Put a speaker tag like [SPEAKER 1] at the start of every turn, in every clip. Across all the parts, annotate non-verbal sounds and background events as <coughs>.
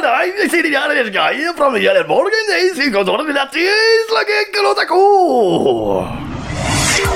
[SPEAKER 1] guys, this is the Irish guy from the Yellow Morgan Days. He goes on the Nazis like a Kalotaku.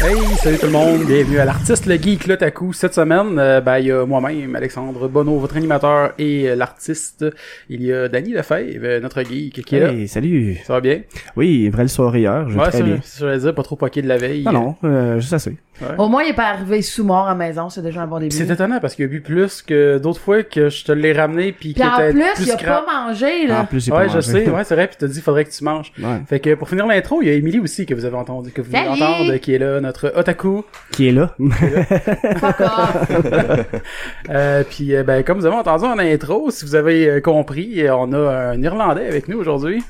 [SPEAKER 2] Hey, salut tout le monde, bienvenue à l'artiste Le Geek Le Taku. Cette semaine, euh, ben, il y a moi-même, Alexandre Bonneau, votre animateur, et euh, l'artiste. Il y a Danny Lefebvre, euh, notre geek, qui est là.
[SPEAKER 3] Hey, salut.
[SPEAKER 2] Ça va bien?
[SPEAKER 3] Oui, vraie soirée hier, je vais
[SPEAKER 2] ouais,
[SPEAKER 3] très
[SPEAKER 2] ça,
[SPEAKER 3] bien.
[SPEAKER 2] ça, je voulais dire, pas trop poqué de la veille.
[SPEAKER 3] Non, non, euh, juste assez.
[SPEAKER 4] Au moins, il est pas arrivé sous mort à la maison, c'est déjà un bon début.
[SPEAKER 2] Puis C'est étonnant parce qu'il a bu plus que d'autres fois que je te l'ai ramené puis
[SPEAKER 4] Puis
[SPEAKER 2] que
[SPEAKER 4] en
[SPEAKER 2] t'as
[SPEAKER 4] plus, il a
[SPEAKER 2] crabe.
[SPEAKER 4] pas mangé,
[SPEAKER 3] En
[SPEAKER 4] là.
[SPEAKER 3] plus, j'ai pas
[SPEAKER 2] Ouais, je
[SPEAKER 3] mangé.
[SPEAKER 2] sais, ouais, c'est vrai, puis t'as dit, faudrait que tu manges.
[SPEAKER 3] Ouais.
[SPEAKER 2] Fait que pour finir l'intro, il y a Émilie aussi que vous avez entendu, que vous venez
[SPEAKER 4] Salut!
[SPEAKER 2] d'entendre, qui est là, notre otaku.
[SPEAKER 3] Qui est là.
[SPEAKER 2] Ah.
[SPEAKER 4] Fuck off.
[SPEAKER 2] Euh, puis euh, ben comme vous avez entendu en intro, si vous avez euh, compris, euh, on a un Irlandais avec nous aujourd'hui.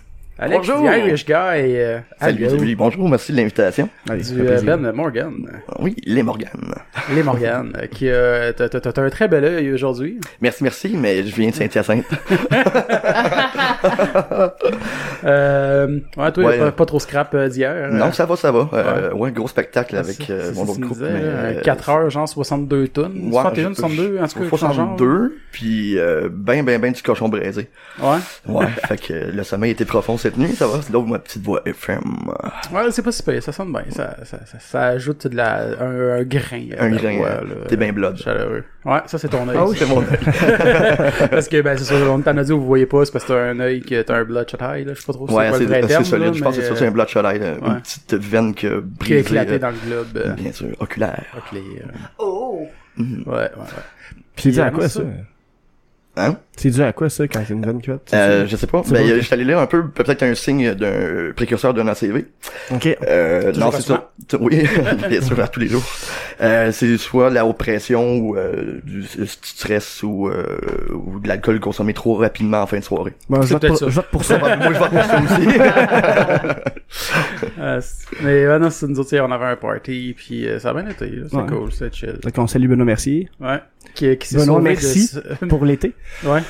[SPEAKER 2] Alex,
[SPEAKER 1] Bonjour.
[SPEAKER 2] the Irish guy, euh,
[SPEAKER 5] Salut,
[SPEAKER 2] hello,
[SPEAKER 5] salut, bonjour, merci de l'invitation.
[SPEAKER 3] Allez, ça fait
[SPEAKER 2] du euh,
[SPEAKER 3] plaisir.
[SPEAKER 2] Ben Morgan,
[SPEAKER 5] Oui, les Morganes.
[SPEAKER 2] les Morgan, euh, qui euh, t'as- t'as t'as un très bel œil aujourd'hui.
[SPEAKER 5] Merci, merci, mais je viens de Saint-Hyacinthe.
[SPEAKER 2] Euh, ouais, toi,
[SPEAKER 5] Ouais.
[SPEAKER 2] pas, pas trop scrap euh, d'hier.
[SPEAKER 5] non, ça va, ça va. Euh, ouais. gros spectacle avec euh, mon autre groupe. mais, euh,
[SPEAKER 2] 4 heures, genre 62 tonnes.
[SPEAKER 5] ouais,
[SPEAKER 2] 61,
[SPEAKER 5] je-
[SPEAKER 2] 62, en tout cas. quelque chose dans le genre.
[SPEAKER 5] 62, puis euh, ben, ben, ben du cochon braisé.
[SPEAKER 2] Ouais.
[SPEAKER 5] Ouais, fait que euh, le sommeil était profond cette nuit, ça va, c'est là où ma petite voix FM. euh,
[SPEAKER 2] Ouais, c'est pas si pire, ça sonne bien. Ça, ça, ça, ça ajoute de la, un, un grain. euh,
[SPEAKER 5] Un
[SPEAKER 2] de
[SPEAKER 5] grain,
[SPEAKER 2] voix,
[SPEAKER 5] euh,
[SPEAKER 2] là,
[SPEAKER 5] t'es bien blood.
[SPEAKER 2] Chaleureux. Ouais, ça, c'est ton œil.
[SPEAKER 5] Ah c'est <laughs>
[SPEAKER 2] <laughs>
[SPEAKER 5] mon
[SPEAKER 2] parce que, ben, c'est ça, on t'en a dit, vous voyez pas, c'est parce que t'as un œil que t'as un bloodshot eye, là. Je sais pas trop c'est
[SPEAKER 5] Ouais,
[SPEAKER 2] quoi le
[SPEAKER 5] c'est
[SPEAKER 2] vrai terme.
[SPEAKER 5] assez solide.
[SPEAKER 2] là,
[SPEAKER 5] Je pense que
[SPEAKER 2] mais,
[SPEAKER 5] c'est ça, c'est un
[SPEAKER 2] euh,
[SPEAKER 5] bloodshot eye, là,
[SPEAKER 2] ouais.
[SPEAKER 5] une petite veine que
[SPEAKER 2] Qui a
[SPEAKER 5] brisée.
[SPEAKER 2] éclaté
[SPEAKER 5] euh,
[SPEAKER 2] dans le globe. euh,
[SPEAKER 5] Bien sûr, oculaire.
[SPEAKER 2] avec les, euh,
[SPEAKER 4] Oh.
[SPEAKER 2] ouais, ouais, ouais.
[SPEAKER 3] Puis c'est dû à
[SPEAKER 2] Puis, euh,
[SPEAKER 3] quoi, ça?
[SPEAKER 5] Hein?
[SPEAKER 3] C'est dû à quoi, ça, quand c'est une veine culotte?
[SPEAKER 5] Euh, je sais pas,
[SPEAKER 3] C'est
[SPEAKER 5] mais
[SPEAKER 3] bon.
[SPEAKER 5] euh, je suis allé là un peu, peut-être un signe d'un précurseur d'un ACV.
[SPEAKER 3] Ok.
[SPEAKER 5] Euh, non,
[SPEAKER 2] à
[SPEAKER 5] c'est
[SPEAKER 2] soi.
[SPEAKER 5] ça. Tu- Oui, <laughs> bien sûr, à tous les jours. Euh, c'est soit la oppression ou euh, du s- stress ou, euh, ou de l'alcool consommé trop rapidement en fin de
[SPEAKER 2] <laughs>
[SPEAKER 5] soirée.
[SPEAKER 3] Bon, je
[SPEAKER 2] c'est
[SPEAKER 3] vote
[SPEAKER 2] peut-être
[SPEAKER 3] pour
[SPEAKER 2] ça.
[SPEAKER 3] je vote pour ça.
[SPEAKER 5] Moi, je vais pour ça aussi.
[SPEAKER 2] Euh, c'est- mais, ouais, non, c'est nous autres, tu sais, on avait un party, puis euh, ça a bien été, là, C'est
[SPEAKER 3] Ouais.
[SPEAKER 2] cool, c'est chill.
[SPEAKER 3] Fait qu'on salue Benoît Mercier.
[SPEAKER 2] Ouais. Qui, qui s'est
[SPEAKER 3] Benoît,
[SPEAKER 2] sauvé de
[SPEAKER 3] merci
[SPEAKER 2] ce-
[SPEAKER 3] pour l'été.
[SPEAKER 2] <laughs> Ouais.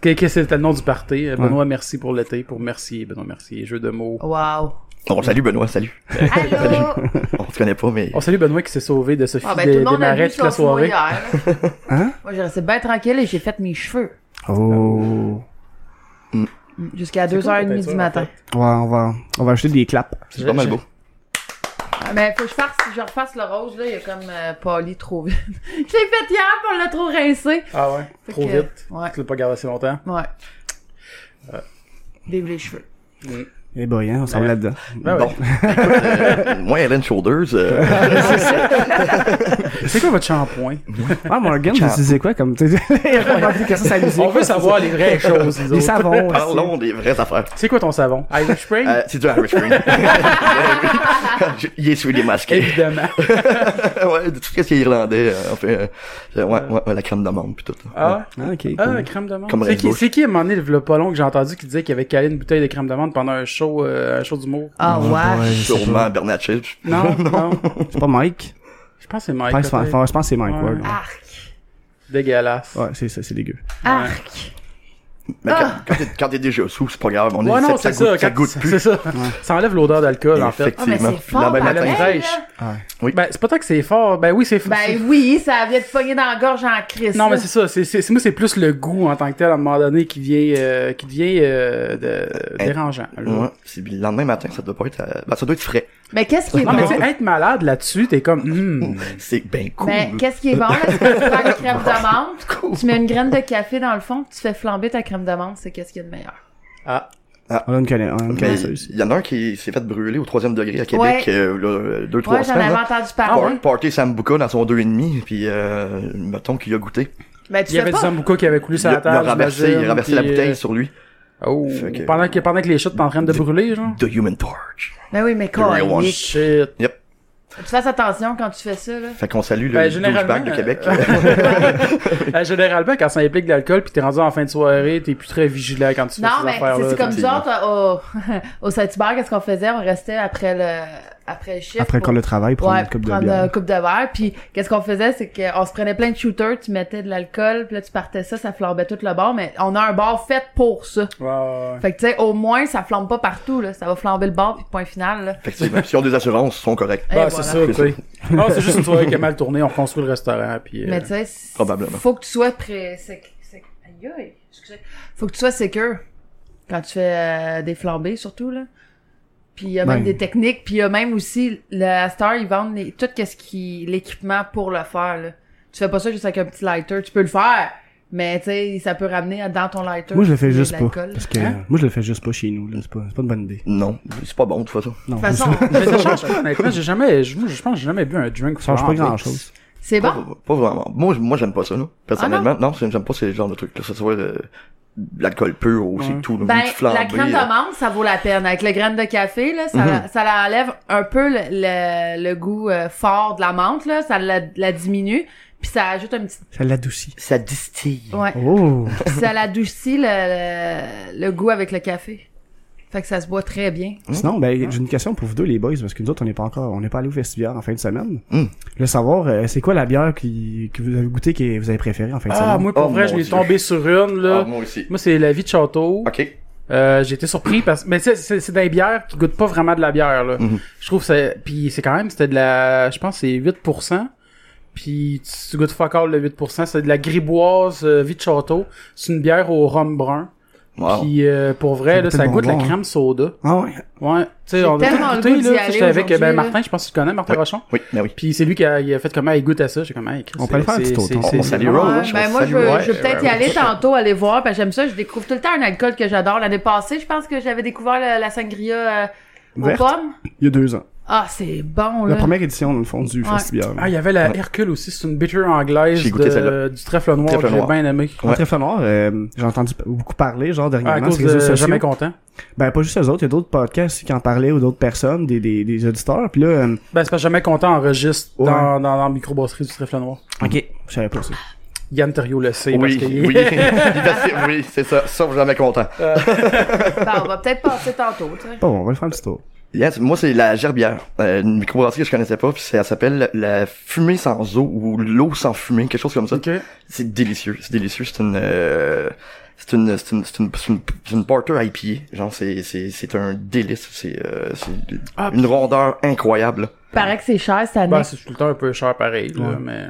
[SPEAKER 2] Que, que c'est le nom du party. Euh, Benoît, merci pour l'été, pour merci, Benoît, merci. Jeu de mots.
[SPEAKER 4] Wow.
[SPEAKER 2] <laughs>
[SPEAKER 5] Bon, Oh, salut Benoît, salut.
[SPEAKER 4] Allô.
[SPEAKER 5] On se connaît pas, mais
[SPEAKER 2] On salue Benoît qui s'est sauvé de Sophie
[SPEAKER 4] Ah, ben,
[SPEAKER 2] des,
[SPEAKER 4] tout le monde a
[SPEAKER 2] Marais
[SPEAKER 4] vu
[SPEAKER 2] toute la
[SPEAKER 4] son four
[SPEAKER 2] soirée.
[SPEAKER 4] hier.
[SPEAKER 2] <laughs>
[SPEAKER 3] Hein?
[SPEAKER 4] Moi, j'ai resté bien tranquille et j'ai fait mes cheveux.
[SPEAKER 3] Oh.
[SPEAKER 4] Mm, Jusqu'à
[SPEAKER 2] C'est quoi, ta
[SPEAKER 4] 2h30 du
[SPEAKER 2] peinture, en
[SPEAKER 4] matin.
[SPEAKER 2] fait?
[SPEAKER 3] On va, on va, on va acheter des claps.
[SPEAKER 5] c'est pas mal beau.
[SPEAKER 4] Ah, Mais faut que je fasse, je refasse le rose, là. Il a comme euh, pâli trop vite. <laughs> je l'ai fait hier, puis on l'a trop rincé.
[SPEAKER 2] Ah ouais,
[SPEAKER 4] Fait
[SPEAKER 2] trop
[SPEAKER 4] que-
[SPEAKER 2] vite.
[SPEAKER 4] ouais.
[SPEAKER 2] Tu l'as pas gardé assez longtemps.
[SPEAKER 4] Ouais.
[SPEAKER 2] Euh.
[SPEAKER 4] Vive les cheveux.
[SPEAKER 3] Eh boy, hein, on s'en va là-dedans.
[SPEAKER 2] Ben
[SPEAKER 5] Bon,
[SPEAKER 2] ouais.
[SPEAKER 5] écoute, euh, moi, Ellen Shoulders, euh,
[SPEAKER 2] C'est quoi votre shampoing?
[SPEAKER 3] Ah,
[SPEAKER 5] <laughs>
[SPEAKER 3] Morgan, je sais c'est quoi, comme, <laughs> tu sais, il a pas compris que ça, ça lui dit.
[SPEAKER 2] On veut savoir les vraies choses, nous
[SPEAKER 3] Des
[SPEAKER 2] autres. Ah,
[SPEAKER 3] savons.
[SPEAKER 5] parlons des vraies affaires.
[SPEAKER 2] C'est quoi ton savon? Irish Spring?
[SPEAKER 5] Euh, c'est du Irish Spring. <laughs> Je- Il est sur les masqués.
[SPEAKER 2] <laughs> Évidemment.
[SPEAKER 5] <laughs> ouais, de tout ce qui est irlandais, euh, enfin, euh, ouais, ouais, ouais, la crème d'amande pis tout.
[SPEAKER 2] Ah.
[SPEAKER 3] Ah, ok.
[SPEAKER 2] Ah,
[SPEAKER 3] cool.
[SPEAKER 2] crème de menthe.
[SPEAKER 5] Comme
[SPEAKER 2] C'est qui,
[SPEAKER 5] Rose
[SPEAKER 2] c'est qui à un moment donné, le pas long que j'ai entendu qui disait qu'il avait calé une bouteille de crème de menthe pendant un show, euh, un show d'humour?
[SPEAKER 4] Ah,
[SPEAKER 3] Oh boy,
[SPEAKER 4] ouais.
[SPEAKER 3] je sais
[SPEAKER 5] Sûrement Bernard Chips.
[SPEAKER 2] Non, non.
[SPEAKER 3] pas. C'est pas Mike.
[SPEAKER 2] Je pense que c'est
[SPEAKER 3] Je
[SPEAKER 2] Mike.
[SPEAKER 3] pense,
[SPEAKER 2] peut-être.
[SPEAKER 3] je pense que c'est Mike,
[SPEAKER 2] Ouais.
[SPEAKER 3] ouais.
[SPEAKER 4] Arc.
[SPEAKER 2] Dégueulasse.
[SPEAKER 3] Ouais, c'est ça, c'est dégueu.
[SPEAKER 4] Arc.
[SPEAKER 5] Mais quand, quand t'es- quand t'es déjà sous, c'est pas grave. On
[SPEAKER 2] Ah! Ouais,
[SPEAKER 5] est
[SPEAKER 2] non,
[SPEAKER 5] ça,
[SPEAKER 2] c'est
[SPEAKER 5] ça,
[SPEAKER 2] ça.
[SPEAKER 5] goûte, ça goûte
[SPEAKER 2] quand-
[SPEAKER 5] plus.
[SPEAKER 2] C'est ça. Ça enlève l'odeur d'alcool, en fait.
[SPEAKER 4] Ah, mais
[SPEAKER 5] Effectivement.
[SPEAKER 4] c'est fort,
[SPEAKER 5] Le
[SPEAKER 4] par
[SPEAKER 5] matin.
[SPEAKER 2] la
[SPEAKER 4] contre.
[SPEAKER 2] fraîche.
[SPEAKER 3] Ouais.
[SPEAKER 2] Ben, c'est pas tant que c'est fort. Ben oui, c'est fort.
[SPEAKER 4] Ben oui, ça vient de pogner dans la gorge en crise.
[SPEAKER 2] non, mais
[SPEAKER 4] là.
[SPEAKER 2] c'est ça. C'est, c'est, c'est- moi, c'est plus le goût en tant que tel, à un moment donné, qui vient, euh, qui devient euh, de-
[SPEAKER 5] Eh,
[SPEAKER 2] dérangeant. là.
[SPEAKER 5] Ouais, c'est le lendemain matin, ça doit pas être, euh, ben, ça doit être frais.
[SPEAKER 4] Mais qu'est-ce qui est
[SPEAKER 2] Non, mais tu
[SPEAKER 4] bon?
[SPEAKER 2] sais, être malade là-dessus, t'es comme... hmm.
[SPEAKER 5] C'est ben cool.
[SPEAKER 4] Mais qu'est-ce qui est bon, là? C'est que tu prends une crème d'amande, tu mets une graine de café dans le fond, puis tu fais flamber ta crème d'amande, c'est qu'est-ce qu'il y a de meilleur.
[SPEAKER 2] Ah,
[SPEAKER 3] On a une connaît, on a une
[SPEAKER 5] Mais
[SPEAKER 3] connaisseuse.
[SPEAKER 5] il y en a un qui s'est fait brûler au troisième degré à Québec,
[SPEAKER 4] Ouais.
[SPEAKER 5] euh, là, euh, deux, trois
[SPEAKER 4] Ouais, j'en
[SPEAKER 5] semaines.
[SPEAKER 4] avais
[SPEAKER 5] là.
[SPEAKER 4] entendu
[SPEAKER 5] Par-
[SPEAKER 2] Ah
[SPEAKER 4] parler.
[SPEAKER 5] Party Sambuca dans son deux et demi, puis euh, mettons qu'il a goûté.
[SPEAKER 4] Mais Ben, tu
[SPEAKER 2] il y avait
[SPEAKER 4] sais
[SPEAKER 2] du
[SPEAKER 4] pas.
[SPEAKER 2] sambuca qui avait coulé
[SPEAKER 5] Il
[SPEAKER 2] sur
[SPEAKER 5] a, il
[SPEAKER 2] la
[SPEAKER 5] a
[SPEAKER 2] table,
[SPEAKER 5] renversé, il a
[SPEAKER 2] j'imagine,
[SPEAKER 5] renversé la
[SPEAKER 2] puis,
[SPEAKER 5] bouteille
[SPEAKER 2] euh,
[SPEAKER 5] sur lui.
[SPEAKER 2] Oh,
[SPEAKER 5] Fait que-
[SPEAKER 2] pendant, que, pendant que les chutes t'es en train de brûler, genre.
[SPEAKER 5] The Human Torch.
[SPEAKER 4] Mais Ben oui, mais
[SPEAKER 5] real one.
[SPEAKER 4] colique.
[SPEAKER 2] Shit.
[SPEAKER 4] Faut que Tu fasses attention quand tu fais ça, là.
[SPEAKER 5] Fait qu'on salue
[SPEAKER 2] Ben,
[SPEAKER 5] le
[SPEAKER 2] généralement,
[SPEAKER 5] douchebag de Québec.
[SPEAKER 2] Euh, généralement, quand ça implique de l'alcool, puis t'es rendu en fin de soirée, t'es plus très vigilant quand tu fais
[SPEAKER 4] Non,
[SPEAKER 2] ces
[SPEAKER 4] mais
[SPEAKER 2] affaires-là.
[SPEAKER 4] c'est- c'est comme nous
[SPEAKER 5] effectivement.
[SPEAKER 4] <laughs> autres, euh, au, au Saint-Hubert, qu'est-ce qu'on faisait? On restait après le, après le shift.
[SPEAKER 3] Après
[SPEAKER 4] pour-
[SPEAKER 3] qu'on le travail, prendre
[SPEAKER 4] Ouais,
[SPEAKER 3] une coupe de
[SPEAKER 4] prendre une
[SPEAKER 3] bière.
[SPEAKER 4] coupe de verre. Puis qu'est-ce qu'on faisait, c'est qu'on se prenait plein de shooters, tu mettais de l'alcool, puis là tu partais ça, ça flambait tout le bar, mais on a un bar fait pour ça.
[SPEAKER 2] Ouais, ouais,
[SPEAKER 4] Fait que tu sais, au moins ça flambe pas partout, là. Ça va flamber le bar, puis point final, là.
[SPEAKER 5] <laughs> Effectivement. si on a des assurances, ils sont corrects.
[SPEAKER 4] Et
[SPEAKER 2] ouais. Bah,
[SPEAKER 4] voilà.
[SPEAKER 2] c'est ça, tu sais. Non, c'est juste une soirée qui a mal tourné, on reconstruit le restaurant, puis... euh,
[SPEAKER 4] Mais tu sais, c-
[SPEAKER 5] Probablement.
[SPEAKER 4] faut que tu sois prêt. C'est, c'est, aïe, aïe, excusez. Faut que tu sois secure quand tu fais euh, des flambées, surtout, là. Puis il y a même
[SPEAKER 3] Ben.
[SPEAKER 4] des techniques, puis il y a même aussi, la Star, ils vendent les- tout qu'est-ce qui, l'équipement pour le faire, là. Tu fais pas ça juste avec un petit lighter, tu peux le faire, mais tu sais, ça peut ramener à- dans ton lighter.
[SPEAKER 3] Moi, je le fais
[SPEAKER 4] de
[SPEAKER 3] juste pas.
[SPEAKER 4] l'alcool.
[SPEAKER 3] Parce que,
[SPEAKER 2] Hein?
[SPEAKER 3] moi, je le fais juste pas chez nous, là. C'est pas, c'est pas une bonne idée.
[SPEAKER 5] Non, c'est pas bon de toute façon.
[SPEAKER 3] Non.
[SPEAKER 4] De toute
[SPEAKER 3] <laughs>
[SPEAKER 4] façon,
[SPEAKER 2] Mais ça change pas, honnêtement, j'ai jamais... Je moi, je pense que j'ai jamais bu un drink.
[SPEAKER 3] Ça change pas
[SPEAKER 2] flambé.
[SPEAKER 3] grand chose.
[SPEAKER 4] c'est
[SPEAKER 5] Pas,
[SPEAKER 4] bon.
[SPEAKER 5] pas vraiment. Moi, je- moi j'aime pas ça, là. Personnellement, non, j'aime j'aime pas ces genres de trucs. Là. Ça soit euh, de l'alcool pur ou c'est tout. là,
[SPEAKER 4] Ben,
[SPEAKER 5] une petite
[SPEAKER 4] la
[SPEAKER 5] flambée, euh.
[SPEAKER 4] crème
[SPEAKER 5] là.
[SPEAKER 4] d'amande, ça vaut la peine. Avec le graine de café, là, ça, ça la enlève un peu le, le, le goût euh, fort de la menthe, là. Ça la, la diminue. Puis ça ajoute un petit...
[SPEAKER 3] Ça l'adoucit.
[SPEAKER 5] Ça distille.
[SPEAKER 3] <laughs>
[SPEAKER 4] Ouais.
[SPEAKER 3] Oh!
[SPEAKER 2] Mm-hmm.
[SPEAKER 4] Puis ça l'adoucit le, le, le goût avec le café. Fait que ça se boit très bien.
[SPEAKER 3] Sinon,
[SPEAKER 2] Mm-hmm.
[SPEAKER 3] ben, j'ai une question pour vous deux, les boys, parce que nous autres, on n'est pas encore, on n'est pas allé au festival en fin de semaine.
[SPEAKER 5] Mm.
[SPEAKER 3] Je veux savoir, euh, c'est quoi la bière qui, que vous avez goûtée, que vous avez préférée en fin de
[SPEAKER 2] Ah,
[SPEAKER 3] semaine?
[SPEAKER 2] moi, pour
[SPEAKER 5] Oh,
[SPEAKER 2] vrai,
[SPEAKER 5] mon
[SPEAKER 2] je l'ai
[SPEAKER 5] Dieu.
[SPEAKER 2] tombé sur une, là.
[SPEAKER 5] Ah, moi aussi.
[SPEAKER 2] Moi, c'est la vie de château.
[SPEAKER 5] Ok.
[SPEAKER 2] Euh, j'ai été surpris parce mais tu sais c'est c'est des bières qui goûtent pas vraiment de la bière là.
[SPEAKER 5] Mhm.
[SPEAKER 2] Je trouve que c'est puis c'est quand même c'était de la je pense que c'est 8% puis tu, tu goûtes fuck all le 8%, c'est de la griboise euh, vie de château, c'est une bière au rhum brun.
[SPEAKER 5] Wow.
[SPEAKER 2] Puis euh, pour vrai
[SPEAKER 3] Ça
[SPEAKER 2] là,
[SPEAKER 3] goûte
[SPEAKER 2] ça
[SPEAKER 3] le
[SPEAKER 2] goûte
[SPEAKER 3] bonbon,
[SPEAKER 2] la
[SPEAKER 3] hein.
[SPEAKER 2] crème soda.
[SPEAKER 3] Ah ouais.
[SPEAKER 2] Ouais, tu sais
[SPEAKER 4] J'ai
[SPEAKER 2] on a
[SPEAKER 4] tellement
[SPEAKER 2] tout goûté
[SPEAKER 4] le goût d'y
[SPEAKER 2] là,
[SPEAKER 4] aller
[SPEAKER 2] j'étais avec ben,
[SPEAKER 4] aujourd'hui,
[SPEAKER 2] Martin, je pense que tu le connais Martin Rochon.
[SPEAKER 5] Oui, mais oui.
[SPEAKER 2] Puis c'est lui qui a, il a fait comment il goûte à ça, j'ai comme hey, Chris,
[SPEAKER 3] On peut aller
[SPEAKER 2] c'est-
[SPEAKER 3] faire un petit
[SPEAKER 2] c'est-
[SPEAKER 3] automne.
[SPEAKER 2] c'est-
[SPEAKER 5] On
[SPEAKER 2] c'est
[SPEAKER 5] salue
[SPEAKER 2] vraiment-
[SPEAKER 5] Rose.
[SPEAKER 4] Ouais,
[SPEAKER 5] je
[SPEAKER 4] ben
[SPEAKER 5] pense
[SPEAKER 4] moi,
[SPEAKER 5] que
[SPEAKER 4] je
[SPEAKER 5] ça
[SPEAKER 4] veux,
[SPEAKER 5] doit-
[SPEAKER 4] je vais peut-être y aller tantôt, aller voir, parce que j'aime ça. Je découvre tout le temps un alcool que j'adore. L'année passée, je pense que j'avais découvert la, la sangria euh, aux
[SPEAKER 3] Verte.
[SPEAKER 4] pommes.
[SPEAKER 3] Il y a deux ans.
[SPEAKER 4] Ah, c'est bon, là.
[SPEAKER 3] La première édition, dans le fond, du
[SPEAKER 4] Ouais.
[SPEAKER 3] festival.
[SPEAKER 2] Ah, il y avait la Hercule aussi, c'est une bitter anglaise
[SPEAKER 5] J'ai goûté
[SPEAKER 2] de,
[SPEAKER 5] celle-là.
[SPEAKER 2] du trèfle noir
[SPEAKER 5] Trèfle
[SPEAKER 2] que j'ai
[SPEAKER 5] noir.
[SPEAKER 2] bien aimé.
[SPEAKER 3] En trèfle noir, euh, j'ai entendu p- beaucoup parler, genre,
[SPEAKER 2] Ah, à
[SPEAKER 3] dernièrement,
[SPEAKER 2] cause
[SPEAKER 3] sur les réseaux
[SPEAKER 2] de
[SPEAKER 3] sociaux.
[SPEAKER 2] jamais content.
[SPEAKER 3] Ben, pas juste eux autres, il y a d'autres podcasts qui en parlaient ou d'autres personnes, des, des, des auditeurs, puis là, euh,
[SPEAKER 2] Ben, c'est pas jamais content enregistre
[SPEAKER 3] Ouais.
[SPEAKER 2] dans, dans, dans la microbrasserie du trèfle noir.
[SPEAKER 3] ok, je savais pas ça.
[SPEAKER 2] Yann Terriot le sait parce
[SPEAKER 5] Oui,
[SPEAKER 2] qu'il <laughs>
[SPEAKER 5] oui. oui, c'est ça. Sauf jamais content.
[SPEAKER 4] Ben, on va peut-être passer tantôt, tu sais.
[SPEAKER 3] Bon, on va le faire un petit tour.
[SPEAKER 5] Yes, moi, c'est la gerbière. Euh, une microbrasserie que je connaissais pas, puis ça s'appelle la fumée sans eau ou l'eau sans fumée, quelque chose comme ça.
[SPEAKER 2] Ok.
[SPEAKER 5] C'est délicieux, c'est délicieux, c'est une... euh, c'est une, c'est une, c'est une, c'est une, c'est une porter IPA. Genre, c'est, c'est, c'est un délice. C'est, euh, c'est
[SPEAKER 2] Ah,
[SPEAKER 5] une rondeur incroyable.
[SPEAKER 4] Il paraît que c'est cher cette année.
[SPEAKER 2] Ben, c'est tout le temps un peu cher pareil, là,
[SPEAKER 3] Ouais.
[SPEAKER 2] mais.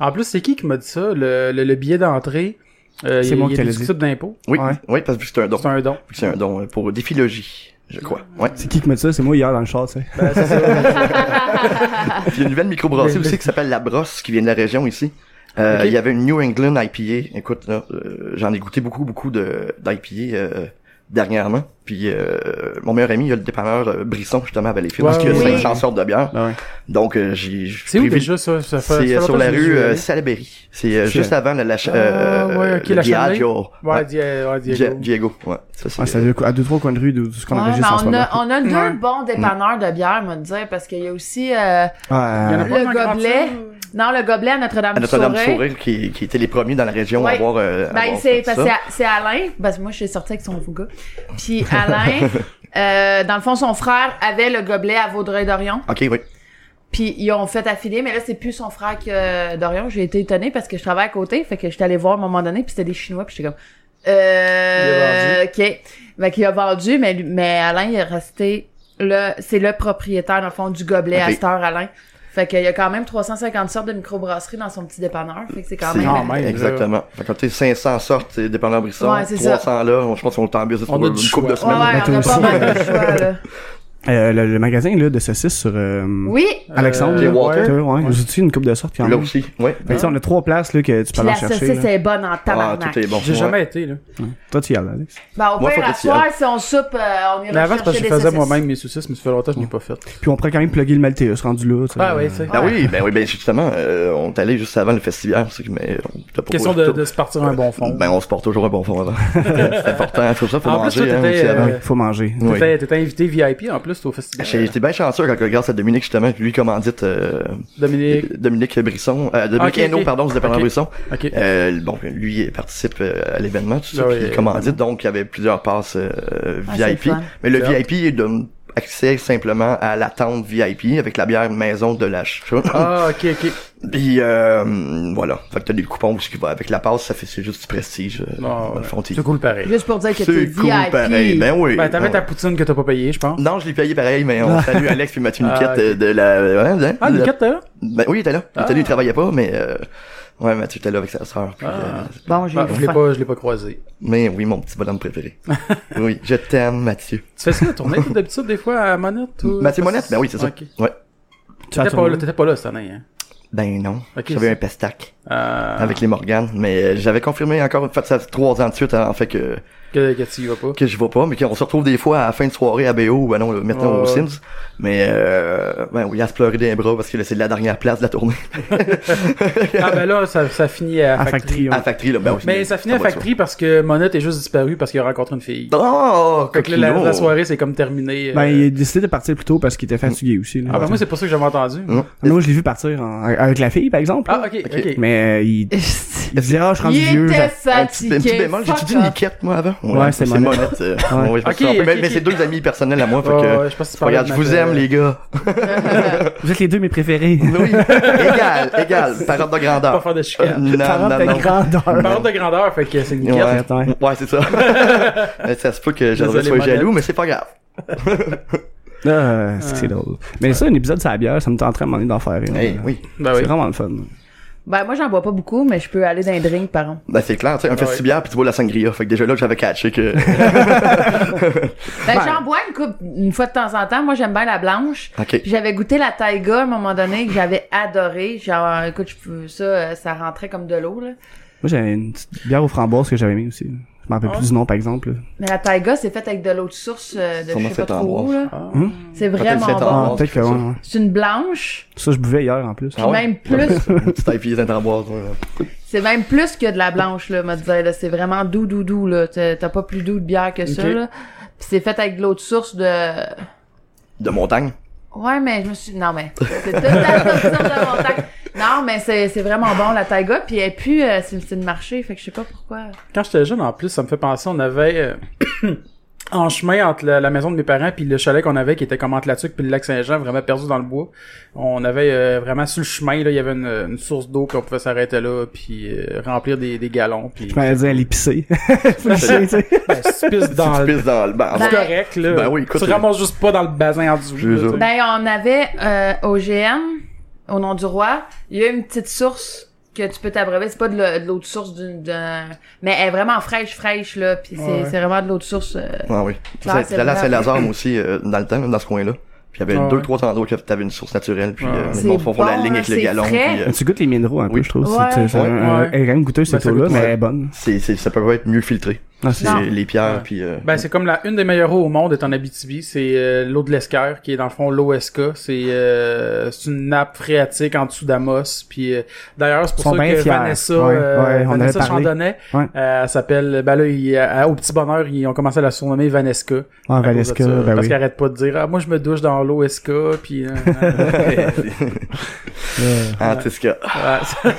[SPEAKER 2] En plus, c'est qui qui m'a dit ça? Le, le, le billet d'entrée, euh,
[SPEAKER 3] C'est
[SPEAKER 2] il y a-
[SPEAKER 3] moi
[SPEAKER 2] il y a
[SPEAKER 3] qui
[SPEAKER 2] des
[SPEAKER 3] l'ai dit.
[SPEAKER 2] types d'impôts.
[SPEAKER 5] Oui,
[SPEAKER 3] Ouais.
[SPEAKER 5] oui, parce que c'est un don.
[SPEAKER 2] C'est un don.
[SPEAKER 5] C'est un don euh, pour déphilogie, je crois. Ouais.
[SPEAKER 3] C'est qui qui met ça? C'est moi hier dans le chat, tu sais.
[SPEAKER 2] Ben, c'est ça.
[SPEAKER 5] Puis il y a une nouvelle microbrasserie
[SPEAKER 2] Mais-
[SPEAKER 5] aussi qui s'appelle La Brosse, qui vient de la région ici. Euh,
[SPEAKER 2] Ok.
[SPEAKER 5] Il y avait une New England IPA. Écoute, là, euh, j'en ai goûté beaucoup, beaucoup de d'IPA euh, dernièrement. Puis euh, mon meilleur ami, il a le dépanneur euh, Brisson, justement, à Valleyfield,
[SPEAKER 2] Ouais,
[SPEAKER 5] parce qu'il y a
[SPEAKER 4] ouais,
[SPEAKER 5] 500 sortes de bières.
[SPEAKER 3] Ah ouais.
[SPEAKER 5] Donc, euh, j'ai...
[SPEAKER 2] c'est où
[SPEAKER 5] privi-
[SPEAKER 2] déjà ça? ça fait- ça
[SPEAKER 5] C'est
[SPEAKER 2] fait
[SPEAKER 5] euh, sur
[SPEAKER 2] longtemps
[SPEAKER 5] la
[SPEAKER 2] que je suis
[SPEAKER 5] rue euh,
[SPEAKER 2] allé.
[SPEAKER 5] Salaberry. C'est euh,
[SPEAKER 3] C'est-
[SPEAKER 5] juste avant la... la
[SPEAKER 2] Ah, ouais, ok, la Chapelaine.
[SPEAKER 5] Diageo.
[SPEAKER 2] Ouais, Di- ouais,
[SPEAKER 5] Di-
[SPEAKER 2] Diego.
[SPEAKER 5] Diego, ouais. Ça, c'est- euh,
[SPEAKER 3] Ouais, c'est à deux, à deux, trois coins de rue de, de ce qu'on
[SPEAKER 4] Ouais,
[SPEAKER 3] enregistre
[SPEAKER 4] mais
[SPEAKER 3] en ce
[SPEAKER 4] on,
[SPEAKER 3] moment.
[SPEAKER 4] a, on a deux
[SPEAKER 2] Ouais.
[SPEAKER 4] bons dépanneurs de bière, moi, dire, parce qu'il y a aussi, euh,
[SPEAKER 3] Ah,
[SPEAKER 2] Il y en a
[SPEAKER 3] euh,
[SPEAKER 2] pas
[SPEAKER 4] Le
[SPEAKER 2] tant que
[SPEAKER 4] gobelet.
[SPEAKER 2] ça.
[SPEAKER 4] non, le gobelet à Notre-Dame
[SPEAKER 5] à
[SPEAKER 4] du
[SPEAKER 5] Notre-Dame du
[SPEAKER 4] Sourire.
[SPEAKER 5] Sourire, qui, qui étaient les premiers dans la région à
[SPEAKER 4] Ouais.
[SPEAKER 5] avoir... euh, à
[SPEAKER 4] Ben,
[SPEAKER 5] avoir fait
[SPEAKER 4] c'est parce
[SPEAKER 5] ça.
[SPEAKER 4] que c'est- c'est Alain, parce que moi, je suis sortie avec son gars. Puis Alain, euh, dans le fond, son frère avait le gobelet à Vaudreuil-Dorion.
[SPEAKER 5] Ok, oui.
[SPEAKER 4] Puis ils ont fait affilier, mais là, c'est plus son frère que euh, Dorion. J'ai été étonnée parce que je travaille à côté. Fait que j'étais allée voir à un moment donné, puis c'était des Chinois, puis j'étais comme... Euh... OK. Fait qu'il a vendu, mais, lui- mais Alain, il est resté... Le, c'est le propriétaire, dans le fond, du gobelet
[SPEAKER 5] Ok.
[SPEAKER 4] à cette heure, Alain. Fait qu'il y a quand même 350 sortes de microbrasseries dans son petit dépanneur. Fait que c'est quand
[SPEAKER 5] C'est-
[SPEAKER 4] même...
[SPEAKER 2] quand même, là.
[SPEAKER 5] Exactement. Fait que, tu sais, 500 sortes, c'est dépendant Brisson.
[SPEAKER 4] Ouais, c'est
[SPEAKER 5] 300 là, on- je pense qu'on est en business
[SPEAKER 2] On
[SPEAKER 5] pour
[SPEAKER 2] a
[SPEAKER 5] une
[SPEAKER 2] du
[SPEAKER 5] couple
[SPEAKER 2] choix.
[SPEAKER 5] de
[SPEAKER 4] Ouais,
[SPEAKER 5] semaines.
[SPEAKER 4] ouais, on a pas
[SPEAKER 3] aussi.
[SPEAKER 4] mal de choix,
[SPEAKER 5] <laughs>
[SPEAKER 4] là.
[SPEAKER 3] euh, le, le magasin là, de saucisses sur euh,
[SPEAKER 4] Oui,
[SPEAKER 5] Euh,
[SPEAKER 3] Alexandre. là,
[SPEAKER 5] Jay Walker.
[SPEAKER 3] Twitter, ouais. J'ai utilisé une coupe de sorte quand
[SPEAKER 5] Là
[SPEAKER 3] même.
[SPEAKER 5] aussi, ouais.
[SPEAKER 3] Fait que, tu sais, on a trois places là, que tu peux
[SPEAKER 4] puis
[SPEAKER 3] aller
[SPEAKER 4] la
[SPEAKER 3] chercher.
[SPEAKER 4] saucisse
[SPEAKER 3] là.
[SPEAKER 4] est bonne en
[SPEAKER 5] Ah,
[SPEAKER 4] tabarnak.
[SPEAKER 5] tout est bon.
[SPEAKER 2] J'ai
[SPEAKER 5] Ouais.
[SPEAKER 2] jamais été, là.
[SPEAKER 3] Toi, tu y allais, Alex.
[SPEAKER 4] Ben, au
[SPEAKER 5] Moi,
[SPEAKER 4] pire,
[SPEAKER 5] faut
[SPEAKER 4] à
[SPEAKER 5] que tu y ailles.
[SPEAKER 4] soir, si on soupe, euh, on ira
[SPEAKER 2] Mais avant, c'est parce
[SPEAKER 4] chercher
[SPEAKER 2] que je
[SPEAKER 4] des
[SPEAKER 2] faisais
[SPEAKER 4] saucisses.
[SPEAKER 2] moi-même mes saucisses, mais ça fait longtemps que je n'ai pas fait.
[SPEAKER 3] Puis on pourrait quand même plugger le Malteus rendu là. tu sais.
[SPEAKER 2] Ah ouais, c'est.
[SPEAKER 5] Ben oui, ben oui, ben justement, euh, on est allé juste avant le festival, c'est que- mais on t'a pas
[SPEAKER 2] Question de, de se partir un bon fond.
[SPEAKER 5] Ben on se porte toujours un bon fond avant. <laughs> c'est important, faut ça, faut
[SPEAKER 2] En plus,
[SPEAKER 5] manger
[SPEAKER 2] toi,
[SPEAKER 5] hein,
[SPEAKER 2] t'étais,
[SPEAKER 5] aussi avant.
[SPEAKER 2] euh,
[SPEAKER 3] Ah Faut manger.
[SPEAKER 5] Oui.
[SPEAKER 2] T'étais t'étais invité VIP en plus au Euh, festival.
[SPEAKER 5] J'ai été bien chanceux quand grâce à Dominique justement, lui commandite euh,
[SPEAKER 2] Dominique.
[SPEAKER 5] Dominique Brisson, euh, Dominique
[SPEAKER 2] Ah, Ok, ok.
[SPEAKER 5] Hainaut, pardon, du dépendant
[SPEAKER 2] Ok.
[SPEAKER 5] Brisson.
[SPEAKER 2] Ok.
[SPEAKER 5] Euh, bon, lui il participe euh, à l'événement, tout ça,
[SPEAKER 2] Ah oui,
[SPEAKER 5] puis il
[SPEAKER 2] euh,
[SPEAKER 5] commandite, donc il y avait plusieurs passes euh,
[SPEAKER 4] Ah, c'est
[SPEAKER 5] VIP.
[SPEAKER 4] le fun.
[SPEAKER 5] Mais le
[SPEAKER 2] Exact.
[SPEAKER 5] VIP il donne accès simplement à la tente VIP avec la bière maison de l'achat.
[SPEAKER 2] Ah, ok, ok.
[SPEAKER 5] <laughs> Puis euh, voilà, fait que t'as des coupons où ce qui va avec la passe, ça fait c'est juste du prestige. euh,
[SPEAKER 2] Ah,
[SPEAKER 5] dans le
[SPEAKER 2] ouais.
[SPEAKER 5] fond, t'es-
[SPEAKER 2] C'est cool pareil.
[SPEAKER 4] Juste pour dire que
[SPEAKER 5] C'est
[SPEAKER 4] t'es
[SPEAKER 5] cool pareil.
[SPEAKER 4] VIP.
[SPEAKER 5] Ben oui.
[SPEAKER 2] Ben, t'avais
[SPEAKER 5] Ah,
[SPEAKER 2] ta poutine que t'as pas payée, je pense.
[SPEAKER 5] Non, je l'ai payé pareil, mais on salue Alex puis Mathieu
[SPEAKER 2] Ah,
[SPEAKER 5] Niquette euh, de la. hein, hein,
[SPEAKER 2] Ah,
[SPEAKER 5] de la-
[SPEAKER 2] Nicotte, t'as là?
[SPEAKER 5] Ben oui, il était là. Il était là, il travaillait pas, mais euh, ouais, Mathieu était là avec sa sœur. puis, euh,
[SPEAKER 4] Bon, j'ai
[SPEAKER 2] Ah,
[SPEAKER 4] eu
[SPEAKER 2] je l'ai
[SPEAKER 4] faim.
[SPEAKER 2] pas, je l'ai pas croisé.
[SPEAKER 5] Mais oui, mon petit bonhomme
[SPEAKER 2] <laughs>
[SPEAKER 5] préféré. oui, je t'aime, Mathieu.
[SPEAKER 2] Tu fais ça la tournée, toi, d'habitude, des fois, à Monette? ou-
[SPEAKER 5] Mathieu Monette, ben oui, c'est ça.
[SPEAKER 2] Ok.
[SPEAKER 5] Ouais.
[SPEAKER 2] T'étais pas, là- t'étais pas là cette année, hein?
[SPEAKER 5] Ben non,
[SPEAKER 2] Ok,
[SPEAKER 5] j'avais
[SPEAKER 2] c'est-
[SPEAKER 5] un pestac
[SPEAKER 2] Euh,
[SPEAKER 5] avec les Morganes, mais euh, j'avais confirmé encore, en fait, ça fait trois ans de suite, hein, en fait, que,
[SPEAKER 2] que, que tu y
[SPEAKER 5] <laughs>
[SPEAKER 2] vas pas.
[SPEAKER 5] que je vois pas, mais qu'on se retrouve des fois à la fin de soirée à BO, ou ben non, maintenant
[SPEAKER 2] Ouais,
[SPEAKER 5] aux
[SPEAKER 2] ouais.
[SPEAKER 5] Sims, mais euh, ben oui, à se pleurer des bras, parce que là, c'est la dernière place de la tournée.
[SPEAKER 2] Ah, ben là, ça, ça finit à,
[SPEAKER 3] À Factory,
[SPEAKER 5] à la Factory, là, ben oui.
[SPEAKER 2] Mais ça finit à
[SPEAKER 5] va de soi.
[SPEAKER 2] Factory parce que Monette est juste disparu parce qu'il a rencontré une fille.
[SPEAKER 5] Oh,
[SPEAKER 2] Fait que là, la,
[SPEAKER 5] coquino.
[SPEAKER 2] la soirée, c'est comme terminé. euh.
[SPEAKER 3] Ben, il a décidé de partir plus tôt parce qu'il était fatigué aussi. Là.
[SPEAKER 2] Ah, ben moi, c'est pour ça que j'avais entendu.
[SPEAKER 5] Non.
[SPEAKER 3] Mais moi, je l'ai vu partir en- avec la fille, par exemple.
[SPEAKER 2] Ah,
[SPEAKER 3] là.
[SPEAKER 2] ok, ok.
[SPEAKER 5] Hum. Ok.
[SPEAKER 3] Mais euh, il,
[SPEAKER 4] Il
[SPEAKER 3] il disait, ah,
[SPEAKER 5] <laughs>
[SPEAKER 3] je suis rendu vieux.
[SPEAKER 4] était
[SPEAKER 3] j'a-
[SPEAKER 5] Un petit, un petit
[SPEAKER 4] fatigué.
[SPEAKER 5] bémol, j'ai
[SPEAKER 4] fuck
[SPEAKER 5] dit
[SPEAKER 4] off.
[SPEAKER 5] niquette, moi, avant.
[SPEAKER 3] Ouais, c'est
[SPEAKER 5] mon
[SPEAKER 3] Monette.
[SPEAKER 5] Euh,
[SPEAKER 3] Ouais.
[SPEAKER 5] ouais, je me
[SPEAKER 2] Ok,
[SPEAKER 5] suis trompé,
[SPEAKER 2] ok,
[SPEAKER 5] mais, mais
[SPEAKER 2] ok.
[SPEAKER 5] c'est deux amis personnels à moi, fait
[SPEAKER 2] Ouais,
[SPEAKER 5] que...
[SPEAKER 2] ouais, je pense que tu parlais
[SPEAKER 5] Regarde,
[SPEAKER 2] de
[SPEAKER 5] je
[SPEAKER 2] ma-
[SPEAKER 5] vous aime, les gars.
[SPEAKER 3] Vous êtes les deux mes préférés.
[SPEAKER 5] Oui, égal,
[SPEAKER 2] <laughs>
[SPEAKER 5] égal, parole de
[SPEAKER 2] Pas
[SPEAKER 5] grandeur.
[SPEAKER 2] faire de
[SPEAKER 5] Euh,
[SPEAKER 2] chicane.
[SPEAKER 5] non,
[SPEAKER 3] Parents
[SPEAKER 5] non,
[SPEAKER 3] de
[SPEAKER 5] non.
[SPEAKER 3] grandeur.
[SPEAKER 2] Parle de grandeur, fait que c'est une
[SPEAKER 5] Ouais.
[SPEAKER 2] quête.
[SPEAKER 3] Attends.
[SPEAKER 5] Ouais, c'est ça.
[SPEAKER 2] <laughs>
[SPEAKER 5] Mais ça se peut que Gervais
[SPEAKER 2] Désolé,
[SPEAKER 5] soit
[SPEAKER 2] Monette.
[SPEAKER 5] jaloux, mais c'est pas grave.
[SPEAKER 3] Ah, c'est que c'est drôle. Mais ça, un épisode sur la bière, ça me tenterait à un moment donné d'en faire une.
[SPEAKER 5] Hey,
[SPEAKER 3] là.
[SPEAKER 5] oui.
[SPEAKER 2] Ben
[SPEAKER 3] C'est
[SPEAKER 2] oui.
[SPEAKER 3] vraiment le fun.
[SPEAKER 4] Ben, moi, j'en bois pas beaucoup, mais je peux aller dans les drinks par an.
[SPEAKER 5] Ben, c'est clair, tu sais, un
[SPEAKER 2] Ouais.
[SPEAKER 5] festibière puis tu bois la sangria. Fait que déjà là, j'avais catché
[SPEAKER 2] <laughs>
[SPEAKER 5] que.
[SPEAKER 4] Ben, j'en bois une coupe, une fois de temps en temps. Moi, j'aime bien la blanche.
[SPEAKER 5] Ok.
[SPEAKER 4] Puis j'avais goûté la taiga à un moment donné que j'avais adoré. Genre, écoute, je peux- ça, euh, ça rentrait comme de l'eau, là.
[SPEAKER 3] Moi, j'avais une petite bière aux framboises que j'avais mis aussi. Je m'en rappelle plus du nom, par exemple. là.
[SPEAKER 4] Mais la taiga, c'est faite avec de l'eau de source euh, de
[SPEAKER 5] Sûrement
[SPEAKER 4] je sais pas
[SPEAKER 5] fait en
[SPEAKER 4] trop où,
[SPEAKER 5] bois. Ah.
[SPEAKER 4] là. C'est
[SPEAKER 5] Peut-être
[SPEAKER 4] vraiment
[SPEAKER 5] fait en
[SPEAKER 4] bon.
[SPEAKER 5] bois.
[SPEAKER 3] Ah, peut-être que ouais, ouais.
[SPEAKER 4] C'est une blanche,
[SPEAKER 3] Ça, je buvais hier, en plus.
[SPEAKER 4] puis
[SPEAKER 5] Ah ouais?
[SPEAKER 4] même plus.
[SPEAKER 5] Une petite IPA dans ta boîte, euh, ouais.
[SPEAKER 4] c'est même plus que de la blanche, là, m'a dit. là. C'est vraiment doux, doux, doux, là. T'as t'as pas plus doux de bière que ça,
[SPEAKER 2] Ok.
[SPEAKER 4] là. Puis c'est fait avec de l'eau de source de...
[SPEAKER 5] De montagne.
[SPEAKER 4] Ouais, mais je me suis. Non, mais. C'est tout à
[SPEAKER 2] <laughs>
[SPEAKER 4] fait ça de mon temps. Non, mais c'est c'est vraiment bon, la taiga. Puis elle pue, euh, c'est c'est le marché. Fait que je sais pas pourquoi.
[SPEAKER 2] Quand j'étais jeune, en plus, ça me fait penser, on avait euh, <coughs> en chemin entre la, la maison de mes parents puis le chalet qu'on avait, qui était comme entre la Tuque puis le lac Saint-Jean, vraiment perdu dans le bois. On avait euh, vraiment sur le chemin, là, il y avait une, une source d'eau, puis on pouvait s'arrêter là, puis euh, remplir des, des galons, puis
[SPEAKER 3] Je m'en allais dire à l'épicer. <laughs> Faut le chier,
[SPEAKER 2] <laughs>
[SPEAKER 3] tu sais.
[SPEAKER 2] ben, se pisse
[SPEAKER 5] <laughs>
[SPEAKER 2] dans
[SPEAKER 5] Tu
[SPEAKER 2] le...
[SPEAKER 5] pisses dans le bar.
[SPEAKER 2] C'est
[SPEAKER 4] Ben-
[SPEAKER 2] correct, là.
[SPEAKER 5] Ben oui, écoute,
[SPEAKER 2] tu
[SPEAKER 5] euh,
[SPEAKER 2] ramasses juste pas dans le bazin en dessous.
[SPEAKER 5] je
[SPEAKER 2] là,
[SPEAKER 5] jure.
[SPEAKER 2] tu sais.
[SPEAKER 4] Ben, on avait euh, OGM, au nom du roi. Il y a une petite source que tu peux t'abreuver. C'est pas de l'eau- de l'eau de source d'une. d'un- Mais elle est vraiment fraîche, fraîche, là. Puis c'est
[SPEAKER 2] Ouais.
[SPEAKER 4] c'est vraiment de l'eau de source. euh,
[SPEAKER 5] Ah oui.
[SPEAKER 4] Claire,
[SPEAKER 5] Ça,
[SPEAKER 4] c'est
[SPEAKER 5] J'allais à
[SPEAKER 4] vrai.
[SPEAKER 5] Saint-Lazare, moi aussi, euh, dans le temps, même dans ce coin-là. Puis il y avait
[SPEAKER 2] Ah
[SPEAKER 5] deux,
[SPEAKER 2] ouais.
[SPEAKER 5] trois endroits que t'avais une source naturelle, puis
[SPEAKER 2] Ah
[SPEAKER 5] euh,
[SPEAKER 2] ouais.
[SPEAKER 5] les
[SPEAKER 4] C'est
[SPEAKER 5] gens font font la
[SPEAKER 4] bon,
[SPEAKER 5] ligne avec
[SPEAKER 4] hein,
[SPEAKER 5] le
[SPEAKER 4] c'est
[SPEAKER 5] galon,
[SPEAKER 4] frais.
[SPEAKER 5] puis euh,
[SPEAKER 3] Tu goûtes les minéraux, un peu,
[SPEAKER 5] Oui.
[SPEAKER 3] je trouve.
[SPEAKER 4] Ouais.
[SPEAKER 3] C'est- c'est- c'est un-
[SPEAKER 2] Ouais.
[SPEAKER 3] Elle est quand même goûteuse,
[SPEAKER 2] Ben,
[SPEAKER 3] cette
[SPEAKER 2] ça
[SPEAKER 3] eau-là,
[SPEAKER 2] goûte,
[SPEAKER 3] mais
[SPEAKER 2] ouais.
[SPEAKER 3] elle est bonne.
[SPEAKER 5] c'est, c'est, ça peut être mieux filtré.
[SPEAKER 3] Ah, c'est-
[SPEAKER 4] Non.
[SPEAKER 5] C'est les pierres,
[SPEAKER 2] Ouais.
[SPEAKER 5] puis... euh,
[SPEAKER 2] Ben, c'est comme la une des meilleures eaux au monde est en Abitibi, c'est euh, l'eau de l'Esquerre qui est dans le fond l'eau SK, c'est euh, c'est une nappe phréatique en dessous d'Amos puis euh, d'ailleurs c'est
[SPEAKER 3] Ils
[SPEAKER 2] pour
[SPEAKER 3] sont
[SPEAKER 2] ça
[SPEAKER 3] bien
[SPEAKER 2] que
[SPEAKER 3] fiers.
[SPEAKER 2] Vanessa
[SPEAKER 3] Ouais,
[SPEAKER 2] euh,
[SPEAKER 3] ouais, on
[SPEAKER 2] Vanessa
[SPEAKER 3] avait parlé.
[SPEAKER 2] Chandonnet
[SPEAKER 3] Ouais.
[SPEAKER 2] euh, elle s'appelle ben là il- à- au petit bonheur ils ont commencé à la surnommer Vanesca.
[SPEAKER 3] Ah,
[SPEAKER 2] à cause de
[SPEAKER 3] Valeska,
[SPEAKER 2] ça,
[SPEAKER 3] ben
[SPEAKER 2] parce
[SPEAKER 3] oui.
[SPEAKER 2] qu'elle arrête pas de dire ah moi je me douche dans l'eau SK puis
[SPEAKER 3] <laughs>
[SPEAKER 2] euh,
[SPEAKER 5] <laughs>
[SPEAKER 3] Euh,
[SPEAKER 5] en tout cas,
[SPEAKER 2] ah, ça-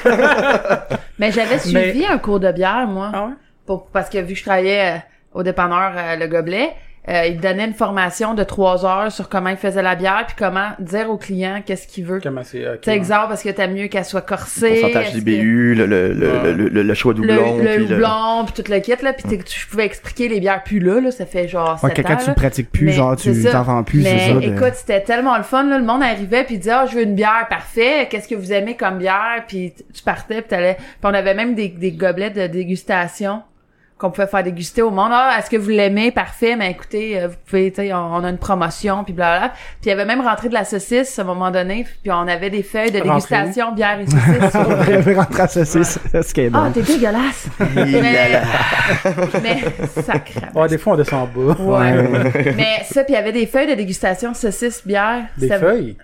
[SPEAKER 4] Mais j'avais suivi un cours de bière, moi.
[SPEAKER 2] ah ouais.
[SPEAKER 4] pour, parce que vu que je travaillais euh, au dépanneur euh, Le Gobelet, euh, il donnait une formation de trois heures sur comment il faisait la bière puis comment dire au client qu'est-ce qu'il veut.
[SPEAKER 2] comment c'est ok,
[SPEAKER 4] C'est
[SPEAKER 2] ouais.
[SPEAKER 4] exact parce que t'as mieux qu'elle soit corsée.
[SPEAKER 5] pourcentage
[SPEAKER 4] est-ce
[SPEAKER 5] d'IBU, le, le, le,
[SPEAKER 2] Ouais.
[SPEAKER 5] le, le, le choix
[SPEAKER 4] que- Le,
[SPEAKER 5] doublon,
[SPEAKER 4] le
[SPEAKER 5] puis le... <laughs>
[SPEAKER 4] houblon puis tout le kit là puis t'es- tu pouvais expliquer les bières plus là là ça fait genre
[SPEAKER 3] ouais,
[SPEAKER 4] sept
[SPEAKER 3] Quelqu'un,
[SPEAKER 4] ans,
[SPEAKER 3] tu
[SPEAKER 4] là.
[SPEAKER 3] le pratiques plus,
[SPEAKER 4] Mais
[SPEAKER 3] genre,
[SPEAKER 4] c'est
[SPEAKER 3] tu
[SPEAKER 4] ça.
[SPEAKER 3] t'en vends plus, c'est
[SPEAKER 4] mais
[SPEAKER 3] ça. ben. de- <laughs>
[SPEAKER 4] écoute c'était tellement le fun là le monde arrivait puis disait ah je veux une bière parfait qu'est-ce que vous aimez comme bière puis t- tu partais puis t'allais puis on avait même des, des gobelets de dégustation qu'on pouvait faire déguster au monde ah est-ce que vous l'aimez parfait mais écoutez euh, vous pouvez tu sais on, on a une promotion puis blablabla puis il y avait même rentré de la saucisse à un moment donné puis on avait des feuilles de
[SPEAKER 2] Rentré où?
[SPEAKER 4] dégustation bière et saucisse
[SPEAKER 3] <laughs> Rêver entre associés, c'est ce qui est
[SPEAKER 4] ah
[SPEAKER 3] bon.
[SPEAKER 4] t'es dégueulasse
[SPEAKER 5] Il a la-
[SPEAKER 4] mais sacré
[SPEAKER 2] Ouais, des fois on descend en bas
[SPEAKER 4] Ouais. Mais ça, puis il y avait des feuilles de dégustation, saucisses, bière.
[SPEAKER 2] des
[SPEAKER 4] C'était-
[SPEAKER 2] feuilles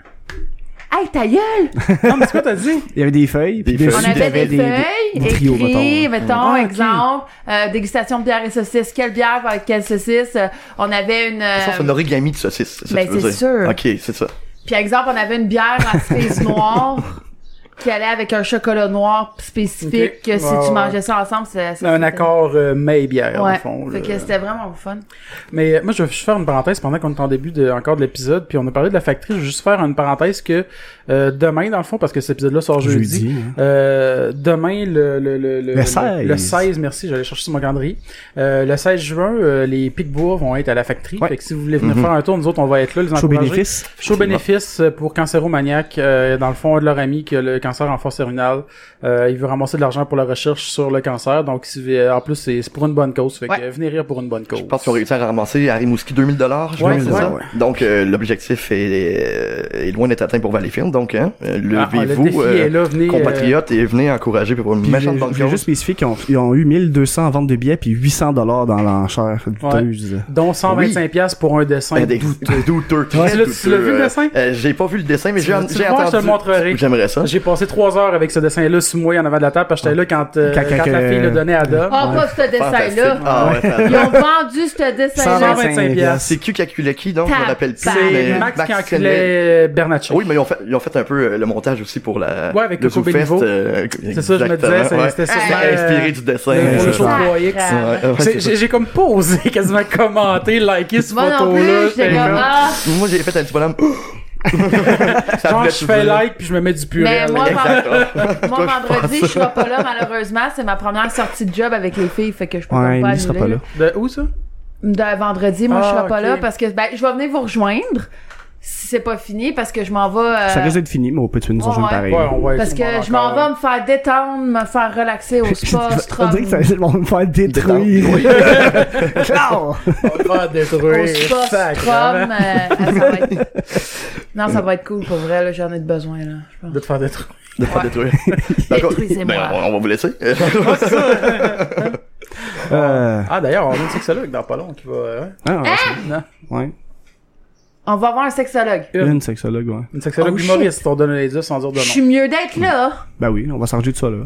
[SPEAKER 4] Hey, ta gueule!
[SPEAKER 2] non mais c'est quoi t'as dit
[SPEAKER 3] Il y avait des feuilles, puis
[SPEAKER 5] Des
[SPEAKER 3] dessus,
[SPEAKER 5] feuilles.
[SPEAKER 4] On
[SPEAKER 5] Aussi,
[SPEAKER 3] il y
[SPEAKER 4] avait des,
[SPEAKER 3] des-
[SPEAKER 4] feuilles,
[SPEAKER 3] des trios,
[SPEAKER 4] écrit,
[SPEAKER 3] mettons.
[SPEAKER 4] mettons,
[SPEAKER 3] Ah, ok.
[SPEAKER 4] exemple, euh, dégustation de bière et saucisses. Quelle bière va avec quelle saucisse? Euh, on avait une... euh,
[SPEAKER 5] Ça, c'est un origami de saucisse, ça,
[SPEAKER 4] ben,
[SPEAKER 5] tu veux
[SPEAKER 4] c'est
[SPEAKER 5] dire.
[SPEAKER 4] sûr.
[SPEAKER 5] Ok, c'est ça.
[SPEAKER 4] puis exemple, on avait une bière à cerise noire. qui allait avec un chocolat noir spécifique.
[SPEAKER 2] Ok.
[SPEAKER 4] que Si
[SPEAKER 2] Ouais,
[SPEAKER 4] tu
[SPEAKER 2] ouais.
[SPEAKER 4] mangeais ça ensemble,
[SPEAKER 2] <laughs>
[SPEAKER 4] c'est
[SPEAKER 2] Un accord euh, mais bière, au
[SPEAKER 4] Ouais.
[SPEAKER 2] fond.
[SPEAKER 4] Fait
[SPEAKER 2] là.
[SPEAKER 4] que c'était vraiment fun.
[SPEAKER 2] Mais euh, moi, je vais juste faire une parenthèse pendant qu'on est en début de, encore de l'épisode, puis on a parlé de la factory. Je vais juste faire une parenthèse que euh, demain, dans le fond, parce que cet épisode-là sort jeudi.
[SPEAKER 3] Jeudi, hein.
[SPEAKER 2] euh, demain, le, le, le, le,
[SPEAKER 3] Le 16.
[SPEAKER 2] le 16, merci, j'allais chercher sur mon calendrier. Euh, le 16 juin, euh, les Picbois vont être à la factory.
[SPEAKER 3] Ouais.
[SPEAKER 2] Fait que si vous voulez venir faire un tour, nous autres, on va être là, les
[SPEAKER 3] Chaud
[SPEAKER 2] encourager.
[SPEAKER 3] bénéfice.
[SPEAKER 2] Chaud bénéfice euh, pour cancéromaniaque, euh, dans le fond, un de leur ami qui a le cancer en force terminale. Euh, il veut ramasser de l'argent pour la recherche sur le cancer. Donc, si, vous- en plus, c'est c'est pour une bonne cause. Fait que
[SPEAKER 5] Ouais.
[SPEAKER 2] euh, venez rire pour une bonne cause.
[SPEAKER 5] Je pense qu'ils ont réussi à ramasser à Rimouski 2000 dollars,
[SPEAKER 2] Ouais,
[SPEAKER 5] c'est
[SPEAKER 2] ouais.
[SPEAKER 5] ça. Donc euh, l'objectif est, est loin d'être atteint pour Valleyfield, donc hein, euh,
[SPEAKER 2] Ah, ah, le défi
[SPEAKER 5] levez-vous,
[SPEAKER 2] est
[SPEAKER 5] euh,
[SPEAKER 2] là, venez, euh,
[SPEAKER 5] compatriotes, et venez encourager pour une
[SPEAKER 3] Puis
[SPEAKER 5] méchante
[SPEAKER 3] je-
[SPEAKER 5] bonne
[SPEAKER 3] je voulais
[SPEAKER 5] cause.
[SPEAKER 3] juste spécifier qu'ils ont, ils ont eu 1200 ventes de billets puis 800 dollars dans l'enchère douteuse.
[SPEAKER 2] dont 125$ piasses pour un dessin.
[SPEAKER 5] Euh, <laughs> des- des douteux, très
[SPEAKER 2] tu l'as- tu l'as
[SPEAKER 5] douteux,
[SPEAKER 2] vu, le
[SPEAKER 5] euh,
[SPEAKER 2] dessin?
[SPEAKER 5] euh, J'ai pas vu le dessin, mais
[SPEAKER 2] Tu
[SPEAKER 5] j'ai
[SPEAKER 2] veux- tu
[SPEAKER 5] j'ai
[SPEAKER 2] le vois, je te le
[SPEAKER 5] entendu.
[SPEAKER 2] montrerai.
[SPEAKER 5] J'aimerais ça.
[SPEAKER 2] J'ai passé trois heures avec ce dessin-là sous moi en avant de la table parce que j'étais là quand, euh,
[SPEAKER 3] Quand-
[SPEAKER 2] quand,
[SPEAKER 3] quand
[SPEAKER 2] la
[SPEAKER 3] que-
[SPEAKER 2] fille le donnait à Dom.
[SPEAKER 4] Ah, pas ce
[SPEAKER 5] Fantastique.
[SPEAKER 4] dessin-là.
[SPEAKER 5] Ah ouais, ça-
[SPEAKER 4] Ils ont vendu ce dessin-là.
[SPEAKER 2] 125 piastres.
[SPEAKER 5] C'est qui qui acculait qui, donc? Je me rappelle plus.
[SPEAKER 4] C'est
[SPEAKER 2] C'est
[SPEAKER 5] mais
[SPEAKER 2] Max qui
[SPEAKER 5] Kennedy.
[SPEAKER 2] enculait Bernatchez.
[SPEAKER 5] Oui, mais ils ont fait, ils ont fait un peu euh, le montage aussi pour la.
[SPEAKER 2] Ouais, avec
[SPEAKER 5] le
[SPEAKER 2] le Coco
[SPEAKER 5] Zoufest,
[SPEAKER 2] Béliveau.
[SPEAKER 5] euh,
[SPEAKER 2] C'est ça, je me
[SPEAKER 5] exactement,
[SPEAKER 2] disais, c'est-
[SPEAKER 5] ouais.
[SPEAKER 2] c'était ça.
[SPEAKER 5] C'était
[SPEAKER 2] euh,
[SPEAKER 5] inspiré du dessin.
[SPEAKER 2] le
[SPEAKER 5] ouais,
[SPEAKER 2] gros
[SPEAKER 5] c'est
[SPEAKER 2] show
[SPEAKER 5] ça.
[SPEAKER 4] ça.
[SPEAKER 2] 3X.
[SPEAKER 5] Ouais, ouais,
[SPEAKER 2] C'est-
[SPEAKER 5] c'est ça.
[SPEAKER 2] J'ai j'ai comme posé, <laughs> quasiment commenté, liké ce
[SPEAKER 4] Moi non
[SPEAKER 2] photo-là.
[SPEAKER 4] plus, j'étais
[SPEAKER 2] J'étais
[SPEAKER 4] comme,
[SPEAKER 2] comme-
[SPEAKER 4] ah,
[SPEAKER 5] Moi, j'ai fait un petit
[SPEAKER 2] <laughs>
[SPEAKER 5] bonhomme. Ça
[SPEAKER 2] Genre,
[SPEAKER 5] voulait
[SPEAKER 2] je
[SPEAKER 5] tout
[SPEAKER 2] fais
[SPEAKER 5] dire.
[SPEAKER 2] like puis je me mets du purée.
[SPEAKER 4] mais moi,
[SPEAKER 5] Exactement.
[SPEAKER 4] Moi,
[SPEAKER 5] Toi, je
[SPEAKER 4] vendredi, je
[SPEAKER 5] pense.
[SPEAKER 4] serai pas là, malheureusement. C'est ma première sortie de job avec les filles, fait que je peux
[SPEAKER 3] Ouais,
[SPEAKER 4] comme pas
[SPEAKER 3] Emily sera pas
[SPEAKER 4] annuler.
[SPEAKER 3] là.
[SPEAKER 2] De où ça?
[SPEAKER 4] De vendredi, moi, je
[SPEAKER 2] Ah,
[SPEAKER 4] serai pas
[SPEAKER 2] ok.
[SPEAKER 4] là parce que, ben, je vais venir vous rejoindre si c'est pas fini parce que je m'en vais. euh,
[SPEAKER 3] Ça risque d'être fini, mais on peut tu nous en
[SPEAKER 4] Ouais,
[SPEAKER 3] jouer
[SPEAKER 4] ouais.
[SPEAKER 3] pareil.
[SPEAKER 2] Ouais, on va être
[SPEAKER 4] parce
[SPEAKER 2] tout le monde
[SPEAKER 4] que je m'en
[SPEAKER 2] encore,
[SPEAKER 4] vais me faire détendre, me faire
[SPEAKER 3] <laughs>
[SPEAKER 4] relaxer au spa,
[SPEAKER 3] On dirait que ça
[SPEAKER 4] Strom.
[SPEAKER 3] ils vont me faire détruire. <laughs> Claire!
[SPEAKER 2] Pas
[SPEAKER 4] Au
[SPEAKER 2] détruire.
[SPEAKER 3] hein?
[SPEAKER 4] spa, Strom.
[SPEAKER 2] sacrément.
[SPEAKER 4] euh, ah, ça va
[SPEAKER 3] <laughs>
[SPEAKER 4] être- Non, ça va être cool pour vrai, là. J'en ai de besoin, là. je pense.
[SPEAKER 2] De te faire détruire.
[SPEAKER 5] De pas
[SPEAKER 4] Ouais.
[SPEAKER 5] détruire.
[SPEAKER 4] Détruisez-moi.
[SPEAKER 5] Ben, on on va vous laisser.
[SPEAKER 2] <laughs>
[SPEAKER 3] Euh,
[SPEAKER 2] Ah, d'ailleurs, on a une sexologue dans pas long qui va. euh,
[SPEAKER 3] ah, ouais,
[SPEAKER 2] Non.
[SPEAKER 3] c'est- ouais.
[SPEAKER 4] On va voir un sexologue.
[SPEAKER 3] Une sexologue, ouais.
[SPEAKER 2] Une sexologue
[SPEAKER 4] Oh, shit.
[SPEAKER 2] humoriste, on donne les deux sans dire de
[SPEAKER 4] Je
[SPEAKER 2] nom.
[SPEAKER 4] suis mieux d'être là.
[SPEAKER 3] Ben oui, on va s'arranger de ça, là.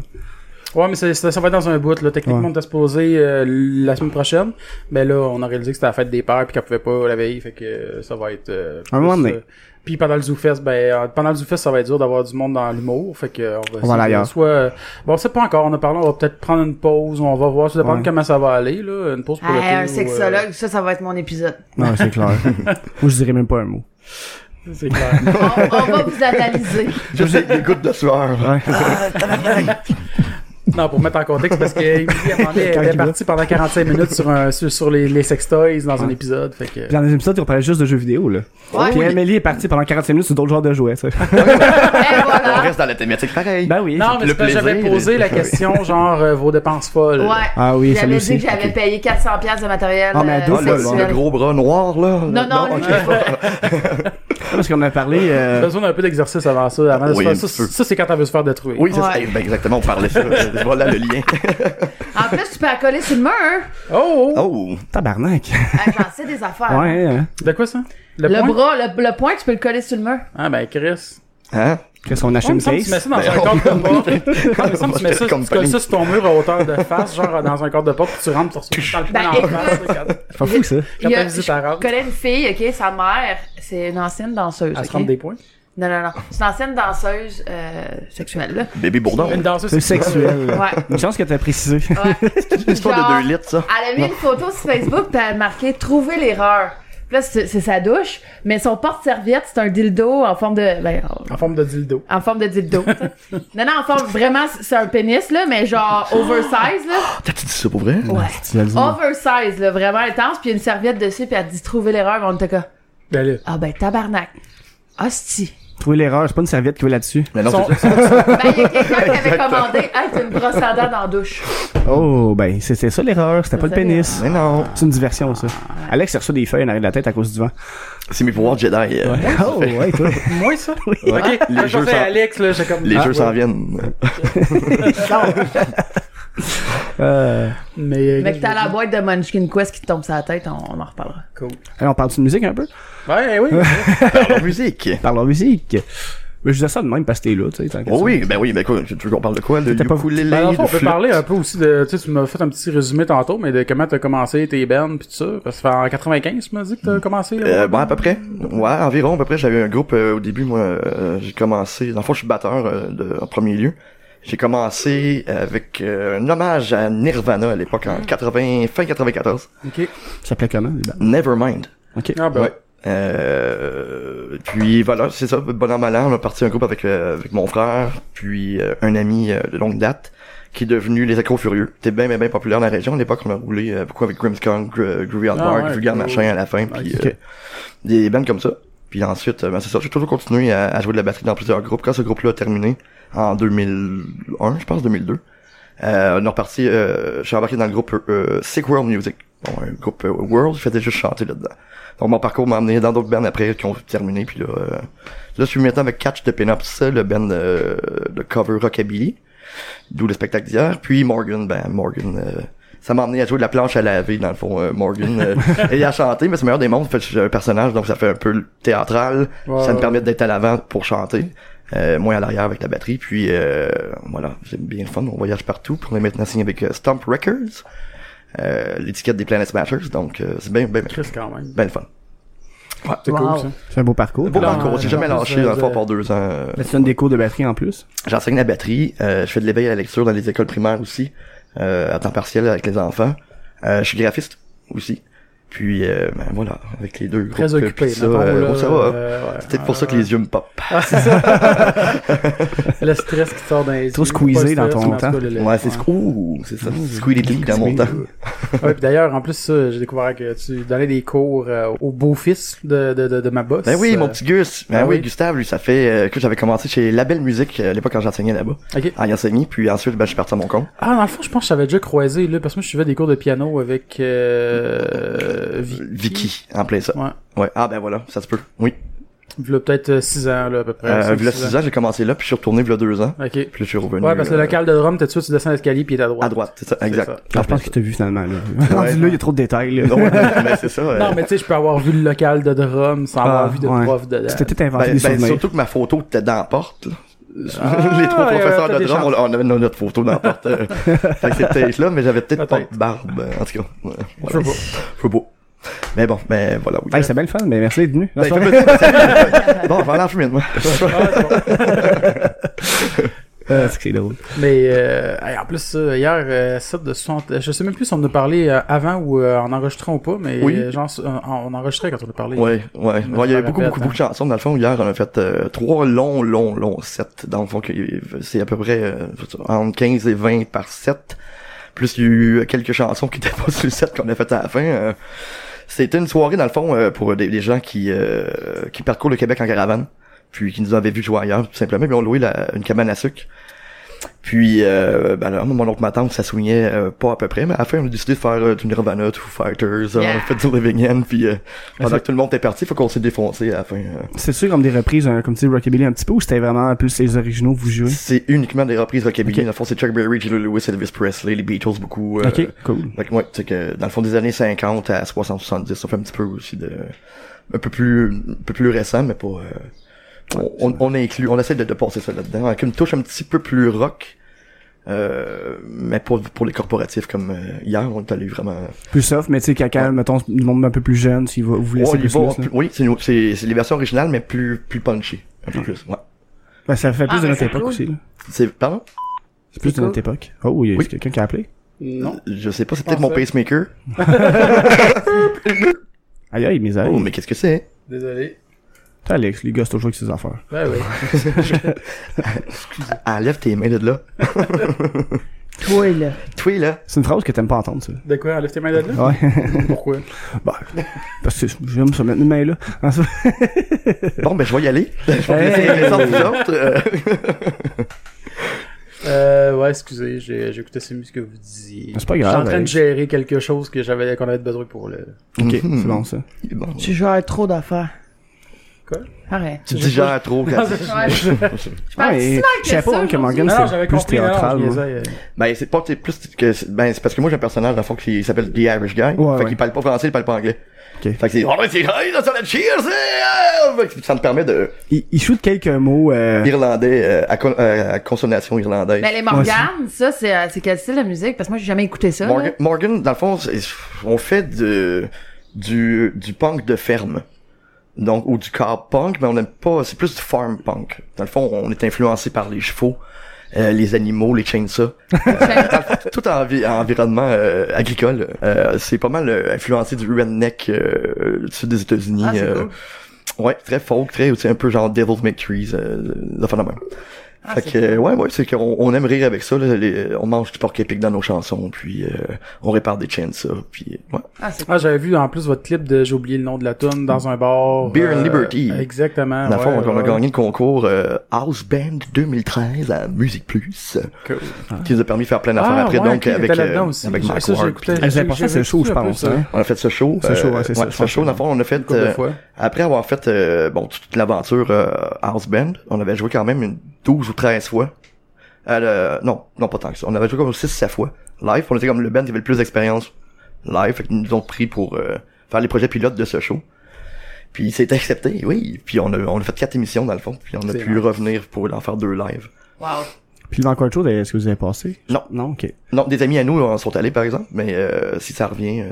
[SPEAKER 2] Ouais, mais c'est- ça, ça va être dans un bout, là. Techniquement,
[SPEAKER 3] Ouais.
[SPEAKER 2] on était supposé euh, la semaine prochaine. Mais là, on a réalisé que c'était la fête des pères puis qu'on pouvait pas la veille. Fait que euh, ça va être. euh,
[SPEAKER 3] Un
[SPEAKER 2] plus,
[SPEAKER 3] moment donné.
[SPEAKER 2] euh, Puis pendant le ZooFest, ben, euh, pendant le ZooFest, ça va être dur d'avoir du monde dans l'humour. Fait que euh, on va essayer
[SPEAKER 3] aller
[SPEAKER 2] de-
[SPEAKER 3] ailleurs.
[SPEAKER 2] Soit, euh, bon, on sait pas encore. On a parlé, on va peut-être prendre une pause. On va voir. Ça dépend de
[SPEAKER 3] Ouais.
[SPEAKER 2] comment ça va aller, là. Une pause pour le euh,
[SPEAKER 4] Ah, un
[SPEAKER 3] euh,
[SPEAKER 4] sexologue, ça, ça va être
[SPEAKER 3] <laughs>
[SPEAKER 4] mon épisode.
[SPEAKER 3] Non, c'est clair. Moi, je dirais même pas un mot.
[SPEAKER 2] <laughs> c'est clair.
[SPEAKER 4] On, on va vous analyser.
[SPEAKER 5] Juste des, des gouttes de sueur.
[SPEAKER 3] Ouais.
[SPEAKER 2] Non, pour mettre en contexte, parce que Emily, à un moment donné,
[SPEAKER 3] <laughs> Quand
[SPEAKER 2] elle
[SPEAKER 3] il
[SPEAKER 2] est
[SPEAKER 3] veut.
[SPEAKER 2] partie pendant 45 minutes sur, un, sur, sur les, les sextoys dans un épisode. Fait que...
[SPEAKER 3] Puis dans les épisodes, on parlait juste de jeux vidéo, là.
[SPEAKER 4] Ouais.
[SPEAKER 3] Puis Amélie est partie pendant 45 minutes sur d'autres genres de jouets, ça.
[SPEAKER 4] Et
[SPEAKER 2] Ah.
[SPEAKER 5] On
[SPEAKER 4] voilà.
[SPEAKER 5] reste dans la thématique pareil.
[SPEAKER 3] <laughs> ben oui.
[SPEAKER 2] Non, mais
[SPEAKER 5] le
[SPEAKER 2] c'est parce que j'avais
[SPEAKER 5] plaisir,
[SPEAKER 2] posé
[SPEAKER 5] les- <laughs>
[SPEAKER 2] la question, genre, euh, vos dépenses folles.
[SPEAKER 4] Ouais.
[SPEAKER 3] Ah oui,
[SPEAKER 4] J'avais
[SPEAKER 3] celle-ci.
[SPEAKER 4] dit que j'avais
[SPEAKER 3] Ok.
[SPEAKER 4] payé 400 pièces de matériel.
[SPEAKER 3] Ah, mais à
[SPEAKER 4] euh,
[SPEAKER 3] deux,
[SPEAKER 5] Ah, le,
[SPEAKER 4] sexuel.
[SPEAKER 5] le gros bras noir, là.
[SPEAKER 4] Non, non, lui.
[SPEAKER 3] Parce qu'on a parlé,
[SPEAKER 2] J'ai
[SPEAKER 3] euh,
[SPEAKER 2] besoin d'un peu d'exercice avant ça. Avant de se
[SPEAKER 5] Oui,
[SPEAKER 2] faire-
[SPEAKER 5] un
[SPEAKER 2] ça,
[SPEAKER 5] petit peu.
[SPEAKER 2] ça, c'est quand t'as veut se faire détruire.
[SPEAKER 5] Oui, c'est ça.
[SPEAKER 4] Ouais.
[SPEAKER 5] Eh ben, exactement, on parlait ça. voilà le lien.
[SPEAKER 4] En plus, tu peux la coller sur le mur.
[SPEAKER 2] Oh! oh.
[SPEAKER 5] Oh!
[SPEAKER 3] tabarnak.
[SPEAKER 4] Ah, J'en sais des affaires.
[SPEAKER 3] Ouais, hein.
[SPEAKER 2] De quoi ça?
[SPEAKER 4] Le,
[SPEAKER 2] point?
[SPEAKER 4] bras, le, le point, tu peux le coller sur le mur.
[SPEAKER 2] Ah, ben, Chris.
[SPEAKER 5] Hein?
[SPEAKER 3] Qu'est-ce qu'on
[SPEAKER 2] Ouais,
[SPEAKER 3] achète
[SPEAKER 2] il me
[SPEAKER 3] une
[SPEAKER 2] semble que tu mets
[SPEAKER 3] case?
[SPEAKER 2] ça dans
[SPEAKER 5] Ben,
[SPEAKER 2] Ah, un
[SPEAKER 5] on-
[SPEAKER 2] cadre de porte. Non, il me semble que tu mets ça,
[SPEAKER 5] Comme
[SPEAKER 2] tu colles
[SPEAKER 5] Pauline.
[SPEAKER 2] ça sur ton mur à hauteur de face, genre dans un cadre de porte, puis tu rentres, tu reçois le
[SPEAKER 4] Ben,
[SPEAKER 2] dans le
[SPEAKER 4] écoute.
[SPEAKER 2] plan en face, là, quand-
[SPEAKER 3] C'est pas fou, ça.
[SPEAKER 2] quand
[SPEAKER 4] Il y a-
[SPEAKER 2] ta visite elle
[SPEAKER 4] Je
[SPEAKER 2] rentre.
[SPEAKER 4] connais une fille, ok, sa mère, c'est une ancienne danseuse.
[SPEAKER 2] Elle se
[SPEAKER 4] ok?
[SPEAKER 2] rentre des points.
[SPEAKER 4] Non, non, non. C'est une ancienne danseuse euh, sexuelle, là.
[SPEAKER 5] Bébé Bourdon.
[SPEAKER 2] Une danseuse
[SPEAKER 3] C'est
[SPEAKER 2] sexuelle.
[SPEAKER 3] sexuel. là.
[SPEAKER 4] Ouais. Ah.
[SPEAKER 3] Une chance que t'as précisé.
[SPEAKER 5] <laughs> Une histoire
[SPEAKER 4] Genre-
[SPEAKER 5] de 2 litres, ça.
[SPEAKER 2] Ah.
[SPEAKER 4] Elle a mis une photo sur Facebook, puis elle a marqué Trouver l'erreur. Puis là, c'est c'est sa douche, mais son porte-serviette, c'est un dildo en forme de. Ben,
[SPEAKER 2] En forme de dildo.
[SPEAKER 4] en forme de dildo. tu sais. non, non, en forme vraiment, c'est un pénis, là, mais genre oversize, là.
[SPEAKER 5] Ah, T'as-tu dit ça pour vrai?
[SPEAKER 4] Ouais.
[SPEAKER 3] Tu vas le dire.
[SPEAKER 4] Oversize, là, vraiment intense, puis une serviette dessus, puis elle dit Trouver l'erreur, puis on était comme
[SPEAKER 2] Ben là.
[SPEAKER 4] Ah ben, tabarnak. Hostie.
[SPEAKER 3] Trouver l'erreur, c'est pas une serviette qui va là-dessus.
[SPEAKER 5] Mais non,
[SPEAKER 2] Son-
[SPEAKER 5] c'est ça.
[SPEAKER 4] Ben, il y a quelqu'un qui avait commandé Hey, t'as une brosse à dents dans la douche.
[SPEAKER 3] Oh, ben, c'était ça l'erreur, c'était pas le
[SPEAKER 4] C'est ça,
[SPEAKER 3] pénis.
[SPEAKER 5] Mais non.
[SPEAKER 3] C'est une diversion, ça. Alex, il reçoit des feuilles en arrière de la tête à cause du vent.
[SPEAKER 5] C'est mes pouvoirs Jedi. euh,
[SPEAKER 3] <laughs> Oh, ouais, toi.
[SPEAKER 2] Moi, ça? Ok.
[SPEAKER 5] Les
[SPEAKER 2] Là, je
[SPEAKER 5] jeux
[SPEAKER 2] pensais
[SPEAKER 5] s'en-
[SPEAKER 2] à Alex, là, j'ai comme.
[SPEAKER 5] Les
[SPEAKER 2] Ah,
[SPEAKER 5] jeux
[SPEAKER 2] ouais.
[SPEAKER 5] s'en
[SPEAKER 2] <laughs>
[SPEAKER 5] viennent.
[SPEAKER 3] <laughs> Euh,
[SPEAKER 2] Mais. euh,
[SPEAKER 4] Mais que t'as la boîte de Munchkin Quest qui te tombe sur la tête, on, on
[SPEAKER 3] <laughs>
[SPEAKER 4] en reparlera.
[SPEAKER 2] Cool.
[SPEAKER 3] allez, on parle de musique un peu?
[SPEAKER 2] Ouais, oui.
[SPEAKER 5] Alors, Oh, musique.
[SPEAKER 3] Parlons musique. Mais je disais ça de même parce que t'es là, tu sais. tant qu'à
[SPEAKER 5] Oh
[SPEAKER 3] ça.
[SPEAKER 5] oui, ben oui, ben quoi, tu veux qu'on parle de quoi? De
[SPEAKER 3] T'étais pas-
[SPEAKER 5] ukulélé,
[SPEAKER 2] Ben, dans le fond,
[SPEAKER 5] de
[SPEAKER 2] on peut
[SPEAKER 5] flûte.
[SPEAKER 2] parler un peu aussi de, tu sais, tu m'as fait un petit résumé tantôt, mais de comment t'as commencé tes bands pis tout ça. Parce que ça fait en 95, tu m'as dit que t'as commencé. là.
[SPEAKER 5] Euh, bon, à peu près. Ouais, environ, à peu près. J'avais un groupe euh, au début, moi, euh, j'ai commencé... Dans le fond, je suis batteur euh, de- en premier lieu. J'ai commencé avec euh, un hommage à Nirvana à l'époque, en 80, fin 94.
[SPEAKER 2] Ok.
[SPEAKER 3] Ça s'appelait comment, les bandes?
[SPEAKER 5] Nevermind.
[SPEAKER 3] Ok.
[SPEAKER 2] Ah, ben.
[SPEAKER 5] Ouais. Euh, puis voilà, c'est ça, bon an, mal an, on a parti un groupe avec, euh, avec mon frère, puis euh, un ami euh, de longue date, qui est devenu Les Accros Furieux. C'était bien, bien, bien populaire dans la région. À l'époque, on a roulé euh, beaucoup avec Grimmskong, Gr- Groovy Hard
[SPEAKER 2] Ah
[SPEAKER 5] Rock,
[SPEAKER 2] ouais,
[SPEAKER 5] Vulgar
[SPEAKER 2] cool.
[SPEAKER 5] Machin à la fin, puis
[SPEAKER 3] Ok.
[SPEAKER 5] euh, des bands comme ça. Puis ensuite, euh, ben, c'est ça, j'ai toujours continué à, à jouer de la batterie dans plusieurs groupes. Quand ce groupe-là a terminé, en 2001, je pense, 2002, euh, on est reparti, euh, je suis embarqué dans le groupe euh, Sick World Music. Bon, un groupe euh, World, je faisais juste chanter là-dedans. Donc mon parcours m'a amené dans d'autres bands après qui ont terminé. Puis là, euh, là je suis maintenant avec Catch de Pinops, le band euh, de cover Rockabilly, d'où le spectacle d'hier. Puis Morgan, ben Morgan, euh, ça m'a amené à jouer de la planche à laver dans le fond, euh, Morgan, euh,
[SPEAKER 2] <laughs>
[SPEAKER 5] et à chanter. Mais c'est le meilleur des mondes, fait que je suis un personnage, donc ça fait un peu théâtral.
[SPEAKER 2] Ouais,
[SPEAKER 5] ça me
[SPEAKER 2] ouais.
[SPEAKER 5] permet d'être à l'avant pour chanter. Euh, moi à l'arrière avec la batterie, puis euh, voilà, j'aime bien le fun, on voyage partout, puis on est maintenant signé avec euh, Stomp Records, euh, l'étiquette des Planet Smashers, donc euh, c'est bien, bien,
[SPEAKER 2] Chris, quand même.
[SPEAKER 5] bien le fun.
[SPEAKER 2] C'est cool,
[SPEAKER 4] Wow.
[SPEAKER 2] ça.
[SPEAKER 3] C'est un beau parcours.
[SPEAKER 5] Beau
[SPEAKER 2] Là,
[SPEAKER 5] parcours, j'ai
[SPEAKER 2] en
[SPEAKER 5] jamais
[SPEAKER 2] plus,
[SPEAKER 5] lâché dans le
[SPEAKER 2] euh,
[SPEAKER 5] fort pour deux ans. euh,
[SPEAKER 3] Mais tu donnes des cours de batterie en plus.
[SPEAKER 5] J'enseigne la batterie, euh, je fais de l'éveil à la lecture dans les écoles primaires aussi, euh, à temps partiel avec les enfants. Euh, je suis graphiste aussi. Puis euh, ben voilà, avec les deux
[SPEAKER 2] Très
[SPEAKER 5] groupes,
[SPEAKER 2] occupé.
[SPEAKER 5] puis ça,
[SPEAKER 2] mettons,
[SPEAKER 5] euh,
[SPEAKER 2] là,
[SPEAKER 5] bon, ça va.
[SPEAKER 2] euh, ouais.
[SPEAKER 5] C'est peut-être pour ça que les yeux me popent.
[SPEAKER 2] <laughs> Ah, c'est ça. le stress qui te sort dans les
[SPEAKER 3] Trop
[SPEAKER 2] yeux.
[SPEAKER 3] squeezé
[SPEAKER 2] Pas le stress,
[SPEAKER 3] dans
[SPEAKER 2] mais
[SPEAKER 3] ton
[SPEAKER 2] en tout
[SPEAKER 3] temps.
[SPEAKER 2] cas, le- le- Mm.
[SPEAKER 5] Ouais, c'est Ouh, c'est ça. Squididly dans mon temps.
[SPEAKER 2] Ouais, puis d'ailleurs, en plus, ça, j'ai découvert que tu donnais des cours euh, au beau-fils de, de, de, de ma boss.
[SPEAKER 5] Ben oui, mon
[SPEAKER 2] Euh,
[SPEAKER 5] petit Gus. Ben
[SPEAKER 2] Ah
[SPEAKER 5] oui,
[SPEAKER 2] oui.
[SPEAKER 5] Gustave, lui, ça fait euh, que j'avais commencé chez La Belle Musique euh, à l'époque quand j'enseignais là-bas.
[SPEAKER 2] Ok.
[SPEAKER 5] À y enseigner, puis ensuite, ben, je suis parti à mon compte.
[SPEAKER 2] Ah, dans le fond, je pense que j'avais déjà croisé, là, parce que moi, je suivais des cours de piano avec euh, Vicky.
[SPEAKER 5] Vicky, en plein ça.
[SPEAKER 2] Ouais.
[SPEAKER 5] Ouais. Ah ben voilà, ça se peut. Oui.
[SPEAKER 2] Il peut-être 6 ans, là, à peu près.
[SPEAKER 5] Euh,
[SPEAKER 2] cinq,
[SPEAKER 5] v'là
[SPEAKER 2] six
[SPEAKER 5] six ans, j'ai commencé là, puis je suis retourné v'là deux ans.
[SPEAKER 2] OK. Ouais,
[SPEAKER 5] Puis là, je suis revenu.
[SPEAKER 2] parce que le
[SPEAKER 5] euh,
[SPEAKER 2] local de Rome, t'es dessus, tu descends l'escalier, puis il est à droite.
[SPEAKER 5] À droite, c'est ça, exact.
[SPEAKER 2] ça.
[SPEAKER 3] Ah, je pense que t'as vu finalement, là. <laughs> Rendu là, il y a trop de détails, là.
[SPEAKER 5] Ouais,
[SPEAKER 3] <laughs>
[SPEAKER 5] mais c'est ça. euh,
[SPEAKER 2] Non, mais tu sais, je peux avoir vu le local de Rome sans avoir
[SPEAKER 3] Ah,
[SPEAKER 2] vu de
[SPEAKER 3] ouais.
[SPEAKER 2] prof de...
[SPEAKER 3] Tu t'es tout inventé
[SPEAKER 5] ben,
[SPEAKER 3] des
[SPEAKER 5] ben,
[SPEAKER 3] souvenirs.
[SPEAKER 5] surtout que ma photo était dans la porte. là.
[SPEAKER 2] Ah,
[SPEAKER 5] <laughs> les trois
[SPEAKER 2] ouais,
[SPEAKER 5] professeurs
[SPEAKER 2] t'as
[SPEAKER 5] de
[SPEAKER 2] des
[SPEAKER 5] drame, on,
[SPEAKER 2] chances.
[SPEAKER 5] on avait notre photo dans la porte.
[SPEAKER 2] <laughs>
[SPEAKER 5] euh. fait que c'est peut-être là, mais j'avais peut-être pas
[SPEAKER 2] Peut-être.
[SPEAKER 5] de barbe. euh, En tout cas, ouais,
[SPEAKER 2] Je sais
[SPEAKER 5] voilà.
[SPEAKER 2] pas.
[SPEAKER 5] Faut beau. Mais bon, ben voilà, oui.
[SPEAKER 3] Hey, c'est bien le fun, mais merci d'être venu.
[SPEAKER 5] Ben, il fait plaisir, ben, c'est- bon, on va aller en fumer, moi.
[SPEAKER 2] Ah, c'est bon.
[SPEAKER 3] Ah, c'est que c'est drôle.
[SPEAKER 2] Mais euh, hey, en plus, ça, hier, euh, set de 60, je sais même plus si on en a parlé euh, avant ou euh, en enregistrant ou pas, mais
[SPEAKER 5] Oui.
[SPEAKER 2] euh, genre, euh, on enregistrait quand on a parlé.
[SPEAKER 5] Ouais, ouais.
[SPEAKER 2] me
[SPEAKER 5] Ouais, il y avait
[SPEAKER 2] rappelle,
[SPEAKER 5] beaucoup, beaucoup,
[SPEAKER 2] hein.
[SPEAKER 5] beaucoup de chansons. Dans le fond, hier, on a fait euh, trois longs, longs, longs sets. Dans le fond, que- c'est à peu près euh, entre 15 et 20 par set. Plus il y a eu quelques chansons qui étaient pas sur le set qu'on a fait à la fin. euh. C'était une soirée, dans le fond, euh, pour des, des gens qui, euh, qui parcourent le Québec en caravane. Puis qui nous avaient vu jouer ailleurs, tout simplement. Puis on louait la- une cabane à sucre. Puis, euh, ben là, mon oncle, ma tante, ça soignait euh, pas à peu près, mais à la fin, on a décidé de faire euh, du Nirvana, Foo Fighters, euh, on
[SPEAKER 4] Yeah.
[SPEAKER 5] a fait du Living End, puis euh, pendant que tout le monde était parti, faut qu'on s'est défoncé à la fin. euh.
[SPEAKER 3] C'est sûr comme des reprises, hein, comme tu dis, Rockabilly un petit peu, ou c'était vraiment plus les originaux vous jouez?
[SPEAKER 5] C'est uniquement des reprises rockabilly. Dans le fond, c'est Chuck Berry, Gilles Lewis, Elvis Presley, les Beatles beaucoup. euh,
[SPEAKER 3] Ok, cool.
[SPEAKER 5] Fait que, ouais, tu sais que dans le fond des années 50 à 60-70, ça fait un petit peu aussi de... Un peu plus, un peu plus récent, mais pas... euh, on, on, on inclut, on essaie de, de passer ça là-dedans, avec une touche un petit peu plus rock, euh, mais pour, pour les corporatifs, comme euh, hier, on est allé vraiment...
[SPEAKER 3] Plus soft, mais tu sais, quand, quand, mettons, le monde un peu plus jeune, s'il va vous laisser
[SPEAKER 5] Ouais, il
[SPEAKER 3] plus
[SPEAKER 5] va-
[SPEAKER 3] loose, là.
[SPEAKER 5] oui, c'est une- c'est c'est les versions originales, mais plus, plus punchy, un peu plus, ouais.
[SPEAKER 3] Ben, ça fait plus
[SPEAKER 4] Ah,
[SPEAKER 3] de
[SPEAKER 4] mais
[SPEAKER 3] notre
[SPEAKER 4] c'est
[SPEAKER 3] époque
[SPEAKER 4] cool.
[SPEAKER 3] aussi, là.
[SPEAKER 5] C'est, pardon?
[SPEAKER 3] C'est plus
[SPEAKER 4] C'est
[SPEAKER 3] de notre époque. Oh, il y a
[SPEAKER 5] Oui.
[SPEAKER 3] quelqu'un qui a appelé.
[SPEAKER 2] Non.
[SPEAKER 5] Je sais pas, c'est
[SPEAKER 2] Je pense
[SPEAKER 5] peut-être mon
[SPEAKER 2] ça.
[SPEAKER 5] pacemaker.
[SPEAKER 3] Aïe, aïe, mes
[SPEAKER 5] Oh,
[SPEAKER 3] aïe.
[SPEAKER 5] mais qu'est-ce que c'est?
[SPEAKER 2] Désolé.
[SPEAKER 3] T'as Alex, les gars, c'est toujours avec ses affaires.
[SPEAKER 2] Ben oui.
[SPEAKER 5] Enlève Ah, tes mains de là.
[SPEAKER 4] Toi, là.
[SPEAKER 5] Toi, là.
[SPEAKER 3] C'est une phrase que t'aimes pas entendre, ça.
[SPEAKER 2] De quoi? Enlève tes mains de là?
[SPEAKER 3] Ouais. <laughs> Bah,
[SPEAKER 2] Pourquoi?
[SPEAKER 3] Parce que j'aime se mettre une main là.
[SPEAKER 5] Bon, ben, je vais y aller. Je vais vous laisser régler ça, vous autres. Euh, <laughs>
[SPEAKER 2] Euh, ouais, excusez, j'ai j'ai écouté ces musiques que vous disiez.
[SPEAKER 3] C'est pas
[SPEAKER 2] Je suis
[SPEAKER 3] grave. euh,
[SPEAKER 2] en train de
[SPEAKER 3] Alex.
[SPEAKER 2] gérer quelque chose
[SPEAKER 3] Mm-hmm.
[SPEAKER 2] que j'avais, qu'on avait besoin pour le...
[SPEAKER 3] Ok, c'est bon ça.
[SPEAKER 5] Bon,
[SPEAKER 4] Tu gères trop d'affaires.
[SPEAKER 2] Quoi?
[SPEAKER 4] Pareil.
[SPEAKER 5] Tu digères trop quand
[SPEAKER 3] <laughs>
[SPEAKER 2] Non,
[SPEAKER 4] je- Je parle
[SPEAKER 3] Ouais,
[SPEAKER 4] si mal
[SPEAKER 3] Ah, je savais
[SPEAKER 4] que
[SPEAKER 3] pas
[SPEAKER 4] ça
[SPEAKER 3] moi, que
[SPEAKER 4] aujourd'hui.
[SPEAKER 3] Morgan
[SPEAKER 2] non,
[SPEAKER 3] c'est
[SPEAKER 2] j'avais
[SPEAKER 3] plus
[SPEAKER 2] compris. non, non,
[SPEAKER 3] théâtral.
[SPEAKER 2] je
[SPEAKER 3] moi.
[SPEAKER 2] niaisais, euh.
[SPEAKER 5] <laughs> Ben, c'est pas, t'sais, plus que, c'est- ben, c'est parce que moi, j'ai un personnage, dans le fond, qui s'appelle The Irish Guy.
[SPEAKER 3] Ouais,
[SPEAKER 5] fait
[SPEAKER 3] ouais.
[SPEAKER 5] qu'il parle pas français, il parle pas anglais.
[SPEAKER 3] Ok.
[SPEAKER 5] Fait que c'est, oh, c'est, hey, là, ça va cheers, eh, eh. Fait que ça me permet de,
[SPEAKER 3] Il, il shoot quelques mots. euh,
[SPEAKER 5] irlandais, euh, à, con- euh, à consonation irlandaise.
[SPEAKER 4] Mais Ben, les Morgan, ça, c'est euh, c'est quel style de musique? Parce que moi, j'ai jamais écouté ça.
[SPEAKER 5] Morgan,
[SPEAKER 4] <laughs> là.
[SPEAKER 5] Morgan, dans le fond, c'est- on fait de, du, du punk de ferme. Donc, ou du car punk, mais on n'aime pas, c'est plus du farm punk. Dans le fond, on est influencé par les chevaux, euh, les animaux, les chainsaws. Euh, dans le fond, tout en envi- environnement euh, agricole. Euh, c'est pas mal euh, influencé du redneck euh, du sud des États-Unis.
[SPEAKER 4] Ah, c'est
[SPEAKER 5] euh,
[SPEAKER 4] cool.
[SPEAKER 5] Ouais, très folk, très aussi un peu genre Devil's Make Trees, euh, le phénomène.
[SPEAKER 4] Ah,
[SPEAKER 5] fait
[SPEAKER 4] c'est
[SPEAKER 5] que, euh, ouais, ouais, c'est qu'on on aime rire avec ça, là, les- on mange du porc épic dans nos chansons, puis euh, on répare des chaînes, ça, puis euh, ouais.
[SPEAKER 4] Ah, c'est cool.
[SPEAKER 2] Ah, j'avais vu en plus votre clip de j'ai oublié le nom de la tune dans un bar. euh,
[SPEAKER 5] Beer and Liberty.
[SPEAKER 2] Exactement.
[SPEAKER 5] Dans le fond,
[SPEAKER 2] Ah, ouais,
[SPEAKER 5] on a
[SPEAKER 2] ouais.
[SPEAKER 5] gagné le concours euh, House Band 2013 à Musique Plus,
[SPEAKER 2] Cool.
[SPEAKER 3] Ah.
[SPEAKER 5] qui nous a permis de faire plein d'affaires
[SPEAKER 2] Ah,
[SPEAKER 5] après,
[SPEAKER 2] ouais,
[SPEAKER 5] donc
[SPEAKER 2] ok,
[SPEAKER 5] avec,
[SPEAKER 2] t'étais là-dedans
[SPEAKER 5] euh,
[SPEAKER 2] aussi.
[SPEAKER 5] avec
[SPEAKER 2] Ça,
[SPEAKER 5] Mark
[SPEAKER 2] ça, j'ai
[SPEAKER 5] Ward,
[SPEAKER 2] écouté.
[SPEAKER 5] puis-
[SPEAKER 3] Ah, c'est
[SPEAKER 2] J'ai-
[SPEAKER 3] important,
[SPEAKER 2] j'ai
[SPEAKER 3] c'est
[SPEAKER 2] vu
[SPEAKER 3] chaud, je
[SPEAKER 2] ça un peu,
[SPEAKER 3] pense,
[SPEAKER 2] ça.
[SPEAKER 3] hein.
[SPEAKER 5] on a fait ce show. euh,
[SPEAKER 3] Ce show, ouais, c'est ça, je
[SPEAKER 5] ce
[SPEAKER 3] pense
[SPEAKER 5] show,
[SPEAKER 3] que-
[SPEAKER 5] dans le fond, on a fait...
[SPEAKER 2] couple de
[SPEAKER 5] euh,
[SPEAKER 2] fois.
[SPEAKER 5] Après avoir fait euh, bon toute l'aventure euh, House Band, on avait joué quand même une 12 ou 13 fois. À le- non, non pas tant que ça. On avait joué comme 6 7 fois live, on était comme le band qui avait le plus d'expérience live, fait qu'ils nous ont pris pour euh, faire les projets pilotes de ce show. Puis c'est accepté, oui. Puis on a, on a fait quatre émissions dans le fond, puis on a
[SPEAKER 2] C'est
[SPEAKER 5] pu
[SPEAKER 2] vrai.
[SPEAKER 5] revenir pour en faire deux lives.
[SPEAKER 4] Wow.
[SPEAKER 3] Puis l'encore chaud, est-ce que vous avez passé
[SPEAKER 5] Non.
[SPEAKER 3] Non, ok.
[SPEAKER 5] Non, des amis à nous en sont allés par exemple, mais euh, si ça revient, euh,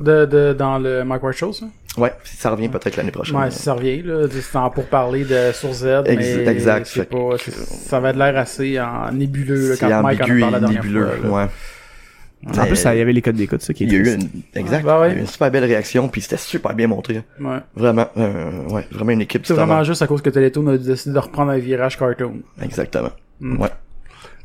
[SPEAKER 2] De, de, dans le Mike Ward Show, ça?
[SPEAKER 5] ouais, si ça revient peut-être l'année prochaine.
[SPEAKER 2] Ouais, si ça revient, là. C'est en pour parler de sur Z,
[SPEAKER 5] Ex-
[SPEAKER 2] mais.
[SPEAKER 5] exact,
[SPEAKER 2] c'est
[SPEAKER 5] fait que-
[SPEAKER 2] pas, c'est- ça va de l'air assez en nébuleux, là,
[SPEAKER 5] c'est
[SPEAKER 2] quand Mike en
[SPEAKER 5] ambigu
[SPEAKER 2] a parlé la
[SPEAKER 5] et
[SPEAKER 2] dernière
[SPEAKER 5] nébuleux,
[SPEAKER 2] fois, là.
[SPEAKER 5] ouais.
[SPEAKER 3] En
[SPEAKER 5] Mais-
[SPEAKER 3] plus, ça, il y avait les codes d'écoute, ça qui est
[SPEAKER 5] Il y a eu
[SPEAKER 3] triste.
[SPEAKER 5] une, exact,
[SPEAKER 2] bah ouais.
[SPEAKER 5] il y a eu une super belle réaction, puis c'était super bien montré. hein.
[SPEAKER 2] Ouais.
[SPEAKER 5] Vraiment, euh, ouais, vraiment une équipe.
[SPEAKER 2] C'est vraiment juste à cause que Télétoon a décidé de reprendre un virage cartoon.
[SPEAKER 5] Exactement.
[SPEAKER 2] Mm.
[SPEAKER 5] Ouais,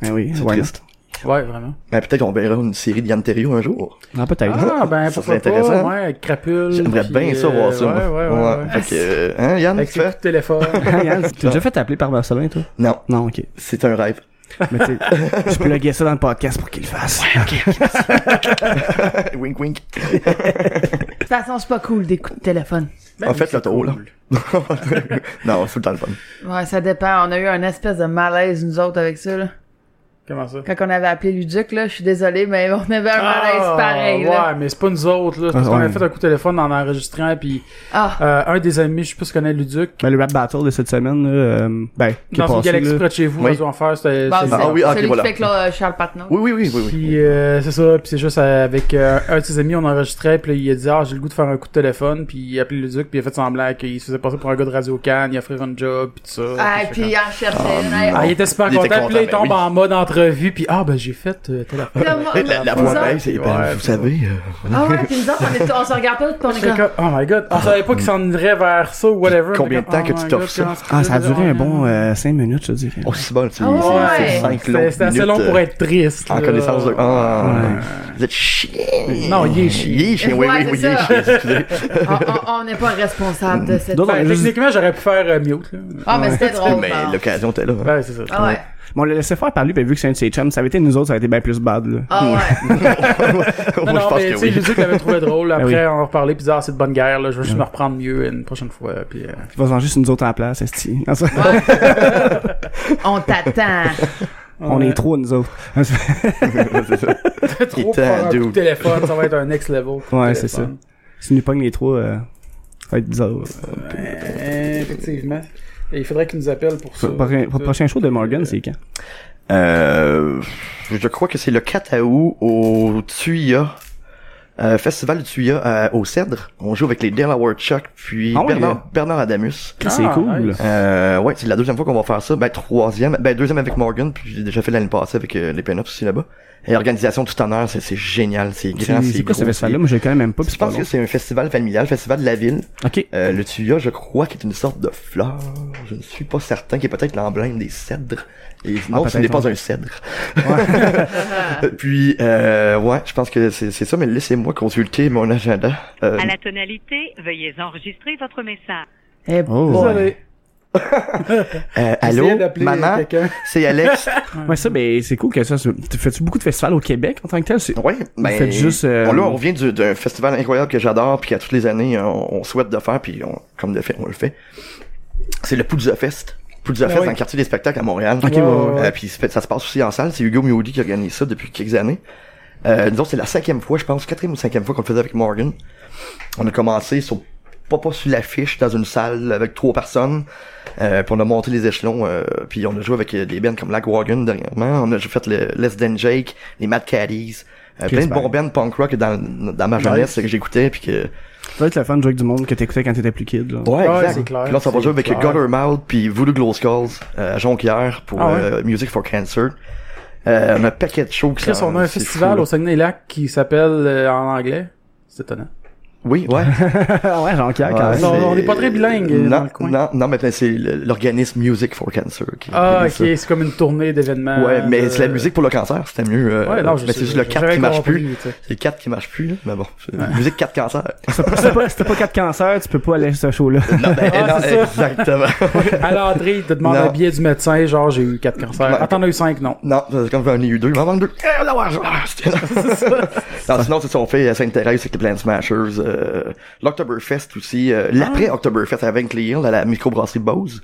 [SPEAKER 3] Ah oui,
[SPEAKER 5] c'est
[SPEAKER 3] ouais.
[SPEAKER 5] triste.
[SPEAKER 2] Ouais, vraiment.
[SPEAKER 5] Mais peut-être qu'on verra une série de Yann Terriot un jour.
[SPEAKER 3] Ah, peut-être.
[SPEAKER 2] Ah, ben,
[SPEAKER 5] Ça serait
[SPEAKER 2] pourquoi pas,
[SPEAKER 5] intéressant.
[SPEAKER 2] ouais, avec Crapule.
[SPEAKER 5] J'aimerais
[SPEAKER 2] puis,
[SPEAKER 5] bien ça
[SPEAKER 2] euh,
[SPEAKER 5] voir ça.
[SPEAKER 2] Ouais,
[SPEAKER 5] moi.
[SPEAKER 2] ouais, ouais. ouais.
[SPEAKER 5] Fait que, euh, hein, Yann,
[SPEAKER 2] Avec
[SPEAKER 5] tu
[SPEAKER 2] ses
[SPEAKER 5] fais?
[SPEAKER 2] coups
[SPEAKER 5] <laughs>
[SPEAKER 2] de téléphone.
[SPEAKER 3] <laughs> Ah, Yann, T'as déjà fait appeler par Barcelone, toi
[SPEAKER 5] Non,
[SPEAKER 3] Non, ok.
[SPEAKER 5] c'est un rêve. <laughs>
[SPEAKER 3] Mais tu sais, je pluguais ça dans le podcast pour qu'il le fasse.
[SPEAKER 5] wink, wink. <laughs>
[SPEAKER 4] De toute façon, c'est pas cool des coups de téléphone.
[SPEAKER 2] Ben,
[SPEAKER 5] en fait, le tour, là. non, c'est tout le temps le fun.
[SPEAKER 4] Ouais, ça dépend. On a eu un espèce de malaise, nous autres, avec ça, là.
[SPEAKER 2] Comment ça?
[SPEAKER 4] Quand on avait appelé Luduc, là, je suis désolée, mais on avait un malaise
[SPEAKER 2] Ah,
[SPEAKER 4] pareil,
[SPEAKER 2] ouais,
[SPEAKER 4] là.
[SPEAKER 2] mais c'est pas nous autres, là. C'est parce
[SPEAKER 3] Ah,
[SPEAKER 2] qu'on
[SPEAKER 3] ouais.
[SPEAKER 2] avait fait un coup de téléphone en enregistrant, puis
[SPEAKER 4] Ah,
[SPEAKER 2] euh, un des amis, je sais pas si tu connais Luduc,
[SPEAKER 3] Ben, le rap battle de cette semaine, là, euh, ben, qui
[SPEAKER 2] dans
[SPEAKER 3] est
[SPEAKER 2] une
[SPEAKER 3] passé,
[SPEAKER 2] galaxie
[SPEAKER 3] là.
[SPEAKER 2] près de chez vous,
[SPEAKER 5] Oui.
[SPEAKER 2] ils ont offert, c'était...
[SPEAKER 4] Bon,
[SPEAKER 2] c'est-
[SPEAKER 4] c'est
[SPEAKER 5] Ah oui, ok,
[SPEAKER 4] celui
[SPEAKER 5] voilà.
[SPEAKER 4] qui fait que là, Charles Patnaud.
[SPEAKER 5] Oui, oui, oui, oui. oui.
[SPEAKER 2] Puis euh, c'est ça, puis c'est juste euh, avec euh, un de ses amis, on enregistrait, puis là, il a dit ah j'ai le goût de faire un coup de téléphone, puis il a appelé le duc, puis il a fait semblant qu'il se faisait passer pour un gars de Radio Cannes, il a offert un job, puis tout ça.
[SPEAKER 4] Ah,
[SPEAKER 2] puis
[SPEAKER 4] puis
[SPEAKER 2] j'étais
[SPEAKER 4] il en cherchait.
[SPEAKER 5] Ah,
[SPEAKER 4] ouais.
[SPEAKER 2] comme, ah, il était super
[SPEAKER 5] Il était
[SPEAKER 2] content, puis là il
[SPEAKER 5] content,
[SPEAKER 2] tombe
[SPEAKER 5] ben oui.
[SPEAKER 2] en mode entrevue, puis ah ben j'ai fait euh, telle affaire.
[SPEAKER 4] Comme-
[SPEAKER 5] Hey, <laughs> La, la
[SPEAKER 4] vous
[SPEAKER 5] voix
[SPEAKER 4] autres-
[SPEAKER 5] baisse, c'est- ben,
[SPEAKER 2] Ouais.
[SPEAKER 5] vous savez. euh,
[SPEAKER 4] Ah ouais, puis nous autres, on, était- on se regardait tout, puis on est
[SPEAKER 2] J'étais
[SPEAKER 4] comme...
[SPEAKER 2] comme, oh my god, on savait pas qu'il s'en irait vers ça ou whatever.
[SPEAKER 5] Combien
[SPEAKER 2] Fait
[SPEAKER 5] de temps que
[SPEAKER 2] oh
[SPEAKER 5] tu
[SPEAKER 2] my
[SPEAKER 5] t'offres
[SPEAKER 2] God,
[SPEAKER 5] ça?
[SPEAKER 2] comment c'est
[SPEAKER 3] Ah, ça a
[SPEAKER 2] possible?
[SPEAKER 3] duré un
[SPEAKER 2] Ouais.
[SPEAKER 3] bon euh, 5 minutes, je dirais.
[SPEAKER 5] Oh, c'est bon, tu
[SPEAKER 4] Ah ouais.
[SPEAKER 5] c'est 5 longues
[SPEAKER 2] C'était c'était assez long
[SPEAKER 5] minutes,
[SPEAKER 2] pour
[SPEAKER 5] euh,
[SPEAKER 2] être triste.
[SPEAKER 5] En
[SPEAKER 2] là.
[SPEAKER 5] connaissance de. Ah, Vous êtes chien!
[SPEAKER 2] Non, il est chien.
[SPEAKER 5] Il est chien, oui,
[SPEAKER 4] Ouais,
[SPEAKER 5] oui, oui, il
[SPEAKER 4] c'est
[SPEAKER 5] est
[SPEAKER 4] ça.
[SPEAKER 5] chien, excusez.
[SPEAKER 4] on- on- On n'est pas responsable de cette...
[SPEAKER 3] D'autres-
[SPEAKER 2] Ben, techniquement, j'aurais pu faire euh, mute. Là.
[SPEAKER 4] Ah, mais c'était
[SPEAKER 3] Oh,
[SPEAKER 4] drôle.
[SPEAKER 5] Oh, Mais
[SPEAKER 4] par-
[SPEAKER 5] l'occasion était là.
[SPEAKER 3] <laughs>
[SPEAKER 5] hein.
[SPEAKER 2] Ben, c'est ça.
[SPEAKER 4] Ah ouais.
[SPEAKER 3] Bon, on l'a laissé faire par lui, ben, vu que c'est un de ses chums, ça avait été nous autres, ça avait été bien plus bad, là.
[SPEAKER 4] Ah ouais.
[SPEAKER 5] Moi,
[SPEAKER 2] Non,
[SPEAKER 5] je
[SPEAKER 2] non,
[SPEAKER 5] pense
[SPEAKER 2] mais tu
[SPEAKER 5] que
[SPEAKER 2] sais,
[SPEAKER 5] oui.
[SPEAKER 2] j'ai dit que l'avais trouvé drôle. Après,
[SPEAKER 3] oui.
[SPEAKER 2] on en reparlait, puis dire, ah, c'est de bonne guerre, là. Je veux juste me reprendre mieux une prochaine fois, puis euh,
[SPEAKER 3] Il va se venger sur nous autres à la place, esti. <laughs> Non, ça-
[SPEAKER 4] On t'attend.
[SPEAKER 3] On est trop, nous autres.
[SPEAKER 5] <laughs> C'est ça.
[SPEAKER 2] trop
[SPEAKER 5] était
[SPEAKER 2] pour un
[SPEAKER 5] dude.
[SPEAKER 2] coup de téléphone, ça va être un next level. coup de
[SPEAKER 3] Ouais, c'est
[SPEAKER 2] téléphone.
[SPEAKER 3] Si nous pogne les trois, euh, ça va être bizarre.
[SPEAKER 2] Euh, effectivement. Et il faudrait qu'il nous appelle pour ça.
[SPEAKER 3] Pour le prochain show de Morgan, c'est quand?
[SPEAKER 5] Euh, je crois que c'est le 4 août au Tuya. euh, Festival de Tuya euh, au Cèdre. On joue avec les Delaware Chuck puis
[SPEAKER 3] Ah oui,
[SPEAKER 5] Bernard,
[SPEAKER 3] là.
[SPEAKER 5] Bernard Adamus.
[SPEAKER 2] Ah,
[SPEAKER 3] c'est cool.
[SPEAKER 2] nice.
[SPEAKER 5] Euh, ouais, c'est la deuxième fois qu'on va faire ça. Ben troisième, ben deuxième avec Morgan, puis j'ai déjà fait l'année passée avec euh, les Penups aussi là-bas. Et l'organisation tout en heure, c'est c'est génial, c'est grand,
[SPEAKER 3] C'est
[SPEAKER 5] c'est
[SPEAKER 3] c'est quoi ce
[SPEAKER 5] gros,
[SPEAKER 3] festival-là? Moi, je le connais même pas,
[SPEAKER 5] c'est- Je
[SPEAKER 3] pis c'est pas
[SPEAKER 5] pense
[SPEAKER 3] long.
[SPEAKER 5] que c'est un festival familial, festival de la ville.
[SPEAKER 3] Ok.
[SPEAKER 5] Euh, le tuya, je crois, qui est une sorte de fleur. Je ne suis pas certain, qui est peut-être l'emblème des cèdres. Et non, ce
[SPEAKER 3] peut-être,
[SPEAKER 5] n'est pas
[SPEAKER 3] ouais.
[SPEAKER 5] un cèdre. <laughs> Puis, euh, ouais, je pense que c'est c'est ça, mais laissez-moi consulter mon agenda. Euh,
[SPEAKER 6] À la tonalité, veuillez enregistrer votre message.
[SPEAKER 4] Eh,
[SPEAKER 3] Oh.
[SPEAKER 4] boy.
[SPEAKER 2] Désolé.
[SPEAKER 5] euh, allô,
[SPEAKER 2] Essayez d'appeler
[SPEAKER 5] maman,
[SPEAKER 2] quelqu'un.
[SPEAKER 5] c'est Alex.
[SPEAKER 3] Ouais, ça, ben, c'est cool que ça. c'est- Tu fais-tu beaucoup de festivals au Québec en tant que tel? C'est-
[SPEAKER 5] ouais, ben,
[SPEAKER 3] faites juste, euh,
[SPEAKER 5] bon, là, on revient du- d'un euh, festival incroyable que j'adore, puis qu'à toutes les années, on, on souhaite de faire, puis on, comme de fait, on le fait. C'est le Poudza Fest. Poudza
[SPEAKER 2] Ben
[SPEAKER 5] Fest,
[SPEAKER 2] oui.
[SPEAKER 5] dans le quartier des spectacles à Montréal.
[SPEAKER 3] Ah Ok, ouais, ouais, ouais.
[SPEAKER 5] Euh, puis ça fait- ça se passe aussi en salle. C'est Hugo Miodi qui organise ça depuis quelques années. Euh, disons, c'est la cinquième fois, je pense, quatrième ou cinquième fois qu'on le faisait avec Morgan. On a commencé sur, pas pas sur l'affiche, dans une salle avec trois personnes. Euh, puis on a monté les échelons, euh, puis on a joué avec euh, des bands comme Lagwagon dernièrement. On a fait le Less Than Jake, les Mad Caddies, euh,
[SPEAKER 3] Chris
[SPEAKER 5] plein de bons
[SPEAKER 3] Bang.
[SPEAKER 5] bands punk rock dans, dans ma jeunesse que j'écoutais, puis que
[SPEAKER 3] Ça doit être le fun de jouer avec du monde que t'écoutais quand t'étais plus kid, là.
[SPEAKER 5] Ouais,
[SPEAKER 2] Ouais,
[SPEAKER 5] exact.
[SPEAKER 2] c'est clair,
[SPEAKER 5] Puis là, ça va
[SPEAKER 2] c'est
[SPEAKER 5] jouer avec
[SPEAKER 2] clair.
[SPEAKER 5] Guttermouth puis Voodoo Glow Skulls euh, à Jonquière pour
[SPEAKER 2] Ah ouais?
[SPEAKER 5] euh, Music for Cancer. Euh, on a un paquet de shows qui
[SPEAKER 2] Chris,
[SPEAKER 5] sont-
[SPEAKER 2] on a un
[SPEAKER 5] c'est
[SPEAKER 2] festival
[SPEAKER 5] fou,
[SPEAKER 2] au Saguenay-Lac qui s'appelle euh, en anglais. C'est étonnant.
[SPEAKER 5] là. Oui, ouais.
[SPEAKER 3] Ah <laughs> ouais, Jean-Pierre,
[SPEAKER 5] Ouais,
[SPEAKER 3] quand même.
[SPEAKER 2] Non,
[SPEAKER 5] c'est-
[SPEAKER 2] on est pas très bilingue, euh,
[SPEAKER 5] Non,
[SPEAKER 2] dans le coin.
[SPEAKER 5] non, non, mais c'est le- l'organisme Music for Cancer qui
[SPEAKER 2] Ah, ok,
[SPEAKER 5] organise ça.
[SPEAKER 2] c'est comme une tournée d'événements.
[SPEAKER 5] Ouais, mais c'est la
[SPEAKER 2] euh,
[SPEAKER 5] musique pour le cancer, c'était mieux. euh,
[SPEAKER 2] Ouais, non, je
[SPEAKER 5] mais
[SPEAKER 2] sais,
[SPEAKER 5] c'est juste le 4
[SPEAKER 2] j'avais
[SPEAKER 5] qui marche
[SPEAKER 2] compris,
[SPEAKER 5] plus.
[SPEAKER 2] tu sais.
[SPEAKER 5] <laughs> C'est le 4 qui marche plus, là. Mais bon, c'est- musique 4 cancer.
[SPEAKER 3] C'était pas, c'était pas 4 cancers, tu peux pas aller à ce show-là.
[SPEAKER 5] <laughs> non, ben,
[SPEAKER 2] <laughs> Ah,
[SPEAKER 5] non,
[SPEAKER 2] c'est ça. <laughs>
[SPEAKER 5] exactement.
[SPEAKER 2] À l'entrée, il te demande
[SPEAKER 5] Non.
[SPEAKER 2] un billet du médecin, genre j'ai eu quatre cancers.
[SPEAKER 5] Ouais.
[SPEAKER 2] Ah, t'en as eu cinq, non.
[SPEAKER 5] Non, c'est comme j'en ai eu deux. Il m'en manque deux. Eh, là, ouais, ah, c'était- non, sinon, c'est ça, on fait euh, Sainte-Thérèse avec les Plant Smashers, euh, l'Octoberfest aussi,
[SPEAKER 2] Ah.
[SPEAKER 5] euh, l'après-Octoberfest à Vinkley Hill, à la microbrasserie Bose.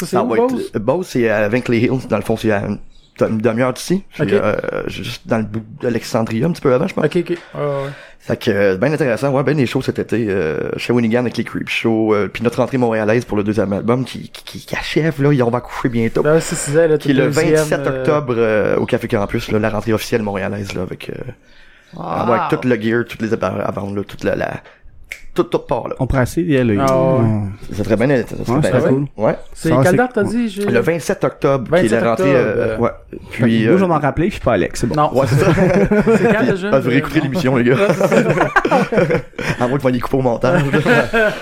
[SPEAKER 2] Ça, c'est une pause?
[SPEAKER 5] Bose, c'est à Vinkley Hill. Dans le fond, c'est à une, une demi-heure d'ici. Puis,
[SPEAKER 2] Ok.
[SPEAKER 5] euh, juste dans le bout d'Alexandria, un petit peu avant, je pense.
[SPEAKER 2] Ok, ok. Ouais, ouais.
[SPEAKER 5] Fait que, euh, ben intéressant, ouais, ben des shows cet été, euh, Shawinigan avec les Creep Show, euh, puis notre entrée montréalaise pour le deuxième album qui, qui, qui, qui achève, là, on va coucher bientôt
[SPEAKER 2] Ben, c'est c'est ça, là,
[SPEAKER 5] qui est
[SPEAKER 2] t'es
[SPEAKER 5] le
[SPEAKER 2] deuxième,
[SPEAKER 5] 27
[SPEAKER 2] euh,
[SPEAKER 5] octobre euh, au Café Campus, là, la rentrée officielle montréalaise là, avec, euh,
[SPEAKER 4] Wow.
[SPEAKER 5] avec tout le gear, toutes les appareils à vendre, là, toute la, la tout, tout part là.
[SPEAKER 3] On pourrait essayer d'y aller.
[SPEAKER 2] Ah ouais.
[SPEAKER 5] C'est très bien, ça serait
[SPEAKER 3] Ouais,
[SPEAKER 5] bien
[SPEAKER 3] c'est
[SPEAKER 5] bien.
[SPEAKER 3] cool.
[SPEAKER 5] Ouais.
[SPEAKER 2] C'est
[SPEAKER 3] Ça,
[SPEAKER 2] quelle
[SPEAKER 3] c'est-
[SPEAKER 2] date t'as dit? j'ai-
[SPEAKER 5] Le 27 octobre qui est
[SPEAKER 2] 27
[SPEAKER 5] la rentrée euh,
[SPEAKER 2] octobre,
[SPEAKER 5] ouais. Puis
[SPEAKER 3] Moi, je vais
[SPEAKER 5] euh,
[SPEAKER 3] m'en rappeler, je suis pas Alex, c'est bon.
[SPEAKER 2] Non.
[SPEAKER 5] ouais, c'est ça.
[SPEAKER 2] c'est quand déjà?
[SPEAKER 5] Ah, vous réécoutez l'émission les gars. <laughs> à moins que vous les couper au montage.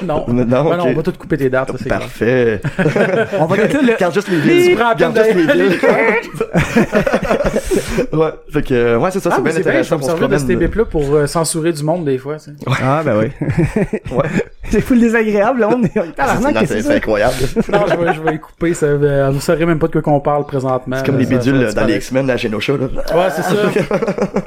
[SPEAKER 2] Non.
[SPEAKER 5] Non,
[SPEAKER 2] Ben non,
[SPEAKER 5] ok.
[SPEAKER 2] on va tout couper tes dates, là, c'est grave.
[SPEAKER 5] Parfait.
[SPEAKER 3] On va mettre là le...
[SPEAKER 5] <laughs> Garde juste les
[SPEAKER 2] Tu
[SPEAKER 5] villes.
[SPEAKER 2] prends la peine
[SPEAKER 5] Garde juste les
[SPEAKER 2] d'aller-
[SPEAKER 5] villes. <laughs> ouais, fait que euh, ouais, c'est ça,
[SPEAKER 2] Ah,
[SPEAKER 5] c'est
[SPEAKER 2] mais
[SPEAKER 5] bien
[SPEAKER 2] c'est bien, je
[SPEAKER 5] intéressant
[SPEAKER 2] vais
[SPEAKER 5] on
[SPEAKER 2] me
[SPEAKER 5] se
[SPEAKER 2] servir de
[SPEAKER 5] promène,
[SPEAKER 2] ces bip là pour euh, censurer du monde
[SPEAKER 5] <laughs>
[SPEAKER 2] des fois, tu sais.
[SPEAKER 3] Ah, ben oui.
[SPEAKER 5] Ouais.
[SPEAKER 3] <laughs> C'est fou le désagréable, là, on
[SPEAKER 5] <laughs>
[SPEAKER 3] est...
[SPEAKER 2] Ah,
[SPEAKER 5] Non,
[SPEAKER 3] Tabarnak, qu'est-ce
[SPEAKER 5] euh, c'est
[SPEAKER 3] que
[SPEAKER 5] c'est
[SPEAKER 3] c'est
[SPEAKER 5] incroyable.
[SPEAKER 2] Non, je vais, je vais y couper. Ça, euh, vous saurez même pas de quoi qu'on parle présentement.
[SPEAKER 5] C'est comme
[SPEAKER 2] là,
[SPEAKER 5] les
[SPEAKER 2] ça- Ah. ça
[SPEAKER 5] bidules
[SPEAKER 2] va
[SPEAKER 5] euh, dans les
[SPEAKER 2] disparaître.
[SPEAKER 5] X-Men, la Genosha, là.
[SPEAKER 2] Ouais,
[SPEAKER 5] <laughs>
[SPEAKER 2] c'est ça.
[SPEAKER 3] ça? Dans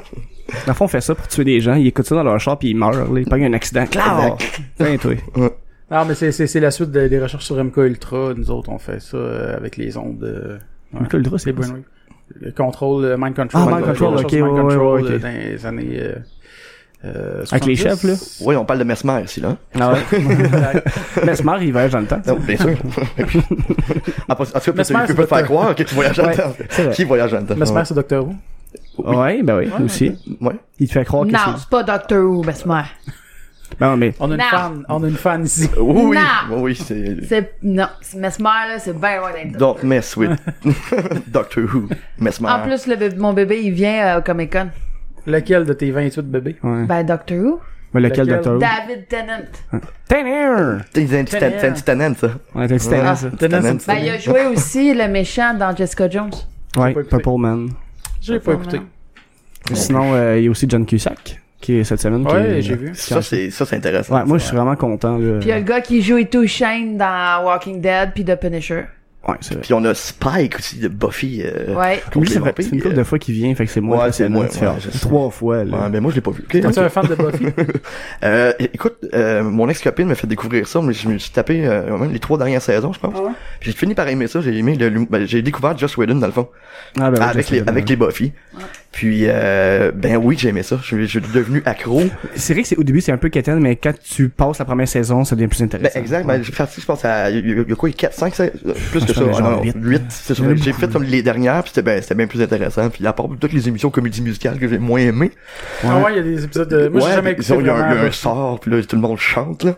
[SPEAKER 3] le fond, on fait ça pour tuer des gens, ils écoutent ça dans leur char, puis ils meurent, là, ils pognent un accident. Claire! Ben, toi.
[SPEAKER 2] Non, mais c'est- c'est c'est la suite de- des recherches sur MK Ultra. Nous autres, on fait ça euh, avec les ondes. euh, ouais.
[SPEAKER 3] MK Ultra, c'est
[SPEAKER 2] Les
[SPEAKER 3] quoi
[SPEAKER 2] Brainwave. Le contrôle, euh, mind control.
[SPEAKER 3] Ah,
[SPEAKER 5] mind
[SPEAKER 2] Euh,
[SPEAKER 5] control,
[SPEAKER 2] les
[SPEAKER 3] ok,
[SPEAKER 2] recherches mind
[SPEAKER 3] ouais, ouais,
[SPEAKER 2] control,
[SPEAKER 3] ouais,
[SPEAKER 2] euh,
[SPEAKER 3] ok.
[SPEAKER 2] Dans les années. euh, euh,
[SPEAKER 3] Avec les
[SPEAKER 2] 70.
[SPEAKER 3] chefs, là.
[SPEAKER 5] Oui, on parle de Mesmer ici, là.
[SPEAKER 3] Ah <laughs> ouais.
[SPEAKER 2] Exact.
[SPEAKER 3] Mais c'est marre, il va dans le temps.
[SPEAKER 5] Non, bien
[SPEAKER 2] <laughs>
[SPEAKER 5] sûr. Et puis- Ah, parce- en tout cas,
[SPEAKER 2] Mesmer,
[SPEAKER 5] tu peux pas
[SPEAKER 2] c'est
[SPEAKER 5] te
[SPEAKER 2] docteur.
[SPEAKER 5] faire croire que tu voyages dans le
[SPEAKER 3] Ouais,
[SPEAKER 5] temps.
[SPEAKER 3] c'est vrai.
[SPEAKER 5] Qui voyage dans le temps?
[SPEAKER 2] Mesmer, c'est Docteur Who.
[SPEAKER 3] Ouais, ben oui, aussi.
[SPEAKER 5] Ouais.
[SPEAKER 3] Il te fait croire que
[SPEAKER 4] Non,
[SPEAKER 3] c'est...
[SPEAKER 4] c'est pas Doctor Who, Mesmer.
[SPEAKER 3] Non, mais...
[SPEAKER 2] On a une
[SPEAKER 4] Non.
[SPEAKER 2] fan. On a une fan ici.
[SPEAKER 5] Oui, oui.
[SPEAKER 4] Non.
[SPEAKER 5] Oui, oui, c'est...
[SPEAKER 4] C'est, non, c'est Mesmer, là, c'est bien loin d'être ça.
[SPEAKER 5] Don't mess with <laughs> Doctor Who. Mesmer.
[SPEAKER 4] En plus, le bébé- mon bébé, il vient euh, au Comic Con.
[SPEAKER 2] Lequel de tes 28 bébés
[SPEAKER 3] Ouais.
[SPEAKER 4] Ben, Doctor Who.
[SPEAKER 3] Mais lequel,
[SPEAKER 2] Lequel?
[SPEAKER 3] docteur?
[SPEAKER 4] David Tennant.
[SPEAKER 5] Ah,
[SPEAKER 3] Tanner!
[SPEAKER 5] C'est un petit
[SPEAKER 2] Tenir.
[SPEAKER 5] c'est un petit tannin, ça.
[SPEAKER 3] Ouais, t'as dit
[SPEAKER 5] Ah.
[SPEAKER 3] Tanner, ça.
[SPEAKER 2] Tenez,
[SPEAKER 5] Tenez,
[SPEAKER 2] c'est-
[SPEAKER 4] Ben, il a joué aussi le méchant dans Jessica Jones.
[SPEAKER 3] Ouais,
[SPEAKER 2] pas écouté.
[SPEAKER 3] Purple Man.
[SPEAKER 2] J'ai pas écouté.
[SPEAKER 3] Sinon, euh, il y a aussi John Cusack, qui est cette semaine. qui
[SPEAKER 2] Ouais,
[SPEAKER 3] est-
[SPEAKER 2] j'ai vu.
[SPEAKER 5] Ça, c'est, ça, c'est intéressant.
[SPEAKER 3] Ouais, moi, je suis vraiment content, là.
[SPEAKER 4] Puis euh, il y a le gars qui joue et tout Shane dans Walking Dead puis The
[SPEAKER 5] <laughs>
[SPEAKER 4] Punisher.
[SPEAKER 3] Ouais, c'est vrai.
[SPEAKER 5] Puis on a Spike aussi de Buffy. euh,
[SPEAKER 4] Ouais.
[SPEAKER 5] contre
[SPEAKER 3] Lui,
[SPEAKER 5] les
[SPEAKER 3] ça fait-
[SPEAKER 5] vampires.
[SPEAKER 3] c'est une couple de fois qu'il vient, fait que c'est moi.
[SPEAKER 5] Ouais,
[SPEAKER 3] qui
[SPEAKER 5] c'est
[SPEAKER 3] le
[SPEAKER 5] moi,
[SPEAKER 3] fais, là,
[SPEAKER 5] ouais,
[SPEAKER 3] tu
[SPEAKER 5] je
[SPEAKER 3] fais Trois fois, là.
[SPEAKER 5] Ouais, mais moi, je l'ai pas vu.
[SPEAKER 2] T'es-tu un fan de
[SPEAKER 3] <laughs>
[SPEAKER 2] Buffy?
[SPEAKER 5] Euh, écoute, euh, mon ex-copine m'a fait découvrir ça, mais je me suis tapé euh, même les trois dernières saisons, je pense. Puis J'ai fini par aimer ça, j'ai aimé le, l'hum- ben, j'ai découvert Joss Whedon dans le fond,
[SPEAKER 3] Ah, ben ouais,
[SPEAKER 5] avec
[SPEAKER 3] je
[SPEAKER 5] les
[SPEAKER 3] sais,
[SPEAKER 5] avec les Buffy. Puis euh, ben oui, j'ai aimé ça, je suis je suis devenu accro.
[SPEAKER 3] C'est vrai que c'est, au début, c'est un peu quétaine, mais quand tu passes la première saison, ça devient plus intéressant.
[SPEAKER 5] Ben exact, ben, je suis parti, je pense à il y a- il y a quoi 4 5 euh, plus que
[SPEAKER 3] je
[SPEAKER 5] ça, ah,
[SPEAKER 3] connais Ah, genre
[SPEAKER 5] non,
[SPEAKER 3] huit.
[SPEAKER 5] 8, c'est ça.
[SPEAKER 3] Il y en a
[SPEAKER 5] J'ai
[SPEAKER 3] beaucoup.
[SPEAKER 5] fait comme les dernières, puis c'était ben c'était bien plus intéressant. Puis à part toutes les émissions comédie musicale que j'ai moins aimé.
[SPEAKER 2] Ah ouais, il y a des épisodes de. Moi, j'ai jamais écouté.
[SPEAKER 5] il y a un, il y a
[SPEAKER 2] vraiment
[SPEAKER 5] un sort, puis là tout le monde chante là.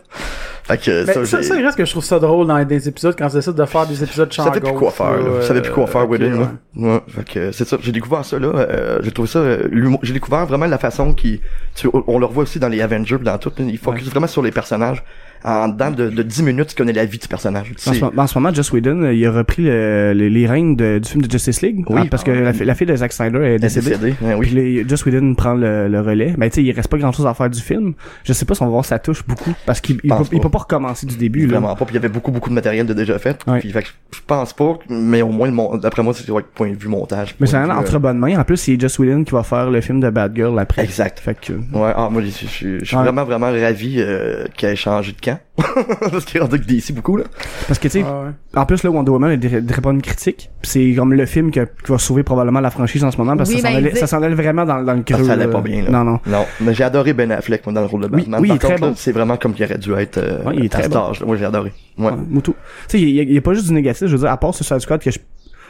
[SPEAKER 5] Fait que
[SPEAKER 2] Mais ça, ça,
[SPEAKER 5] j'ai-
[SPEAKER 2] il reste que je trouve ça drôle dans des épisodes quand j'essaie de faire des épisodes
[SPEAKER 5] Je
[SPEAKER 2] chantants.
[SPEAKER 5] savais plus quoi faire, là. Je savais plus quoi
[SPEAKER 2] euh,
[SPEAKER 5] faire, Whedon, là. Ouais. Fait que, euh, c'est ça. J'ai découvert ça, là. Euh, j'ai trouvé ça, euh, l'humour- j'ai découvert vraiment la façon qui, tu, on le revoit aussi dans les Avengers, dans tout. Ils focus vraiment sur les personnages. En dedans de, de 10 minutes, tu connais la vie du personnage.
[SPEAKER 3] En
[SPEAKER 5] C'est-
[SPEAKER 3] ce, moment- en ce moment, Joss Whedon, euh, il a repris le- le- les règnes de- du film de Justice League.
[SPEAKER 5] Oui.
[SPEAKER 3] Ah, parce que la, fi- la fille de Zack Snyder est
[SPEAKER 5] c'est
[SPEAKER 3] décédée.
[SPEAKER 5] décédé. Ouais,
[SPEAKER 3] Puis
[SPEAKER 5] oui.
[SPEAKER 3] les, Joss Whedon prend le, le relais. Ben, tu sais, il reste pas grand chose à faire du film. Je sais pas si on va voir ça touche beaucoup. Parce qu'il il peut,
[SPEAKER 5] Pense
[SPEAKER 3] il
[SPEAKER 5] pas.
[SPEAKER 3] peut pas recommencer du début, là.
[SPEAKER 5] Vraiment pas. Puis il y avait beaucoup, beaucoup de matériel de déjà fait.
[SPEAKER 3] Ouais.
[SPEAKER 5] Puis, fait que je pense pas, mais au moins, le mon- d'après moi, c'est ouais, point de vue montage.
[SPEAKER 3] Mais c'est
[SPEAKER 5] point de
[SPEAKER 3] un
[SPEAKER 5] vue,
[SPEAKER 3] entre
[SPEAKER 5] euh,
[SPEAKER 3] bonnes mains. En plus, c'est Joss Whedon qui va faire le film de Bad Girl après.
[SPEAKER 5] Exact.
[SPEAKER 3] Fait que,
[SPEAKER 5] Ouais, ah, moi, je je- je suis
[SPEAKER 3] Ouais.
[SPEAKER 5] vraiment, vraiment ravi euh, qu'elle ait changé de camp. <laughs> quand? Parce qu'il y en a que DC beaucoup, là.
[SPEAKER 3] Parce que, tu sais,
[SPEAKER 2] Ah ouais.
[SPEAKER 3] en plus, là, Wonder Woman a des, des bonnes critiques. Puis C'est comme le film que- qui va sauver probablement la franchise en ce moment parce
[SPEAKER 4] Oui,
[SPEAKER 3] que ça
[SPEAKER 4] ben,
[SPEAKER 3] s'en
[SPEAKER 4] il
[SPEAKER 3] allait-
[SPEAKER 4] dit-
[SPEAKER 3] ça s'en allait vraiment dans, dans le creux.
[SPEAKER 5] Ça, ça allait
[SPEAKER 3] là.
[SPEAKER 5] pas bien, là.
[SPEAKER 3] euh, Non, non.
[SPEAKER 5] Non, mais j'ai adoré Ben Affleck, moi, dans le rôle de
[SPEAKER 3] Oui,
[SPEAKER 5] Batman.
[SPEAKER 3] oui,
[SPEAKER 5] Par
[SPEAKER 3] il est
[SPEAKER 5] contre,
[SPEAKER 3] très
[SPEAKER 5] là,
[SPEAKER 3] bon.
[SPEAKER 5] c'est vraiment comme qu'il aurait dû être, euh,
[SPEAKER 3] Ouais, il est
[SPEAKER 5] à
[SPEAKER 3] très
[SPEAKER 5] cet
[SPEAKER 3] bon.
[SPEAKER 5] âge-là. Moi, j'ai adoré. Ouais.
[SPEAKER 3] Ouais, Moutou. Tu sais, il y, a- il y a pas juste du négatif, je veux dire, à part ce Suicide Squad que je.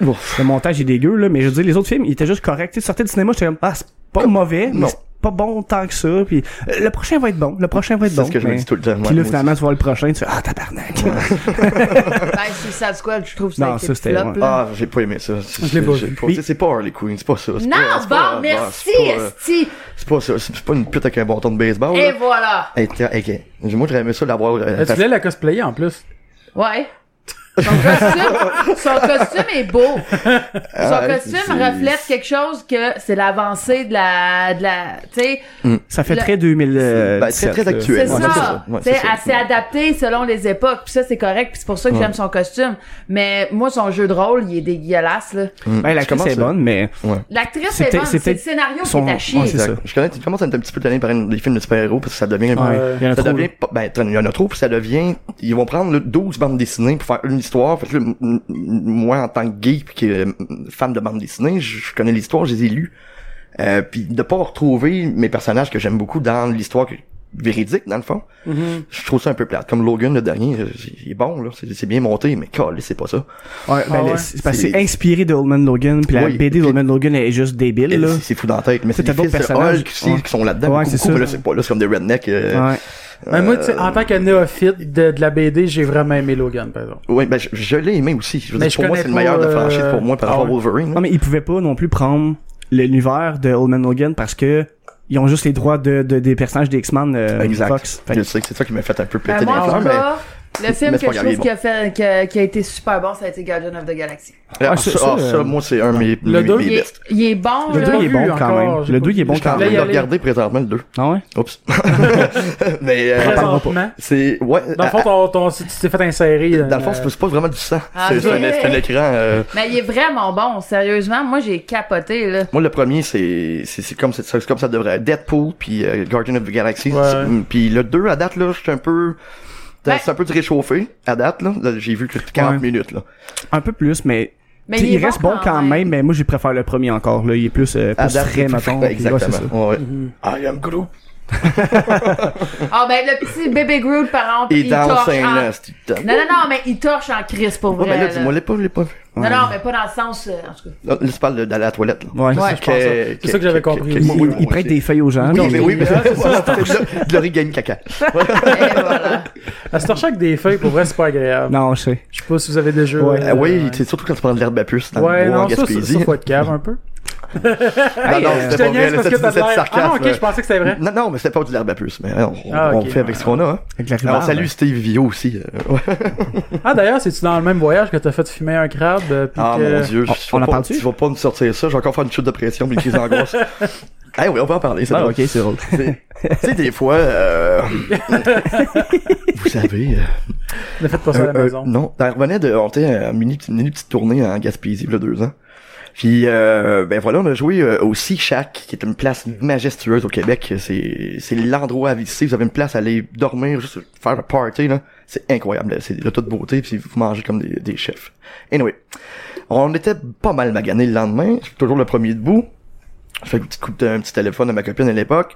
[SPEAKER 5] Ouf.
[SPEAKER 3] Le montage est dégueu, là, mais je veux dire, les autres films, ils étaient juste corrects. Tu sais, sortais du cinéma, j'étais comme, ah, c'est pas mauvais,
[SPEAKER 5] Non.
[SPEAKER 3] mais c'est pas bon tant que ça. Puis euh, le prochain va être bon, le prochain va être
[SPEAKER 5] C'est
[SPEAKER 3] bon.
[SPEAKER 5] ce que je me
[SPEAKER 3] mais-
[SPEAKER 5] dis tout le temps, moi,
[SPEAKER 3] Puis là,
[SPEAKER 5] moi
[SPEAKER 3] finalement, tu vois le prochain, tu fais, ah, tabarnak.
[SPEAKER 4] Ben, Suicide Squad, je trouve que
[SPEAKER 3] Non,
[SPEAKER 4] c'était
[SPEAKER 3] ça,
[SPEAKER 4] un
[SPEAKER 3] c'était-
[SPEAKER 4] flop,
[SPEAKER 3] ouais.
[SPEAKER 4] là.
[SPEAKER 5] Ah, j'ai pas aimé ça. C'est-
[SPEAKER 2] Je l'ai pas
[SPEAKER 5] j'ai
[SPEAKER 2] vu.
[SPEAKER 5] tu sais, C'est pas Harley Quinn, c'est pas ça. C'est pas-
[SPEAKER 4] Non,
[SPEAKER 5] c'est pas-
[SPEAKER 4] bon, merci,
[SPEAKER 5] c'est pas, euh,
[SPEAKER 4] Esti!
[SPEAKER 5] C'est pas ça, c'est c'est pas une pute avec un bâton de baseball.
[SPEAKER 4] Et
[SPEAKER 5] là.
[SPEAKER 4] voilà!
[SPEAKER 5] Hey, tiens, hey, hey. Moi, j'aurais aimé ça l'avoir. euh,
[SPEAKER 2] Euh, Tu
[SPEAKER 5] parce-
[SPEAKER 2] voulais la cosplayer en plus.
[SPEAKER 4] Ouais. Son
[SPEAKER 5] <laughs>
[SPEAKER 4] costume, son costume est beau. Son
[SPEAKER 5] Ah,
[SPEAKER 4] costume
[SPEAKER 5] c'est-
[SPEAKER 4] reflète quelque chose que c'est l'avancée de la, de la, tu sais,
[SPEAKER 5] Mm.
[SPEAKER 3] ça fait
[SPEAKER 4] Le-
[SPEAKER 3] très 2000. euh,
[SPEAKER 5] Ben, c'est
[SPEAKER 3] 17,
[SPEAKER 5] très
[SPEAKER 3] là.
[SPEAKER 5] actuel.
[SPEAKER 4] C'est
[SPEAKER 5] Ouais, c'est
[SPEAKER 4] ça.
[SPEAKER 5] ça. Ouais,
[SPEAKER 4] c'est
[SPEAKER 5] c'est ça.
[SPEAKER 4] assez adapté selon les époques. Puis ça, c'est correct. Puis c'est pour ça que j'aime son costume. Mais moi, son jeu de rôle, il est dégueulasse, là.
[SPEAKER 3] Ben, la
[SPEAKER 5] Je commence euh,
[SPEAKER 3] c'est
[SPEAKER 5] à-
[SPEAKER 3] bonne, mais.
[SPEAKER 4] L'actrice
[SPEAKER 3] C'est
[SPEAKER 4] est
[SPEAKER 3] peut-être-
[SPEAKER 4] bonne.
[SPEAKER 3] c'est
[SPEAKER 4] C'est le
[SPEAKER 3] peut-être
[SPEAKER 4] scénario
[SPEAKER 3] son-
[SPEAKER 4] qui est à chier.
[SPEAKER 3] ouais, c'est
[SPEAKER 5] Exact. Je connais, tu commences à être un petit peu tanné par une- les films de super-héros parce que ça devient un peu-
[SPEAKER 3] Ouais, il y en a
[SPEAKER 5] ça
[SPEAKER 3] trop,
[SPEAKER 5] devient pas- ben t'en- il y en a trop puis ça devient ils vont prendre là, 12 bandes dessinées pour faire une histoire fait que là, m- m- moi en tant que geek puis que euh, m- fan de bandes dessinées je je connais l'histoire je les ai lues euh, puis de pas retrouver mes personnages que j'aime beaucoup dans l'histoire que- véridique dans le fond
[SPEAKER 3] Mm-hmm.
[SPEAKER 5] je trouve ça un peu plate comme Logan le dernier euh, il est bon là c'est c'est bien monté mais calé c'est pas ça
[SPEAKER 3] Ouais, ben,
[SPEAKER 2] Ah
[SPEAKER 3] le-
[SPEAKER 2] ouais.
[SPEAKER 3] c'est parce que
[SPEAKER 5] C'est-
[SPEAKER 3] c'est inspiré de Old Man Logan, puis la
[SPEAKER 5] Oui,
[SPEAKER 3] BD
[SPEAKER 5] puis-
[SPEAKER 3] d'Old Man Logan elle est juste débile,
[SPEAKER 5] Et
[SPEAKER 3] là.
[SPEAKER 5] c'est- c'est fou dans la tête mais c'est
[SPEAKER 3] t'as
[SPEAKER 5] des
[SPEAKER 3] d'autres
[SPEAKER 5] fils de
[SPEAKER 3] personnages.
[SPEAKER 5] Hulk aussi
[SPEAKER 3] Ouais.
[SPEAKER 5] qui sont là-dedans
[SPEAKER 3] Ouais,
[SPEAKER 5] beaucoup,
[SPEAKER 3] c'est
[SPEAKER 5] beaucoup,
[SPEAKER 3] ça.
[SPEAKER 5] mais là c'est pas là c'est comme des rednecks euh,
[SPEAKER 3] Ouais.
[SPEAKER 2] Ben, moi, tu sais, en tant que néophyte de, de la BD, j'ai vraiment aimé Logan, par exemple.
[SPEAKER 5] Oui, ben je, je l'ai aimé aussi. Je veux
[SPEAKER 2] Mais
[SPEAKER 5] dire,
[SPEAKER 2] je
[SPEAKER 5] pour moi,
[SPEAKER 2] connais
[SPEAKER 5] c'est le meilleur
[SPEAKER 2] pas,
[SPEAKER 5] de franchise
[SPEAKER 2] euh,
[SPEAKER 5] pour moi par
[SPEAKER 2] ah
[SPEAKER 5] rapport à
[SPEAKER 2] ouais.
[SPEAKER 5] Wolverine.
[SPEAKER 3] Non, mais ils pouvaient pas non plus prendre l'univers de Old Man Logan parce que ils ont juste les droits de, de- des personnages des X-Men euh,
[SPEAKER 5] exact.
[SPEAKER 3] Fox. Fait que-
[SPEAKER 5] Je sais que c'est ça qui m'a fait un peu péter
[SPEAKER 4] Ben,
[SPEAKER 5] les
[SPEAKER 4] moi, en
[SPEAKER 5] fleurs,
[SPEAKER 4] tout
[SPEAKER 5] mais
[SPEAKER 4] cas, le film
[SPEAKER 5] mais c'est
[SPEAKER 4] que
[SPEAKER 5] pas
[SPEAKER 4] je
[SPEAKER 5] grave, il est
[SPEAKER 4] trouve qui a, fait, qui a- qui a été super bon, ça a été Guardian of the Galaxy.
[SPEAKER 5] Ah,
[SPEAKER 3] Ah,
[SPEAKER 5] ça,
[SPEAKER 3] ça,
[SPEAKER 5] ah,
[SPEAKER 3] euh,
[SPEAKER 5] ça, moi, c'est un de mes,
[SPEAKER 2] Le
[SPEAKER 5] mes,
[SPEAKER 2] deux,
[SPEAKER 5] mes
[SPEAKER 4] Il est,
[SPEAKER 5] bestes.
[SPEAKER 4] il est bon,
[SPEAKER 2] Je l'ai
[SPEAKER 3] Le
[SPEAKER 4] là.
[SPEAKER 3] deux,
[SPEAKER 2] pas
[SPEAKER 3] il est
[SPEAKER 2] vu
[SPEAKER 3] bon quand
[SPEAKER 2] encore,
[SPEAKER 3] même.
[SPEAKER 2] j'ai
[SPEAKER 3] Le
[SPEAKER 2] pas
[SPEAKER 3] deux, il est
[SPEAKER 2] vu.
[SPEAKER 3] bon
[SPEAKER 5] Je suis en
[SPEAKER 3] quand
[SPEAKER 5] train de
[SPEAKER 2] y
[SPEAKER 5] le
[SPEAKER 2] aller.
[SPEAKER 5] regarder présentement, le 2.
[SPEAKER 3] Ah ouais? <laughs>
[SPEAKER 5] Oups. mais euh,
[SPEAKER 2] Présentement.
[SPEAKER 5] c'est... Ouais,
[SPEAKER 2] Dans le fond,
[SPEAKER 5] à-
[SPEAKER 2] ton, ton, tu t'es fait insérer.
[SPEAKER 5] à- Euh, dans le fond,
[SPEAKER 2] euh,
[SPEAKER 5] c'est c'est pas vraiment du sang.
[SPEAKER 4] Ah,
[SPEAKER 5] C'est c'est un,
[SPEAKER 4] ok.
[SPEAKER 5] c'est un écran... euh,
[SPEAKER 4] Mais il est vraiment bon, sérieusement. Moi, j'ai capoté, là.
[SPEAKER 5] Moi, le premier, c'est c'est c'est comme, c'est- c'est comme ça devrait être. Deadpool, puis euh, Guardian of the Galaxy.
[SPEAKER 2] Ouais.
[SPEAKER 5] C'est- hum, Puis le 2, à date, là, je suis un peu...
[SPEAKER 4] Ben-
[SPEAKER 5] C'est un peu du réchauffé, à date, là. Là, J'ai vu que 40
[SPEAKER 3] Ouais.
[SPEAKER 5] minutes, là.
[SPEAKER 3] Un peu plus, mais,
[SPEAKER 4] Mais
[SPEAKER 3] tu sais,
[SPEAKER 4] il
[SPEAKER 3] il,
[SPEAKER 4] est
[SPEAKER 3] reste bon quand même. mais moi j'ai préféré le premier encore. Là. Il est plus, euh, plus frais, mettons. puis ouais, c'est
[SPEAKER 5] Exactement.
[SPEAKER 3] ça.
[SPEAKER 5] Ouais, ouais.
[SPEAKER 2] Mm-hmm.
[SPEAKER 5] I am Groot.
[SPEAKER 4] Ah, ben, le petit bébé Groot, par exemple,
[SPEAKER 5] Et
[SPEAKER 4] il
[SPEAKER 5] dans
[SPEAKER 4] torche en...
[SPEAKER 5] Saint-Lens, tu
[SPEAKER 4] Non, euh, non, non, mais il torche en crise, pour
[SPEAKER 5] Ouais,
[SPEAKER 4] vrai,
[SPEAKER 5] mais là,
[SPEAKER 4] là.
[SPEAKER 5] dis-moi, l'ai pas, l'ai pas vu.
[SPEAKER 4] Non, non, mais pas dans le sens. euh, en tout cas.
[SPEAKER 5] Là, là, tu parles de- d'aller à la toilette, là.
[SPEAKER 3] Ouais.
[SPEAKER 2] Ouais. je pense ça. C'est ça que j'avais compris.
[SPEAKER 3] Il,
[SPEAKER 2] Oui,
[SPEAKER 3] il prête des feuilles aux gens.
[SPEAKER 5] Oui,
[SPEAKER 3] puis-
[SPEAKER 5] mais
[SPEAKER 2] <laughs>
[SPEAKER 5] oui, mais
[SPEAKER 2] Ah, c'est ça.
[SPEAKER 5] de l'origami caca.
[SPEAKER 4] Et voilà.
[SPEAKER 2] À se torcher avec des feuilles, pour vrai, c'est pas agréable.
[SPEAKER 3] Non, je sais.
[SPEAKER 2] Je sais pas si vous avez déjà. euh,
[SPEAKER 3] Ouais.
[SPEAKER 5] Ah oui, c'est surtout quand tu prends de l'herbe à puce dans
[SPEAKER 2] Ouais,
[SPEAKER 5] le bois en
[SPEAKER 2] non, ça, ça,
[SPEAKER 5] Gaspésie. Ah
[SPEAKER 2] ça, faut être cave un peu. Euh,
[SPEAKER 5] Non, non,
[SPEAKER 2] Ah, Je
[SPEAKER 5] c'était
[SPEAKER 2] te
[SPEAKER 5] pas vrai,
[SPEAKER 2] niaise
[SPEAKER 5] là,
[SPEAKER 2] parce
[SPEAKER 5] c'était
[SPEAKER 2] que t'as
[SPEAKER 5] c'était
[SPEAKER 2] de
[SPEAKER 5] du
[SPEAKER 2] l'air. Ah non,
[SPEAKER 5] sarcasme.
[SPEAKER 2] ok, je pensais que c'était vrai.
[SPEAKER 5] Non, non, mais c'était pas du l'herbe à puce, mais on,
[SPEAKER 2] Ah,
[SPEAKER 5] on
[SPEAKER 2] ok. ben.
[SPEAKER 5] fait avec ce qu'on a. Hein.
[SPEAKER 3] Avec la
[SPEAKER 5] On
[SPEAKER 3] rhubarbe.
[SPEAKER 5] salue Steve Vio aussi. euh, ouais.
[SPEAKER 2] Ah d'ailleurs, c'est-tu dans le même voyage que t'as fait fumer un crabe? euh, puis
[SPEAKER 5] Ah
[SPEAKER 2] que-
[SPEAKER 5] mon dieu,
[SPEAKER 3] on-
[SPEAKER 5] je- tu
[SPEAKER 3] on
[SPEAKER 5] vas
[SPEAKER 3] en
[SPEAKER 5] pas-
[SPEAKER 3] parle-tu?
[SPEAKER 5] tu vas pas me sortir ça, j'ai encore faire une chute de pression, mais une crise
[SPEAKER 2] <laughs>
[SPEAKER 5] d'angoisse. Eh oui, on va en parler, c'est
[SPEAKER 3] Ah,
[SPEAKER 5] drôle.
[SPEAKER 3] ok, c'est drôle.
[SPEAKER 5] C'est- Tu sais, des fois,
[SPEAKER 2] <laughs>
[SPEAKER 5] euh, vous savez, euh,
[SPEAKER 2] Ne faites pas ça à la
[SPEAKER 5] euh,
[SPEAKER 2] maison.
[SPEAKER 5] non, elle revenait de, on était en mini, mini petite tournée en Gaspésie, il y a deux ans. Puis, euh, ben voilà, on a joué euh, au Sea Shack, qui est une place majestueuse au Québec. C'est, c'est l'endroit à visiter. Vous avez une place à aller dormir, juste faire un party, là. C'est incroyable. là. C'est de toute beauté, puis vous mangez comme des, des chefs. Anyway. On était pas mal magané le lendemain. Je suis toujours le premier debout. Je fais une petite coupe d'un petit téléphone à ma copine à l'époque.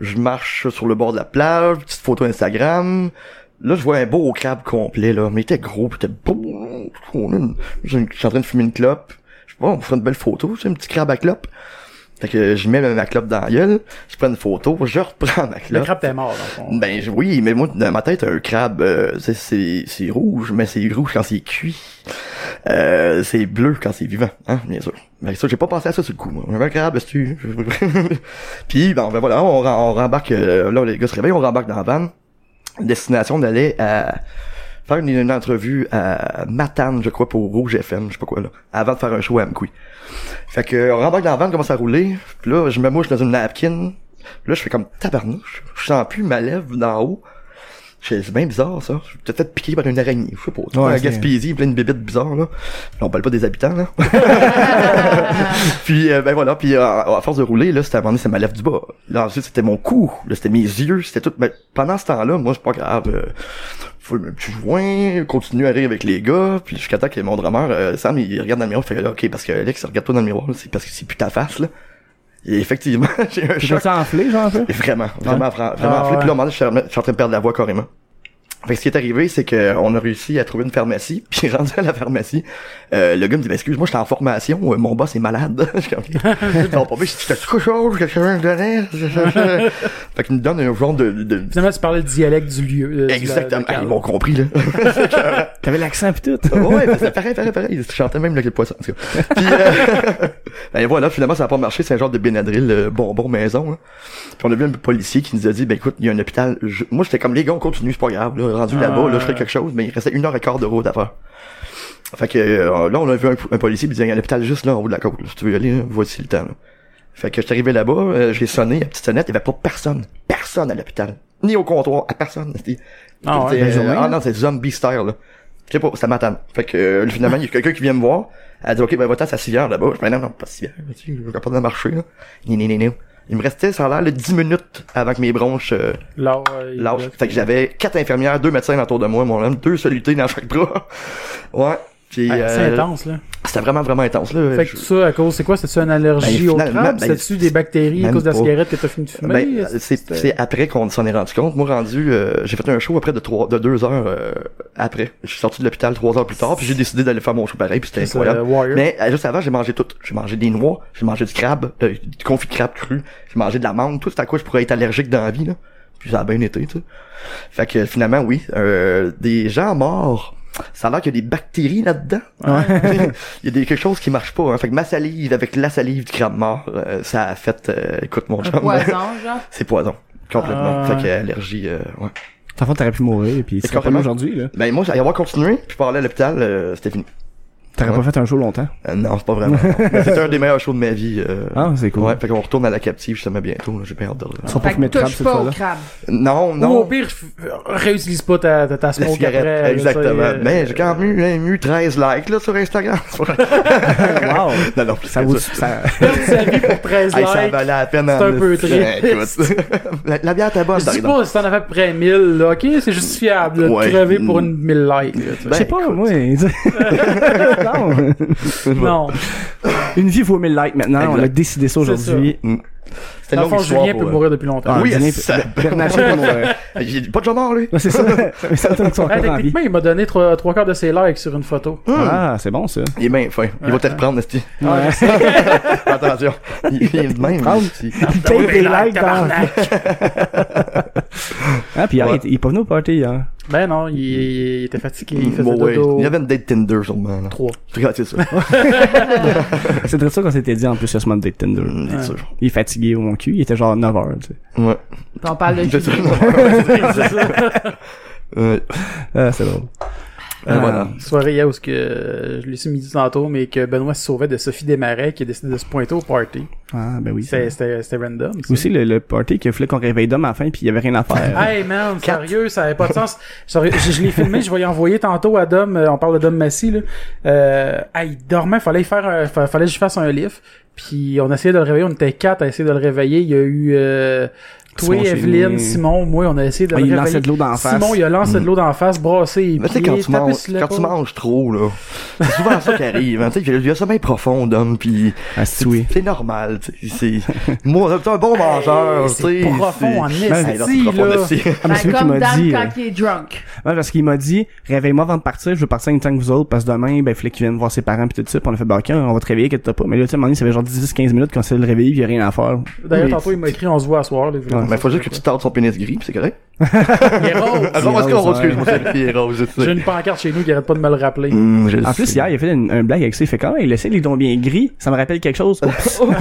[SPEAKER 5] Je marche sur le bord de la plage, petite photo Instagram. Là, je vois un beau crabe complet, là. Mais il était gros, pis il était beau. Je je suis en train de fumer une clope. Je sais pas, on me fera une belle photo, c'est un petit crabe à clope. Fait que je mets ma clope dans la gueule, je prends une photo, je reprends ma
[SPEAKER 2] Le
[SPEAKER 5] clope.
[SPEAKER 2] crabe t'es mort, dans le fond.
[SPEAKER 5] Ben je- oui, mais moi dans ma tête un crabe euh, c'est- c'est c'est rouge, mais c'est rouge quand c'est cuit. Euh, c'est bleu quand c'est vivant, hein, bien sûr. Mais ça j'ai pas pensé à ça sur le coup. Moi. Un crabe, c'est tu. <laughs> Puis ben, ben, voilà, on, on rembarque euh, là les gars se réveillent, on rembarque dans la van. Destination d'aller à faire une, une entrevue à Matane, je crois pour Rouge FM, je sais pas quoi là, avant de faire un show à Amqui. Fait que on rembarque dans la van, commence à rouler. Puis là, je me mouche dans une napkin. Là, je fais comme tabarnouche. Je sens plus ma lèvre d'en haut. C'est c'est bien bizarre, ça. Je suis peut-être piqué par une araignée. Je sais pas.
[SPEAKER 3] Ouais,
[SPEAKER 5] Ouais,
[SPEAKER 3] c'est-
[SPEAKER 5] Gaspésie, plein de bébites bizarres, là. Là, on parle pas des habitants, là. puis, euh, ben voilà. Puis, euh, à force de rouler, là, c'était à un moment donné, c'était ma lèvre du bas. Là, ensuite, c'était mon cou. Là, c'était mes yeux. C'était tout. Mais pendant ce temps-là, moi, c'est pas grave. euh, fume un petit joint, continue à rire avec les gars, puis jusqu'à temps que mon drameur, euh, Sam, il regarde dans le miroir, il fait là, ok, parce que Alex, regarde-toi dans le miroir, là, c'est parce que c'est plus ta face, là. Et effectivement, <laughs> j'ai un
[SPEAKER 3] Je
[SPEAKER 5] choc.
[SPEAKER 3] vais enflé, genre, un peu?
[SPEAKER 5] Et Vraiment, vraiment, fra- vraiment
[SPEAKER 2] Ah,
[SPEAKER 5] enflé.
[SPEAKER 2] ouais.
[SPEAKER 5] Puis là, à un moment donné, je suis en- je suis en train de perdre la voix carrément. Fait que ce qui est arrivé, c'est que on a réussi à trouver une pharmacie, <laughs> puis rendu à la pharmacie, euh, le gars me dit, Ben, excuse-moi, j'étais en formation, euh, mon boss est malade. <laughs> je suis
[SPEAKER 2] <laughs>
[SPEAKER 5] comme, Ok. Ton papa, si tu fais quelque chose, quelque chose à me donner?
[SPEAKER 2] <laughs>
[SPEAKER 5] Fait qu'il me donne un genre de... de...
[SPEAKER 2] Finalement, tu parlais le dialecte du lieu. euh, du-
[SPEAKER 5] Exactement.
[SPEAKER 2] de-
[SPEAKER 5] Ah, ils m'ont compris, là.
[SPEAKER 3] T'avais l'accent pis tout.
[SPEAKER 5] ouais, ben, c'est pareil, pareil, pareil. Je chantais même le cul de poisson. en tout cas. Puis, euh, <laughs> ben, voilà, finalement, ça n'a pas marché. C'est un genre de Benadryl euh, bonbon maison. hein. Puis on a vu un policier qui nous a dit, ben écoute, il y a un hôpital. Je- Moi, j'étais comme les gars, on continue, c'est pas grave. Là, rendu là-bas, là, je fais quelque chose, mais il restait une heure et quart de route à faire. Fait que euh, là, on a vu un, un policier, puis il dit, il y a un hôpital juste là, en haut de la côte. là. Si tu veux y aller, là, voici le temps. là. Fait que je suis arrivé là-bas, euh, j'ai sonné, la petite sonnette, il n'y avait pas personne. Personne à l'hôpital. Ni au comptoir, à personne. C'était-
[SPEAKER 2] Ah ouais,
[SPEAKER 5] c'était-
[SPEAKER 2] belle journée,
[SPEAKER 5] ah
[SPEAKER 2] hein.
[SPEAKER 5] non, c'est zombie style, là. Je sais pas, ça m'attend. Fait que euh, finalement, il y a quelqu'un qui vient me voir. Elle dit, OK, ben va-t'en à sa civière là-bas. Je dis, non, non, pas civière. Tu sais, je vais pas de marcher, là. Ni, ni, ni, ni. Il me restait, ça a l'air, là, 10 minutes avant que mes bronches euh,
[SPEAKER 2] Là, euh, il-
[SPEAKER 5] lâchent. Fait que j'avais quatre infirmières, deux médecins autour de moi, mon homme, deux solutés dans chaque bras. <laughs> ouais. Puis,
[SPEAKER 2] Ah, C'est
[SPEAKER 5] euh,
[SPEAKER 2] intense, là.
[SPEAKER 5] C'était vraiment, vraiment intense, là.
[SPEAKER 2] Fait
[SPEAKER 5] Je-
[SPEAKER 2] que ça, à cause, c'est quoi? C'est-tu une allergie
[SPEAKER 5] Ben,
[SPEAKER 2] au
[SPEAKER 5] finalement,
[SPEAKER 2] crabe?
[SPEAKER 5] ben,
[SPEAKER 2] C'est-tu des bactéries à
[SPEAKER 5] même
[SPEAKER 2] cause de la
[SPEAKER 5] pas.
[SPEAKER 2] cigarette que t'as fini de fumer?
[SPEAKER 5] Ben, c'est c'est après qu'on s'en est rendu compte. Moi, rendu, euh, j'ai fait un show après de trois, de deux heures euh, après. Je suis sorti de l'hôpital trois heures plus tard, puis j'ai décidé d'aller faire mon show pareil, puis c'était
[SPEAKER 2] C'est, euh,
[SPEAKER 5] incroyable.
[SPEAKER 2] Warrior.
[SPEAKER 5] Mais euh, juste avant, j'ai mangé tout. J'ai mangé des noix, j'ai mangé du crabe, euh, du confit de crabe cru, j'ai mangé de la mangue, tout c'est à quoi je pourrais être allergique dans la vie, là. Puis ça a bien été, tu sais. Fait que finalement, oui, euh, des gens morts. Ça a l'air qu'il y a des bactéries là-dedans. <laughs> Il y a des, quelque chose qui marche pas. Hein. Fait que ma salive avec la salive du crabe mort, euh, ça a fait, euh, écoute mon chum.
[SPEAKER 4] Poison, genre.
[SPEAKER 5] C'est poison. Complètement.
[SPEAKER 2] Ah.
[SPEAKER 5] Fait que allergie, euh, ouais.
[SPEAKER 3] T'as fait, t'aurais pu mourir pis c'est pas là
[SPEAKER 5] complètement.
[SPEAKER 3] aujourd'hui, là.
[SPEAKER 5] Ben moi, j'allais avoir continué, puis parler à l'hôpital, euh, c'était fini.
[SPEAKER 3] T'aurais pas
[SPEAKER 5] Ouais.
[SPEAKER 3] fait un
[SPEAKER 5] <laughs>
[SPEAKER 3] show longtemps.
[SPEAKER 5] Euh, non, c'est pas
[SPEAKER 2] <laughs>
[SPEAKER 5] vraiment. non. Mais C'était un des meilleurs shows de ma vie. euh,
[SPEAKER 3] Ah, c'est cool.
[SPEAKER 5] Ouais, fait qu'on retourne à la captive justement bientôt, là, j'ai bien hâte de
[SPEAKER 3] Tu seras pas
[SPEAKER 4] Fait que
[SPEAKER 3] fumé de crabe
[SPEAKER 4] touche
[SPEAKER 3] cette
[SPEAKER 4] pas au
[SPEAKER 3] fois-là.
[SPEAKER 4] crabe.
[SPEAKER 5] Non,
[SPEAKER 2] Ou au
[SPEAKER 5] non.
[SPEAKER 2] pire, f- réutilise pas ta, ta, ta
[SPEAKER 5] La
[SPEAKER 2] smoke
[SPEAKER 5] cigarette,
[SPEAKER 2] après. là,
[SPEAKER 5] exactement.
[SPEAKER 2] ça, euh,
[SPEAKER 5] Mais j'ai quand même eu, hein, eu 13 likes là sur Instagram. <laughs>
[SPEAKER 3] Wow.
[SPEAKER 5] non, non, plus
[SPEAKER 3] Ça
[SPEAKER 5] que
[SPEAKER 3] vaut,
[SPEAKER 5] ça.
[SPEAKER 3] ça,
[SPEAKER 2] Perdre sa vie pour 13
[SPEAKER 5] <laughs> Hey, ça
[SPEAKER 2] likes.
[SPEAKER 5] valait la peine. hein,
[SPEAKER 2] C'est
[SPEAKER 5] en
[SPEAKER 2] un peu
[SPEAKER 5] esti. Ouais,
[SPEAKER 2] triste.
[SPEAKER 5] Ben, écoute. <laughs> la, la bière t'es bonne,
[SPEAKER 2] Je
[SPEAKER 5] par
[SPEAKER 2] dis
[SPEAKER 5] exemple.
[SPEAKER 2] pas si t'en as fait près 1000, là, ok? C'est justifiable, là, de
[SPEAKER 5] Ouais.
[SPEAKER 2] crever pour une 1000 likes, là, tu sais.
[SPEAKER 3] je
[SPEAKER 5] Ben,
[SPEAKER 3] sais pas, moi. non.
[SPEAKER 2] <laughs> Non.
[SPEAKER 3] Une vie vaut 1000 likes maintenant. On
[SPEAKER 5] Exact.
[SPEAKER 3] a décidé ça aujourd'hui.
[SPEAKER 5] C'était une
[SPEAKER 2] Dans le
[SPEAKER 5] longue
[SPEAKER 2] fond,
[SPEAKER 5] histoire
[SPEAKER 2] Julien
[SPEAKER 5] pour,
[SPEAKER 2] peut
[SPEAKER 5] euh,
[SPEAKER 2] mourir depuis longtemps.
[SPEAKER 3] Ah,
[SPEAKER 5] Oui,
[SPEAKER 3] Julien,
[SPEAKER 5] ça-
[SPEAKER 3] Bernard Chapin, on, euh,
[SPEAKER 5] <laughs> J'ai dit, pas de gens morts, lui.
[SPEAKER 3] ouais, c'est ça. <laughs> Mais ça tombe son
[SPEAKER 2] Ah,
[SPEAKER 3] corps en vie.
[SPEAKER 2] techniquement, il m'a donné trois, trois quarts de ses likes sur une photo.
[SPEAKER 3] Ah, c'est bon, ça.
[SPEAKER 5] Il est bien fin. Il va te reprendre, Esti.
[SPEAKER 3] Ouais.
[SPEAKER 5] <laughs> Attention. Il il est de même.
[SPEAKER 3] Prendre.
[SPEAKER 5] esti.
[SPEAKER 3] Take des
[SPEAKER 2] ben
[SPEAKER 3] likes dans... Ah, puis
[SPEAKER 5] Ouais.
[SPEAKER 3] arrête, il est pas venu au party, hier.
[SPEAKER 2] Ben non, il, il était fatigué, il faisait
[SPEAKER 5] Bon, ouais.
[SPEAKER 2] dodo.
[SPEAKER 5] Il y avait une date Tinder sûrement. là.
[SPEAKER 2] Trois.
[SPEAKER 5] Regarde, c'est ça.
[SPEAKER 3] C'est de ça qu'on s'était dit en plus ce Monday de Tinder.
[SPEAKER 5] Hum, C'est sûr.
[SPEAKER 3] Il est fatigué au mon cul, il était genre 9h, tu sais.
[SPEAKER 5] Ouais.
[SPEAKER 4] Puis on parle de
[SPEAKER 5] Ah, C'est
[SPEAKER 4] <laughs>
[SPEAKER 5] ça.
[SPEAKER 4] Julien.
[SPEAKER 5] Ouais.
[SPEAKER 3] Ah, c'est drôle. Euh,
[SPEAKER 5] Ah, voilà.
[SPEAKER 2] Soirée hier où ce que euh, je l'ai su midi tantôt, mais que Benoît se sauvait de Sophie Desmarais qui a décidé de se pointer au party.
[SPEAKER 3] Ah, ben oui.
[SPEAKER 2] C'était- C'était c'était random. ça.
[SPEAKER 3] Aussi, le, le party qu'il fallait qu'on réveille d'homme à la fin, puis il y avait rien à faire.
[SPEAKER 2] Hey man, sérieux, ça avait pas de sens. Sérieux, je, je l'ai filmé, je vais y envoyer tantôt à Dom, euh, on parle de Dom Massy, là. Euh, hey, il dormait, fallait y faire un- fa- fallait que je fasse un lift. Puis on essayait de le réveiller, on était quatre à essayer de le réveiller. Il y a eu euh, toi,
[SPEAKER 3] Simon
[SPEAKER 2] Evelyne,
[SPEAKER 3] Chénier.
[SPEAKER 2] Simon, moi, on a essayé de
[SPEAKER 3] Ah,
[SPEAKER 2] le
[SPEAKER 3] il
[SPEAKER 2] réveiller.
[SPEAKER 3] lançait de l'eau d'en face.
[SPEAKER 2] Simon, il a lancé de l'eau d'en face, brassé les
[SPEAKER 5] Mais tu sais,
[SPEAKER 2] pieds,
[SPEAKER 5] quand tu
[SPEAKER 2] tapé
[SPEAKER 5] manges,
[SPEAKER 2] sur
[SPEAKER 5] quand tu
[SPEAKER 2] l'épaule.
[SPEAKER 5] manges trop, là, c'est souvent ça qui arrive, hein. Tu sais, il y a un sommeil profond, d'homme, pis
[SPEAKER 3] Ah, si, oui.
[SPEAKER 5] c'est normal, tu sais. c'est- Moi, t'es un bon mangeur,
[SPEAKER 2] Hey,
[SPEAKER 5] tu sais.
[SPEAKER 2] c'est profond en
[SPEAKER 5] c'est- Hey, non, c'est
[SPEAKER 2] esti,
[SPEAKER 5] profond,
[SPEAKER 2] là.
[SPEAKER 5] esti.
[SPEAKER 3] Ah, mais
[SPEAKER 4] Ben,
[SPEAKER 3] c'est lui qui
[SPEAKER 4] comme
[SPEAKER 3] m'a
[SPEAKER 4] Dan
[SPEAKER 3] dit. euh,
[SPEAKER 4] quand il est drunk. <laughs>
[SPEAKER 3] Ouais, parce qu'il m'a dit, réveille-moi avant de partir, je veux partir une temps que vous autres, parce que demain, ben, il fallait qu'il vienne voir ses parents pis tout ça, pis on a fait, bah, ok, on va te réveiller, que t'as pas. Mais là, tu sais, à un moment donné, ça fait genre 10-15 minutes qu'on s'est le réveiller pis y a rien à faire.
[SPEAKER 2] D'ailleurs,
[SPEAKER 3] Oui.
[SPEAKER 2] tantôt, il m'a écrit, on se voit à soir, là.
[SPEAKER 5] Mais
[SPEAKER 2] <laughs>
[SPEAKER 5] faut juste que tu tardes son pénis gris, pis c'est correct.
[SPEAKER 2] Il est rose.
[SPEAKER 5] <laughs> Alors, est-ce qu'on
[SPEAKER 3] rose,
[SPEAKER 5] excuse moi c'est le rose, tu
[SPEAKER 2] J'ai
[SPEAKER 5] sais.
[SPEAKER 2] une pancarte chez nous qui arrête pas de me le rappeler.
[SPEAKER 5] Hum, je le
[SPEAKER 3] En plus,
[SPEAKER 5] sais.
[SPEAKER 3] hier, il a fait une, un blague avec ça, il fait quand même, il laissait les dons bien gris, ça me rappelle
[SPEAKER 2] <laughs>
[SPEAKER 3] quelque chose. Oups.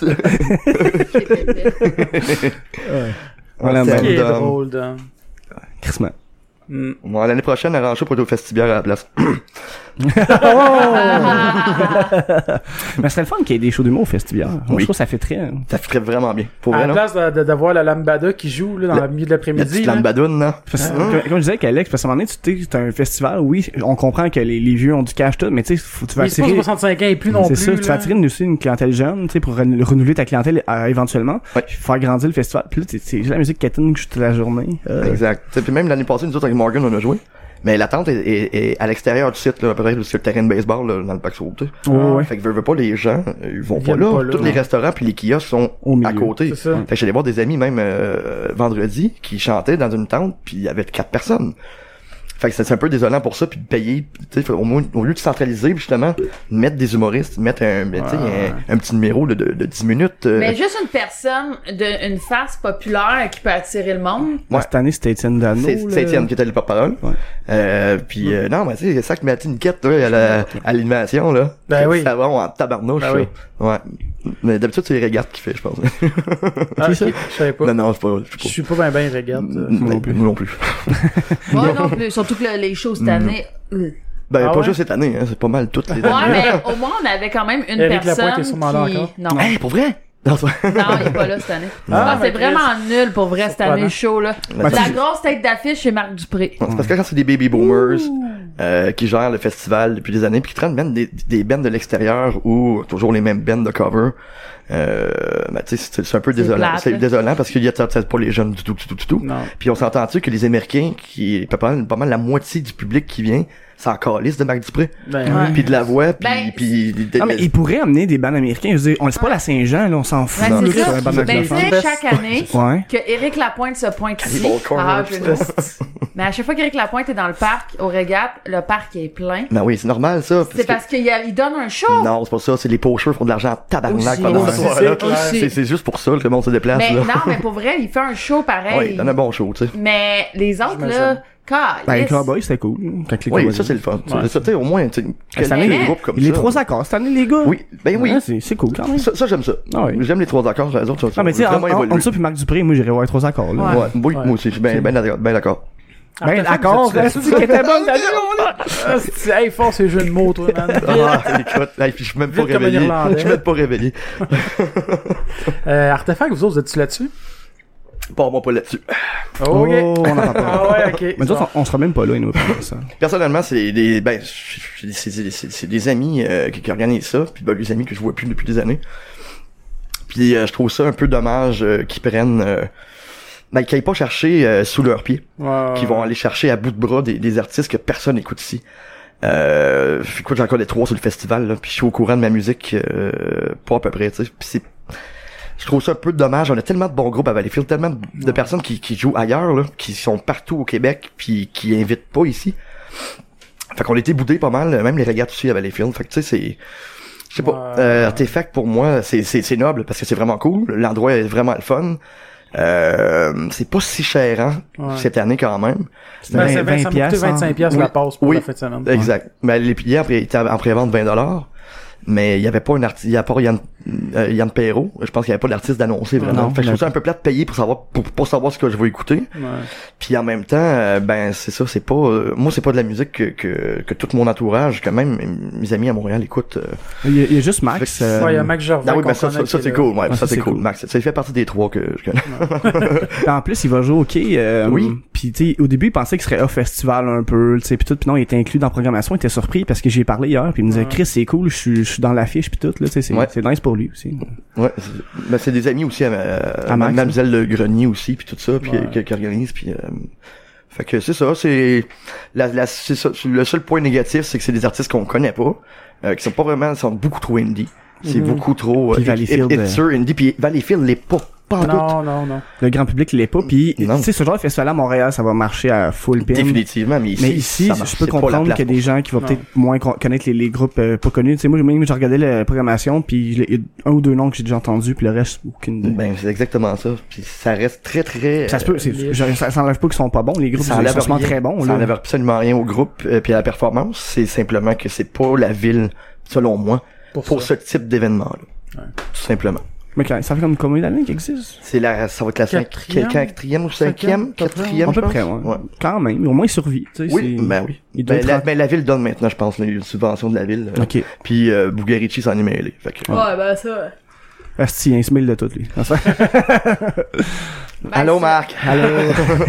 [SPEAKER 4] J'ai
[SPEAKER 3] voilà,
[SPEAKER 5] c'est
[SPEAKER 3] ben,
[SPEAKER 2] Qui est
[SPEAKER 5] Dom.
[SPEAKER 2] drôle, Dom.
[SPEAKER 3] crissement.
[SPEAKER 2] Hmm.
[SPEAKER 5] Bon, L'année prochaine, arrange pour être au festibière à la place.
[SPEAKER 3] Mais ce serait le fun qu'il y ait des shows d'humour au festival. Moi,
[SPEAKER 5] Oui.
[SPEAKER 3] Je trouve que ça fait très... hein.
[SPEAKER 5] Ça ferait vraiment bien. Pour
[SPEAKER 2] À
[SPEAKER 5] vrai,
[SPEAKER 2] la
[SPEAKER 5] non?
[SPEAKER 2] place de- de- d'avoir la lambada qui joue là, dans
[SPEAKER 5] La-
[SPEAKER 2] le milieu de
[SPEAKER 5] La
[SPEAKER 2] l'après-midi.
[SPEAKER 5] petite
[SPEAKER 2] là.
[SPEAKER 5] lambadoune, non?
[SPEAKER 3] Parce-
[SPEAKER 2] hein.
[SPEAKER 3] Comme comme je disais avec Alex, parce qu'à un moment donné, tu sais, c'est un festival, oui, on comprend que les, les vieux ont du cash tout, mais tu sais, faut- tu vas
[SPEAKER 2] Mais c'est pas
[SPEAKER 3] attirer...
[SPEAKER 2] 65 ans et plus non
[SPEAKER 3] C'est
[SPEAKER 2] plus.
[SPEAKER 3] ça, tu vas
[SPEAKER 2] là.
[SPEAKER 3] attirer une- aussi une clientèle jeune, tu sais, pour ren- renouveler ta clientèle euh, éventuellement,
[SPEAKER 5] Ouais.
[SPEAKER 3] puis faire grandir le festival. Puis là, c'est- c'est juste la musique qui attend toute la journée. Euh,
[SPEAKER 5] Exact. Tu sais, Puis même l'année passée, nous autres avec Morgan, on a joué. Mais la tente est, est- est à l'extérieur du site, là, peut-être sur le terrain de baseball, là, dans le parc Sauve.
[SPEAKER 3] ouais, ouais.
[SPEAKER 5] Fait que veux, veux pas, les gens, euh, ils vont
[SPEAKER 2] Ils
[SPEAKER 5] pas
[SPEAKER 2] viennent
[SPEAKER 5] là.
[SPEAKER 2] pas là,
[SPEAKER 5] Tous
[SPEAKER 2] non.
[SPEAKER 5] les restaurants puis les kiosques sont
[SPEAKER 3] Au milieu.
[SPEAKER 5] à côté.
[SPEAKER 2] C'est ça.
[SPEAKER 5] Fait que j'allais voir des amis même euh, vendredi qui chantaient dans une tente puis il y avait quatre personnes. Fait que c'est c'est un peu désolant pour ça puis de payer, tu sais, fait au, moins- au lieu de centraliser puis justement mettre des humoristes, mettre un, mais tu sais, un, un petit numéro de, de, de 10 minutes. euh,
[SPEAKER 4] Mais juste une personne, de, une face populaire qui peut attirer le monde.
[SPEAKER 5] Ouais.
[SPEAKER 3] Cette année, c'était Étienne Dano.
[SPEAKER 5] C'est
[SPEAKER 3] là.
[SPEAKER 5] c'est Étienne qui était le porte-parole.
[SPEAKER 3] Ouais.
[SPEAKER 5] Euh, puis euh, non, mais tu sais, ça que Mathilde Niquette, là, à la- à l'animation, là.
[SPEAKER 2] Ben oui.
[SPEAKER 5] Ça va en tabarnouche,
[SPEAKER 2] Ben
[SPEAKER 5] là. Ouais. Mais d'habitude, c'est les regards qui fait, je pense.
[SPEAKER 2] Ah, ok, Je savais pas.
[SPEAKER 5] non, non, c'est pas,
[SPEAKER 2] Je
[SPEAKER 5] je sais
[SPEAKER 2] suis pas bien ben
[SPEAKER 5] pas.
[SPEAKER 2] regarde. euh.
[SPEAKER 5] Nous non plus. Nous non plus.
[SPEAKER 4] Moi non plus. Surtout que le- les shows cette année. euh.
[SPEAKER 5] Ben,
[SPEAKER 2] Ah
[SPEAKER 5] pas
[SPEAKER 2] ouais?
[SPEAKER 5] juste cette année, hein, c'est pas mal toutes les
[SPEAKER 4] Ouais,
[SPEAKER 5] années.
[SPEAKER 4] mais au moins, on avait quand même une
[SPEAKER 2] Éric
[SPEAKER 4] personne.
[SPEAKER 2] Lapointe est sûrement là
[SPEAKER 4] qui...
[SPEAKER 2] encore.
[SPEAKER 4] Non,
[SPEAKER 5] Hey, pour vrai? Non, c'est vrai.
[SPEAKER 4] non, il est pas là cette année.
[SPEAKER 2] Ah,
[SPEAKER 4] Ah, c'est
[SPEAKER 2] mais
[SPEAKER 4] vraiment nul pour vrai cette année,
[SPEAKER 2] Surprenant.
[SPEAKER 4] le show, là.
[SPEAKER 5] Ben,
[SPEAKER 4] La
[SPEAKER 5] c'est-
[SPEAKER 4] grosse tête d'affiche, c'est Marc Dupré.
[SPEAKER 5] C'est parce que quand c'est des baby boomers euh, qui gèrent le festival depuis des années, puis qui traînent même des, des bands de l'extérieur ou toujours les mêmes bands de cover, euh, ben, tu sais, c'est c'est un peu
[SPEAKER 4] C'est
[SPEAKER 5] désolant.
[SPEAKER 4] plate,
[SPEAKER 5] C'est
[SPEAKER 4] là.
[SPEAKER 5] désolant parce qu'il y a peut-être pas les jeunes du tout, du tout, du tout.
[SPEAKER 2] Non.
[SPEAKER 5] Puis on s'entend-tu que les Américains, qui est pas mal, pas mal la moitié du public qui vient, c'est encore liste de Marc Dupré.
[SPEAKER 2] Ben,
[SPEAKER 4] Ouais.
[SPEAKER 5] Puis de la voix, puis...
[SPEAKER 4] Ben,
[SPEAKER 5] puis
[SPEAKER 3] Non, mais ils pourraient amener des bandes américains. Je veux dire, on c'est pas la Saint-Jean, là, on s'en fout.
[SPEAKER 4] Ben,
[SPEAKER 5] Non,
[SPEAKER 4] c'est
[SPEAKER 5] c'est
[SPEAKER 4] ça.
[SPEAKER 5] un bon
[SPEAKER 4] Ben,
[SPEAKER 5] exemple.
[SPEAKER 4] c'est chaque année
[SPEAKER 3] Ouais.
[SPEAKER 4] que Éric Lapointe se pointe ici.
[SPEAKER 5] Cannibal Corner,
[SPEAKER 4] Ah, je le sais. Mais à chaque fois qu'Éric Lapointe est dans le parc, au Régate, le parc est plein.
[SPEAKER 5] Ben oui, c'est normal, ça.
[SPEAKER 4] C'est
[SPEAKER 5] parce
[SPEAKER 4] parce qu'il a- il donne un show.
[SPEAKER 5] que- Non, c'est pas ça. C'est les pocheurs qui font de l'argent en tabarnak
[SPEAKER 4] Aussi,
[SPEAKER 5] pendant
[SPEAKER 4] aussi,
[SPEAKER 5] ce soir-là.
[SPEAKER 2] c'est clair.
[SPEAKER 5] C'est c'est juste pour ça que le monde se déplace,
[SPEAKER 4] Mais
[SPEAKER 5] là.
[SPEAKER 4] Ben, non, mais pour vrai, il fait un show
[SPEAKER 5] Ouais,
[SPEAKER 4] pareil.
[SPEAKER 5] donne un bon show, tu sais.
[SPEAKER 4] Mais les autres, là,
[SPEAKER 3] Ben, les
[SPEAKER 4] calisse.
[SPEAKER 3] Cowboys, c'était cool. Quand les
[SPEAKER 5] Oui,
[SPEAKER 3] Cowboys-
[SPEAKER 5] ça, c'est le fun. ça. Ça, tu sais, au moins, tu sais,
[SPEAKER 3] Cette
[SPEAKER 5] quelques
[SPEAKER 3] année,
[SPEAKER 5] groupes comme
[SPEAKER 3] Ah, les
[SPEAKER 5] ça.
[SPEAKER 3] trois accords. Cette année, les gars.
[SPEAKER 5] Oui, ben oui.
[SPEAKER 3] Ouais, c'est- c'est cool quand même.
[SPEAKER 5] Ça, ça, j'aime ça.
[SPEAKER 3] Ah oui.
[SPEAKER 5] J'aime les trois accords, les autres, ça
[SPEAKER 3] Non, mais tu sais, en,
[SPEAKER 5] vraiment
[SPEAKER 3] en,
[SPEAKER 5] évolué.
[SPEAKER 3] entre ça puis Marc Dupré, moi, j'irais voir les trois accords, là.
[SPEAKER 5] Ouais, oui,
[SPEAKER 2] Ouais.
[SPEAKER 5] moi aussi, je suis ben, ben d'accord. Ben d'accord.
[SPEAKER 3] <laughs>
[SPEAKER 2] Ah,
[SPEAKER 3] Ben, d'accord,
[SPEAKER 2] Est-ce
[SPEAKER 3] est-ce que t'étais bonne,
[SPEAKER 2] ta ah, Hey, fort ces jeux de mots, toi, man.
[SPEAKER 5] Ah, écoute, hey, puis je suis même pas
[SPEAKER 2] Vite comme un
[SPEAKER 5] réveillé.
[SPEAKER 2] Irlandais.
[SPEAKER 5] Je suis même pas réveillé.
[SPEAKER 2] Euh, Artefact, vous autres, vous êtes-tu là-dessus?
[SPEAKER 5] Pas moi pas là-dessus.
[SPEAKER 2] Ok.
[SPEAKER 3] Oh, on n'entend
[SPEAKER 2] <laughs>
[SPEAKER 3] pas.
[SPEAKER 2] Ah ouais, ok.
[SPEAKER 3] Mais nous autres, on, on sera même pas là, nous, pour ça.
[SPEAKER 2] Ben,
[SPEAKER 5] Personnellement, c'est des, ben, c'est c'est- c'est- c'est- c'est des amis euh, qui, qui organisent ça, puis ben, des amis que je vois plus depuis des années. Puis euh, je trouve ça un peu dommage euh, qu'ils prennent, euh, ben, qu'ils aillent pas chercher euh, sous leurs pieds,
[SPEAKER 2] Ouais,
[SPEAKER 5] qu'ils vont aller chercher à bout de bras des, des artistes que personne n'écoute ici. Euh, écoute, j'en connais trois sur le festival, là, puis je suis au courant de ma musique, euh, pas à peu près, tu sais. Puis c'est, je trouve ça un peu dommage. On a tellement de bons groupes à Valleyfield, tellement de de personnes qui, qui jouent ailleurs, là, qui sont partout au Québec, puis qui invitent pas ici. Fait qu'on était boudés pas mal, même les regards aussi à Valleyfield. Fait que tu sais, c'est... Je sais pas,
[SPEAKER 2] Ouais.
[SPEAKER 5] euh, Artefact pour moi, c'est, c'est, c'est noble parce que c'est vraiment cool. L'endroit est vraiment le fun. Euh, c'est pas si cher hein,
[SPEAKER 2] Ouais.
[SPEAKER 5] cette année quand même.
[SPEAKER 3] C'était
[SPEAKER 2] Ben, ça, ben, ça m'a coûté
[SPEAKER 3] piastres, hein.
[SPEAKER 2] 25 piastres la
[SPEAKER 5] Oui.
[SPEAKER 2] passe pour
[SPEAKER 5] Oui.
[SPEAKER 2] la fin de semaine.
[SPEAKER 5] Exact. Mais les billets après, étaient en pré-vente 20 dollars. Mais il y avait pas un artiste, il y a pas Yann, euh, Yann Perrault. Je pense qu'il y avait pas d'artiste d'annoncer vraiment.
[SPEAKER 3] Non,
[SPEAKER 5] fait que je
[SPEAKER 3] mais-
[SPEAKER 5] trouve ça un peu plat de payer pour savoir, pour, pour savoir ce que je vais écouter.
[SPEAKER 2] Ouais.
[SPEAKER 5] Puis en même temps, euh, ben c'est ça, c'est pas, euh, moi c'est pas de la musique que, que, que tout mon entourage, quand même mes- mes amis à Montréal écoutent. euh.
[SPEAKER 3] Il y a- il y a juste Max.
[SPEAKER 5] Fait que-
[SPEAKER 3] euh,
[SPEAKER 2] Ouais, il y a Max Gervais.
[SPEAKER 5] Ah oui,
[SPEAKER 2] qu'on
[SPEAKER 5] ben ça,
[SPEAKER 2] connaît
[SPEAKER 5] ça, ça,
[SPEAKER 2] qui est
[SPEAKER 5] c'est
[SPEAKER 2] là.
[SPEAKER 5] cool, ouais,
[SPEAKER 3] Ah, ça,
[SPEAKER 5] ça c'est
[SPEAKER 3] c'est
[SPEAKER 5] cool,
[SPEAKER 3] cool.
[SPEAKER 5] Max. Ça fait partie des trois que je connais.
[SPEAKER 3] Puis euh, en plus, il va jouer au quai. euh,
[SPEAKER 5] Oui.
[SPEAKER 3] Puis tu sais, au début, il pensait qu'il serait au festival un peu, tu sais, puis tout. Puis non, il était inclus dans la programmation. Il était surpris parce que j'ai parlé hier. Puis il me disait, Chris, c'est cool, je suis- je suis dans l'affiche puis tout. Là, tu sais, c'est
[SPEAKER 5] Mm. Ouais.
[SPEAKER 3] c'est nice pour lui aussi.
[SPEAKER 5] Ouais, c'est- ben c'est des amis aussi, à, ma-
[SPEAKER 3] À Max, hein.
[SPEAKER 5] Mademoiselle Le Grenier aussi, puis tout ça, puis
[SPEAKER 2] Ouais.
[SPEAKER 5] euh, qui, qui organise, puis. euh, fait que c'est ça, c'est la, la c'est ça, c'est le seul point négatif, c'est que c'est des artistes qu'on connaît pas, euh, qui sont pas vraiment, sont beaucoup trop indie. C'est beaucoup trop.
[SPEAKER 3] Mm-hmm. Puis
[SPEAKER 5] euh,
[SPEAKER 3] Valleyfield,
[SPEAKER 5] hip- hipster, indie, puis Valleyfield l'est pas, pas en tout.
[SPEAKER 2] Non, non, non.
[SPEAKER 3] Le grand public l'est pas. Puis tu
[SPEAKER 5] Non.
[SPEAKER 3] sais, ce genre de festival à Montréal, ça va marcher à full pin.
[SPEAKER 5] Définitivement, mais ici,
[SPEAKER 3] Mais ici,
[SPEAKER 5] ça marche,
[SPEAKER 3] je peux
[SPEAKER 5] c'est pas la
[SPEAKER 3] comprendre
[SPEAKER 5] place
[SPEAKER 3] qu'il y a des
[SPEAKER 5] pour
[SPEAKER 3] gens qui vont
[SPEAKER 2] Non.
[SPEAKER 3] peut-être moins con- connaître les, les groupes euh, pas connus. Tu sais, moi, j'ai- moi, j'ai regardé la programmation, puis il y a un ou deux noms que j'ai déjà entendus, puis le reste, aucune
[SPEAKER 5] ça.
[SPEAKER 3] idée.
[SPEAKER 5] Ben c'est exactement ça, puis ça reste très très.
[SPEAKER 3] ça se peut, c'est-
[SPEAKER 2] les-
[SPEAKER 3] je- ça s'enlève pas qu'ils sont pas bons, les groupes
[SPEAKER 5] euh, ça
[SPEAKER 3] sont
[SPEAKER 5] enlève
[SPEAKER 3] sont
[SPEAKER 5] rien.
[SPEAKER 3] très bons.
[SPEAKER 5] Ça
[SPEAKER 3] là.
[SPEAKER 5] enlève absolument rien au groupe euh, puis à la performance. C'est simplement que c'est pas la ville, selon moi,
[SPEAKER 2] Pour
[SPEAKER 5] pour,
[SPEAKER 2] ça.
[SPEAKER 5] ce type d'événement-là. Tout simplement.
[SPEAKER 3] Mais quand- ça fait comme combien d'années qu'il existe?
[SPEAKER 5] C'est la, ça va être la
[SPEAKER 2] Quatrième?
[SPEAKER 5] cinquième, quatrième ou cinquième,
[SPEAKER 2] Cinquième,
[SPEAKER 5] quatrième,
[SPEAKER 3] À
[SPEAKER 5] je
[SPEAKER 3] peu
[SPEAKER 5] pense.
[SPEAKER 3] près, ouais. Quand même. Au moins, il survit. tu sais,
[SPEAKER 5] Oui,
[SPEAKER 3] c'est-
[SPEAKER 5] ben oui.
[SPEAKER 3] Il doit
[SPEAKER 5] Ben,
[SPEAKER 3] être
[SPEAKER 5] la,
[SPEAKER 3] en-
[SPEAKER 5] ben, la ville donne maintenant, je pense, là, une subvention de la ville. là.
[SPEAKER 3] Ok.
[SPEAKER 5] Puis euh, Bugarici s'en est mêlé. Fait que,
[SPEAKER 4] Ouais, ben ça.
[SPEAKER 3] Asti, il se mêle de tout, lui. Enfin,
[SPEAKER 5] <laughs>
[SPEAKER 4] Ben,
[SPEAKER 5] Allô,
[SPEAKER 4] ça-
[SPEAKER 5] Marc!
[SPEAKER 3] Allô?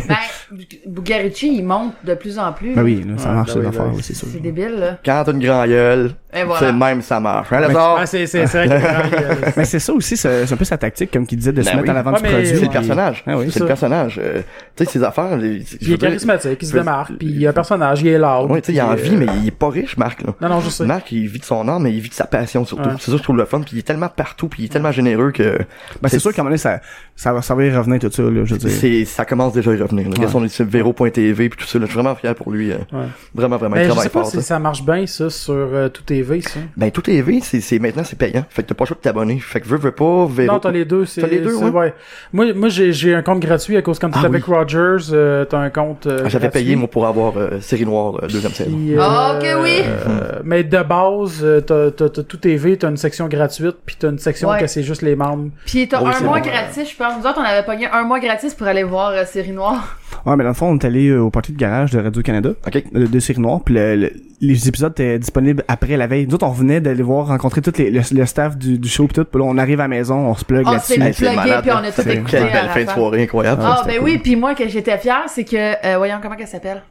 [SPEAKER 4] Ben, Bugarici, il monte de plus en plus.
[SPEAKER 3] ben oui, là, ça
[SPEAKER 2] Ouais,
[SPEAKER 3] marche,
[SPEAKER 2] ben
[SPEAKER 3] cette
[SPEAKER 2] oui,
[SPEAKER 3] affaire,
[SPEAKER 2] ben
[SPEAKER 3] oui, c'est sûr.
[SPEAKER 4] C'est débile, là.
[SPEAKER 5] <laughs> Quand t'as une grand gueule,
[SPEAKER 4] Et
[SPEAKER 5] c'est
[SPEAKER 4] voilà.
[SPEAKER 5] le même, ça marche. Hein,
[SPEAKER 3] Mais-
[SPEAKER 5] Lazare?
[SPEAKER 2] Ah, c'est c'est- c'est vrai
[SPEAKER 5] <laughs>
[SPEAKER 2] que euh,
[SPEAKER 3] Mais c'est ça aussi, c'est c'est un peu sa tactique, comme qu'il disait, de se
[SPEAKER 5] Ben
[SPEAKER 3] mettre
[SPEAKER 5] oui.
[SPEAKER 3] à l'avant
[SPEAKER 2] Ouais,
[SPEAKER 3] du
[SPEAKER 2] mais-
[SPEAKER 3] produit.
[SPEAKER 5] C'est
[SPEAKER 2] Ouais.
[SPEAKER 5] le personnage.
[SPEAKER 3] Ah oui,
[SPEAKER 5] c'est
[SPEAKER 2] ça.
[SPEAKER 5] le personnage. Euh, tu sais, ses affaires. les- je
[SPEAKER 2] il
[SPEAKER 5] veux
[SPEAKER 2] est
[SPEAKER 5] dire-
[SPEAKER 2] charismatique, il se
[SPEAKER 5] je veux-
[SPEAKER 2] démarque, puis il y a un personnage, il est loud.
[SPEAKER 5] Oui, tu sais, il a
[SPEAKER 2] puis,
[SPEAKER 5] envie,
[SPEAKER 2] euh,
[SPEAKER 5] mais il est pas riche, Marc. Là.
[SPEAKER 2] Non, non, je sais.
[SPEAKER 5] Marc, il vit de son art, mais il vit de sa passion surtout.
[SPEAKER 2] Ouais.
[SPEAKER 5] C'est ça que je trouve le fun. Puis il est tellement partout, puis il est tellement généreux que
[SPEAKER 3] Ben, c'est sûr qu'à un moment donné, ça, ça va, ça va y revenir tout ça, là, je veux dire.
[SPEAKER 5] c'est ça commence déjà à y revenir. Là. Regarde son site Vero.tv puis tout ça. là, je suis vraiment fier pour lui. euh,
[SPEAKER 2] Ouais.
[SPEAKER 5] Vraiment, vraiment. il
[SPEAKER 2] Mais je
[SPEAKER 5] travaille
[SPEAKER 2] sais pas
[SPEAKER 5] fort.
[SPEAKER 2] si
[SPEAKER 5] ça.
[SPEAKER 2] ça marche bien, ça, sur euh, Tout TV, ça.
[SPEAKER 5] Ben tout TV, c'est c'est maintenant c'est payant. Fait que t'as pas le choix de t'abonner. Fait que veux veux pas. Vero.
[SPEAKER 2] Non, t'as les deux, c'est.
[SPEAKER 5] T'as les deux,
[SPEAKER 2] c'est-
[SPEAKER 5] ouais.
[SPEAKER 2] Moi, moi j'ai, j'ai un compte gratuit à cause quand t'es
[SPEAKER 5] Ah
[SPEAKER 2] avec Rogers, euh, t'as un compte. euh,
[SPEAKER 5] Ah, J'avais
[SPEAKER 2] gratuit.
[SPEAKER 5] payé moi pour avoir euh, série noire euh, deuxième saison.
[SPEAKER 2] Puis,
[SPEAKER 4] Ah, ok, oui.
[SPEAKER 2] euh, mais de base, euh, t'as, t'as, t'as tout TV, t'as une section gratuite, puis t'as une section
[SPEAKER 4] Ouais.
[SPEAKER 2] que c'est juste les membres.
[SPEAKER 4] Puis t'as
[SPEAKER 5] Oui,
[SPEAKER 4] un
[SPEAKER 5] c'est
[SPEAKER 4] mois
[SPEAKER 5] bon.
[SPEAKER 4] gratis, je pense. Nous autres, on avait pogné un mois gratis pour aller voir euh, Série Noire.
[SPEAKER 3] Ouais, mais dans le fond, on est allé euh, au party de garage de Radio-Canada.
[SPEAKER 5] Ok.
[SPEAKER 3] de, de série noire puis le- le- les épisodes étaient disponibles après la veille nous autres on venait d'aller voir rencontrer tout les, le, le staff du, du show pis tout puis là on arrive à la maison on se plug
[SPEAKER 4] On s'est
[SPEAKER 3] là-dessus
[SPEAKER 5] Hey, c'est
[SPEAKER 4] plugué,
[SPEAKER 5] malade,
[SPEAKER 4] puis on a tout
[SPEAKER 3] C'est-
[SPEAKER 4] écouté.
[SPEAKER 5] Quelle
[SPEAKER 4] à
[SPEAKER 5] belle
[SPEAKER 4] la
[SPEAKER 5] fin de
[SPEAKER 4] fin.
[SPEAKER 5] soirée incroyable.
[SPEAKER 4] Ah,
[SPEAKER 5] ça,
[SPEAKER 4] ben
[SPEAKER 5] c'était
[SPEAKER 4] oui,
[SPEAKER 5] cool.
[SPEAKER 4] puis moi, que j'étais fière, c'est que, euh, voyons comment qu'elle s'appelle,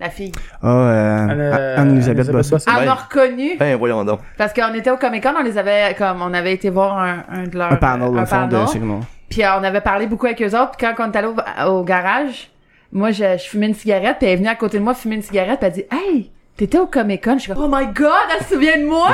[SPEAKER 4] la fille.
[SPEAKER 3] ah euh,
[SPEAKER 2] Euh,
[SPEAKER 3] Anne-Elisabeth
[SPEAKER 2] Anne-Elisabeth
[SPEAKER 3] Bossé
[SPEAKER 2] Bossé.
[SPEAKER 5] Ah.
[SPEAKER 4] Elle
[SPEAKER 5] Ben.
[SPEAKER 4] m'a reconnue,
[SPEAKER 5] Ben voyons donc.
[SPEAKER 4] parce qu'on était au Comic-Con, on les avait, comme, on avait été voir un, un de leurs... euh,
[SPEAKER 3] un panel dans
[SPEAKER 4] un
[SPEAKER 3] le fond de
[SPEAKER 4] panel.
[SPEAKER 3] série noire
[SPEAKER 4] Puis euh, on avait parlé beaucoup avec eux autres. Puis Quand on est allé au, au garage, moi, je, je fumais une cigarette. Puis elle est venue à côté de moi fumer une cigarette. Puis elle dit Hey, t'étais au Comic Con. Je suis comme Oh my God, elle se souvient
[SPEAKER 3] <laughs>
[SPEAKER 4] de moi.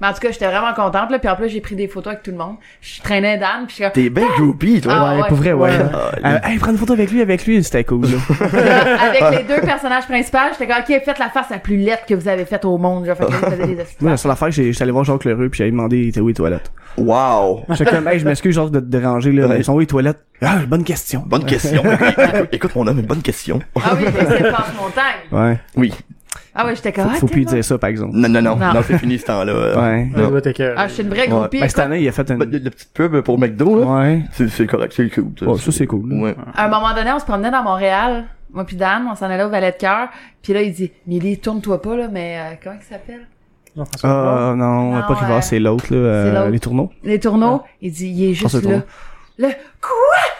[SPEAKER 4] Mais en tout cas, j'étais vraiment contente. Là. Puis en plus, j'ai pris des photos avec tout le monde. Je traînais Dan. Puis je suis comme
[SPEAKER 5] T'es bien groupie, toi.
[SPEAKER 4] Ah,
[SPEAKER 3] ouais,
[SPEAKER 4] ouais.
[SPEAKER 3] pour vrai ouais,
[SPEAKER 2] Ouais.
[SPEAKER 3] Euh, hey prends une photo avec lui avec lui c'était cool là.
[SPEAKER 4] <laughs> avec les deux personnages principaux. J'étais comme Ok, faites la face la plus laide que vous avez faite au monde. Genre, fait que là, je
[SPEAKER 3] <laughs>
[SPEAKER 4] faisais des
[SPEAKER 3] moi la
[SPEAKER 4] astuces.
[SPEAKER 3] seule affaire que j'ai j'étais allé voir Jacques Lheureux puis j'avais demandé il était où les toilettes
[SPEAKER 5] Wow!
[SPEAKER 3] j'étais comme hey je m'excuse Jacques de te déranger là
[SPEAKER 5] Ouais.
[SPEAKER 3] ils sont où les toilettes ah bonne question
[SPEAKER 5] Bonne
[SPEAKER 2] <laughs>
[SPEAKER 5] question. écoute, écoute, mon homme, une bonne question.
[SPEAKER 4] Ah oui, c'est passe montagne.
[SPEAKER 3] ouais
[SPEAKER 5] Oui.
[SPEAKER 4] Ah oui, j'étais
[SPEAKER 3] faut,
[SPEAKER 4] comme Ah,
[SPEAKER 3] faut plus
[SPEAKER 4] tellement-
[SPEAKER 3] dire ça par exemple
[SPEAKER 5] Non, non, non.
[SPEAKER 4] Non.
[SPEAKER 5] Non, c'est fini ce temps-là. euh,
[SPEAKER 3] ouais
[SPEAKER 2] Ça
[SPEAKER 5] Non.
[SPEAKER 2] doit être écœurant.
[SPEAKER 4] Ah, je suis une vraie
[SPEAKER 5] Ouais.
[SPEAKER 4] groupie.
[SPEAKER 3] ben cette année il a fait
[SPEAKER 5] Bah, de-
[SPEAKER 3] une
[SPEAKER 5] de petite pub pour McDo, là.
[SPEAKER 3] ouais
[SPEAKER 5] C'est, c'est correct, c'est cool.
[SPEAKER 3] Ouais, ça, c'est cool.
[SPEAKER 5] Ouais.
[SPEAKER 4] À un moment donné, on se promenait dans Montréal, moi puis Dan, on s'en allait au Valet de cœur, puis là il dit Milly, tourne-toi pas là, mais euh, comment il s'appelle
[SPEAKER 2] Jean-François Blanc.
[SPEAKER 3] ah non,
[SPEAKER 4] Non,
[SPEAKER 3] pas Rivard,
[SPEAKER 4] euh,
[SPEAKER 3] c'est l'autre là,
[SPEAKER 4] c'est
[SPEAKER 3] euh,
[SPEAKER 4] l'autre.
[SPEAKER 3] les tourneaux.
[SPEAKER 4] Les tourneaux,
[SPEAKER 3] Ah.
[SPEAKER 4] il dit il est juste
[SPEAKER 3] François
[SPEAKER 4] là. Là, quoi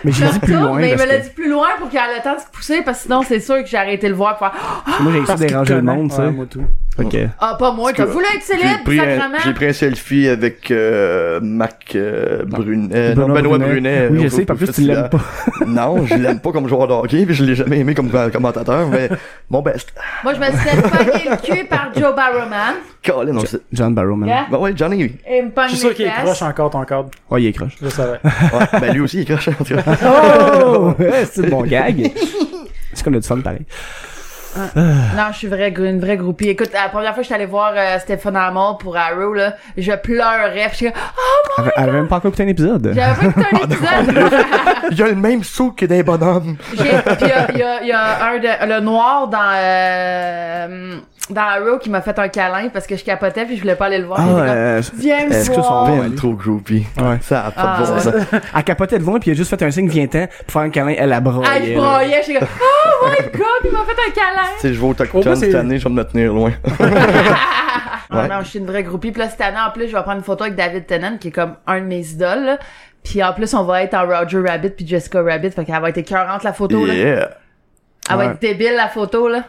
[SPEAKER 3] Mais j'ai dit plus
[SPEAKER 4] retourne,
[SPEAKER 3] loin
[SPEAKER 4] mais il
[SPEAKER 3] parce
[SPEAKER 4] me l'a
[SPEAKER 3] que-
[SPEAKER 4] dit plus loin pour qu'il ait le temps de se pousser parce que sinon c'est sûr que j'ai arrêté de le voir pour faire,
[SPEAKER 3] Moi, j'ai essayé
[SPEAKER 2] Parce
[SPEAKER 3] de
[SPEAKER 2] qu'il
[SPEAKER 3] déranger le
[SPEAKER 2] connaît.
[SPEAKER 3] monde, tu sais.
[SPEAKER 2] Ouais, moi tout.
[SPEAKER 3] Ok.
[SPEAKER 5] Euh,
[SPEAKER 4] ah pas moi, t'as
[SPEAKER 5] Parce que
[SPEAKER 4] voulu être
[SPEAKER 5] J'ai
[SPEAKER 4] célèbre,
[SPEAKER 5] pris, un, j'ai
[SPEAKER 4] sacrement.
[SPEAKER 5] pris un selfie avec euh, Mac euh, Brunet, non,
[SPEAKER 3] Benoît
[SPEAKER 5] Benoît
[SPEAKER 3] Brunet.
[SPEAKER 5] Brunet. euh,
[SPEAKER 3] Oui, je
[SPEAKER 5] au-
[SPEAKER 3] sais,
[SPEAKER 5] au-
[SPEAKER 3] pas
[SPEAKER 5] au
[SPEAKER 3] plus, tu
[SPEAKER 5] festival.
[SPEAKER 3] l'aimes pas.
[SPEAKER 5] <laughs> non, je l'aime pas comme joueur de hockey, puis je l'ai jamais aimé comme commentateur, mais bon, ben, c'est-
[SPEAKER 4] Moi je me suis fait pogner le cul par Joe Barrowman.
[SPEAKER 5] Colin, on sait.
[SPEAKER 3] John Barrowman.
[SPEAKER 4] Yeah.
[SPEAKER 5] Ben ouais, Johnny, oui.
[SPEAKER 4] Et il me
[SPEAKER 2] Je
[SPEAKER 4] pogne
[SPEAKER 2] suis sûr
[SPEAKER 4] les
[SPEAKER 2] qu'il est hein.
[SPEAKER 4] fesses.
[SPEAKER 2] croche encore ton cadre.
[SPEAKER 3] Oh, il est croche.
[SPEAKER 2] Je le savais.
[SPEAKER 5] Ouais, ben lui aussi, il crache, en tout cas.
[SPEAKER 3] <laughs> Oh! c'est de bon gag. C'est comme le fun, pareil.
[SPEAKER 4] Non, je suis vraie, gr- une vraie groupie. Écoute, la première fois que je suis allée voir euh, Stéphane Amon pour Arrow, là, je pleurais. Puis je suis comme, oh
[SPEAKER 3] Elle elle avait même pas encore écouté un épisode. Ah,
[SPEAKER 4] mon... J'avais pas
[SPEAKER 3] <laughs>
[SPEAKER 4] écouté un épisode.
[SPEAKER 5] il a le même saut que des bonhommes.
[SPEAKER 4] <laughs> J'ai- Puis il y a, y a un de, le noir dans euh, dans Arrow qui m'a fait un câlin parce que je capotais puis je voulais pas aller le voir. Il
[SPEAKER 3] Ah,
[SPEAKER 4] était comme,
[SPEAKER 3] euh,
[SPEAKER 4] Viens
[SPEAKER 5] Est-ce
[SPEAKER 4] me
[SPEAKER 3] que
[SPEAKER 4] voir.
[SPEAKER 3] son-
[SPEAKER 5] Ben, trop groupie.
[SPEAKER 3] Ouais.
[SPEAKER 5] Ça a pas de
[SPEAKER 4] Ah,
[SPEAKER 5] bon sens.
[SPEAKER 3] elle capotait devant, puis elle a juste fait un signe, viens-t'en, pour faire un câlin, elle a
[SPEAKER 4] Ah, je
[SPEAKER 3] broyé. là.
[SPEAKER 4] broyais, j'étais comme oh my god, il m'a fait un câlin.
[SPEAKER 5] Si je vais au
[SPEAKER 2] Au moins,
[SPEAKER 5] Tocton
[SPEAKER 2] c'est-
[SPEAKER 5] cette année, je vais me tenir loin.
[SPEAKER 4] Ah
[SPEAKER 5] Ouais.
[SPEAKER 4] non, je suis une vraie groupie. Puis là, cette année, en plus, je vais prendre une photo avec David Tennant, qui est comme un de mes idoles. là. Puis en plus, on va être en Roger Rabbit puis Jessica Rabbit. Fait qu'elle va être écœurante, la photo. Là.
[SPEAKER 5] Yeah.
[SPEAKER 4] Elle va
[SPEAKER 3] Ouais.
[SPEAKER 4] être débile, la photo. là.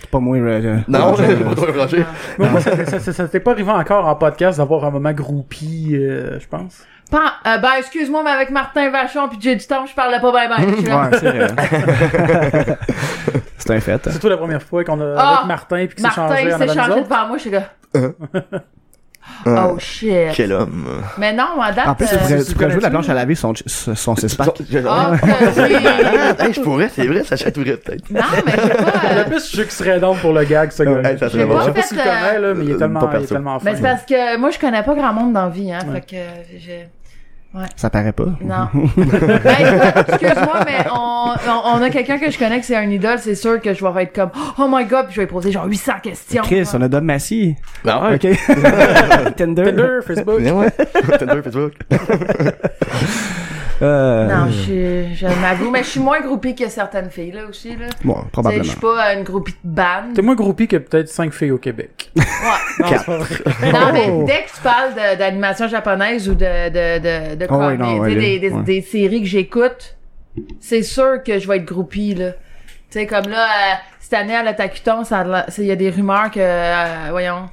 [SPEAKER 3] C'est pas moi, euh, euh,
[SPEAKER 5] Non, <laughs>
[SPEAKER 3] Roger,
[SPEAKER 5] c'est
[SPEAKER 3] euh,
[SPEAKER 5] pas trop Roger.
[SPEAKER 2] Mais moi, ça, ça, ça, ça t'est pas arrivé encore en podcast d'avoir un moment groupie, euh, je pense.
[SPEAKER 4] Pan- euh, ben, excuse-moi, mais avec Martin Vachon puis Jay du temps, je parlais pas bien bien. Je suis comme,
[SPEAKER 3] Ouais, c'est vrai. <laughs> C'est un fait.
[SPEAKER 2] Surtout la première fois qu'on a
[SPEAKER 4] Ah!
[SPEAKER 2] avec Martin puis qu'il s'est
[SPEAKER 4] Martin,
[SPEAKER 2] changé
[SPEAKER 4] il
[SPEAKER 2] en
[SPEAKER 4] s'est
[SPEAKER 2] avant nous
[SPEAKER 4] changé
[SPEAKER 2] autres.
[SPEAKER 4] devant moi, je suis là.
[SPEAKER 3] Euh.
[SPEAKER 5] Ah,
[SPEAKER 4] Oh shit.
[SPEAKER 5] Quel homme.
[SPEAKER 4] Mais non, à date.
[SPEAKER 3] En plus, tu
[SPEAKER 4] euh,
[SPEAKER 3] pourrais,
[SPEAKER 2] tu
[SPEAKER 3] tu pourrais jouer de la
[SPEAKER 2] connais-tu?
[SPEAKER 3] planche à laver son, son six-pack.
[SPEAKER 5] Son- je-
[SPEAKER 4] Ah, que oui.
[SPEAKER 5] Ah, hey, je pourrais, c'est vrai, ça chatouillerait peut-être.
[SPEAKER 4] Non, mais je sais pas.
[SPEAKER 2] Le
[SPEAKER 4] euh,
[SPEAKER 2] plus, je sais qu'il serait donc pour le gag, ce gars.
[SPEAKER 5] Hey, ça
[SPEAKER 4] J'ai
[SPEAKER 5] serait
[SPEAKER 4] pas
[SPEAKER 5] bon.
[SPEAKER 2] Je sais pas
[SPEAKER 4] fait,
[SPEAKER 2] si tu le connais, là, mais il est
[SPEAKER 5] euh,
[SPEAKER 2] tellement,
[SPEAKER 5] pas
[SPEAKER 2] il est
[SPEAKER 5] perso.
[SPEAKER 2] tellement
[SPEAKER 4] Mais c'est
[SPEAKER 2] fin.
[SPEAKER 4] parce que moi, je connais pas grand monde dans la vie, hein.
[SPEAKER 2] Ouais.
[SPEAKER 4] Fait que euh, j'ai. Ouais.
[SPEAKER 3] Ça paraît pas. <laughs>
[SPEAKER 4] Non. Ben, écoute, excuse-moi, mais on, on, on a quelqu'un que je connais que c'est un idole, c'est sûr que je vais être comme Oh my god, puis je vais poser genre 800 questions.
[SPEAKER 3] Chris, on a Dom Massy.
[SPEAKER 5] Ben
[SPEAKER 3] OK. Tinder.
[SPEAKER 2] Tinder, Facebook.
[SPEAKER 5] Mais ouais. <laughs> Tinder, Facebook.
[SPEAKER 3] Euh,
[SPEAKER 4] Non, je, je m'avoue, mais je suis moins groupie que certaines filles là aussi là.
[SPEAKER 3] Bon,
[SPEAKER 4] Tu sais, Je
[SPEAKER 3] probablement.
[SPEAKER 4] suis pas une groupie de bande.
[SPEAKER 2] T'es moins groupie que peut-être 5 filles au Québec.
[SPEAKER 4] Ouais.
[SPEAKER 2] Non, c'est pas vrai.
[SPEAKER 4] Non, mais dès que tu parles de- d'animation japonaise ou de de de, de
[SPEAKER 3] Ah ouais,
[SPEAKER 4] comics,
[SPEAKER 3] non, ouais,
[SPEAKER 4] tu sais,
[SPEAKER 3] les-
[SPEAKER 4] des, des,
[SPEAKER 3] ouais.
[SPEAKER 4] des séries que j'écoute, c'est sûr que je vais être groupie là. Tu sais comme là euh, cette année à l'Otakuton, ça a l'air- c'est- il y a des rumeurs que euh, voyons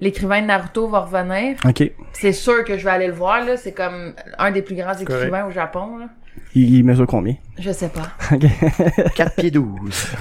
[SPEAKER 4] l'écrivain de Naruto va revenir.
[SPEAKER 3] OK.
[SPEAKER 4] C'est sûr que je vais aller le voir là, c'est comme un des plus grands écrivains au Japon là.
[SPEAKER 3] Il, il mesure combien?
[SPEAKER 4] Je sais pas.
[SPEAKER 5] 4 pieds 12.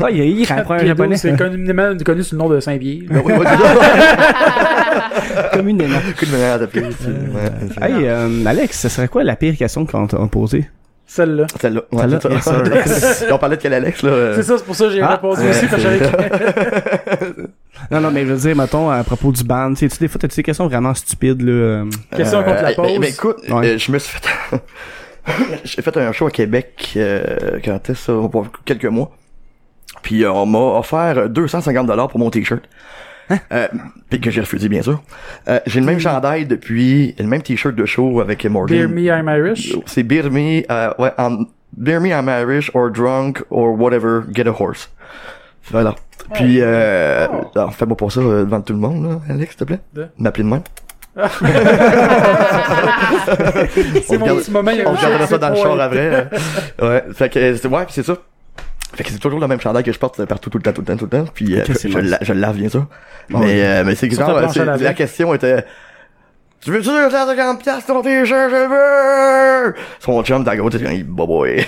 [SPEAKER 3] Ah, il, il rapproche un
[SPEAKER 2] Puis
[SPEAKER 3] japonais.
[SPEAKER 2] C'est communément connu sous le nom de Saint-Bier.
[SPEAKER 5] Ben oui, moi, tu dois.
[SPEAKER 3] comme une énorme.
[SPEAKER 5] <laughs> Coup de manière d'appeler. tu sais. Ouais, c'est-
[SPEAKER 3] Hey, euh, Alex, ce serait quoi la pire question qu'on t'a posée?
[SPEAKER 2] Celle-là.
[SPEAKER 5] Celle-là. Ouais,
[SPEAKER 3] Celle-là,
[SPEAKER 5] c'est
[SPEAKER 3] yes,
[SPEAKER 5] ça. On parlait de quel Alex, <laughs> là. euh,
[SPEAKER 2] C'est ça, c'est pour ça que j'ai
[SPEAKER 3] Ah,
[SPEAKER 2] répondu
[SPEAKER 5] ouais,
[SPEAKER 2] aussi, parce que j'avais-
[SPEAKER 3] Non, non, mais je veux dire, mettons, à propos du band, tu sais, des fois, t'as-tu des questions vraiment stupides, là? euh,
[SPEAKER 2] Question
[SPEAKER 5] Euh,
[SPEAKER 2] contre la
[SPEAKER 5] hey, Mais,
[SPEAKER 2] pause.
[SPEAKER 5] mais écoute,
[SPEAKER 3] Ouais.
[SPEAKER 5] euh, je me suis fait... <laughs> J'ai fait un show à Québec, euh, quand est-ce ça, pour quelques mois. Puis euh, on m'a offert 250$ pour mon t-shirt. Euh, puis que j'ai refusé, bien sûr. Euh, j'ai le même
[SPEAKER 2] Mmh.
[SPEAKER 5] chandail depuis, le même t-shirt de show avec
[SPEAKER 2] Dear
[SPEAKER 5] Morgan.
[SPEAKER 2] me, I'm Irish.
[SPEAKER 5] C'est Beer Me, euh, ouais, I'm- Beer Me, I'm Irish, or drunk, or whatever, get a horse. Voilà.
[SPEAKER 2] Oh.
[SPEAKER 5] Puis, euh, alors, fais-moi pour ça euh, devant tout le monde, là, Alex, s'il te plaît.
[SPEAKER 2] De?
[SPEAKER 5] M'appeler de même.
[SPEAKER 2] C'est mon
[SPEAKER 5] regarde-
[SPEAKER 2] petit moment.
[SPEAKER 5] On regardera ça dans le char après. euh. <laughs> ouais, fait que, euh, c'est- ouais, puis c'est ça. Fait que c'est toujours le même chandail que je porte partout tout le temps, tout le temps, tout le temps. Puis euh,
[SPEAKER 3] Ok, c'est
[SPEAKER 5] je,
[SPEAKER 3] nice.
[SPEAKER 5] la- je le lave bien sûr. mais
[SPEAKER 3] ouais.
[SPEAKER 5] euh, mais c'est que
[SPEAKER 2] Sur ta
[SPEAKER 5] genre,
[SPEAKER 2] planche à
[SPEAKER 5] c'est-
[SPEAKER 2] laver.
[SPEAKER 5] la question était Tu veux-tu 250 piastres ton t-shirt, je veux! Son chum, t'as gros, t'es comme, il boboy.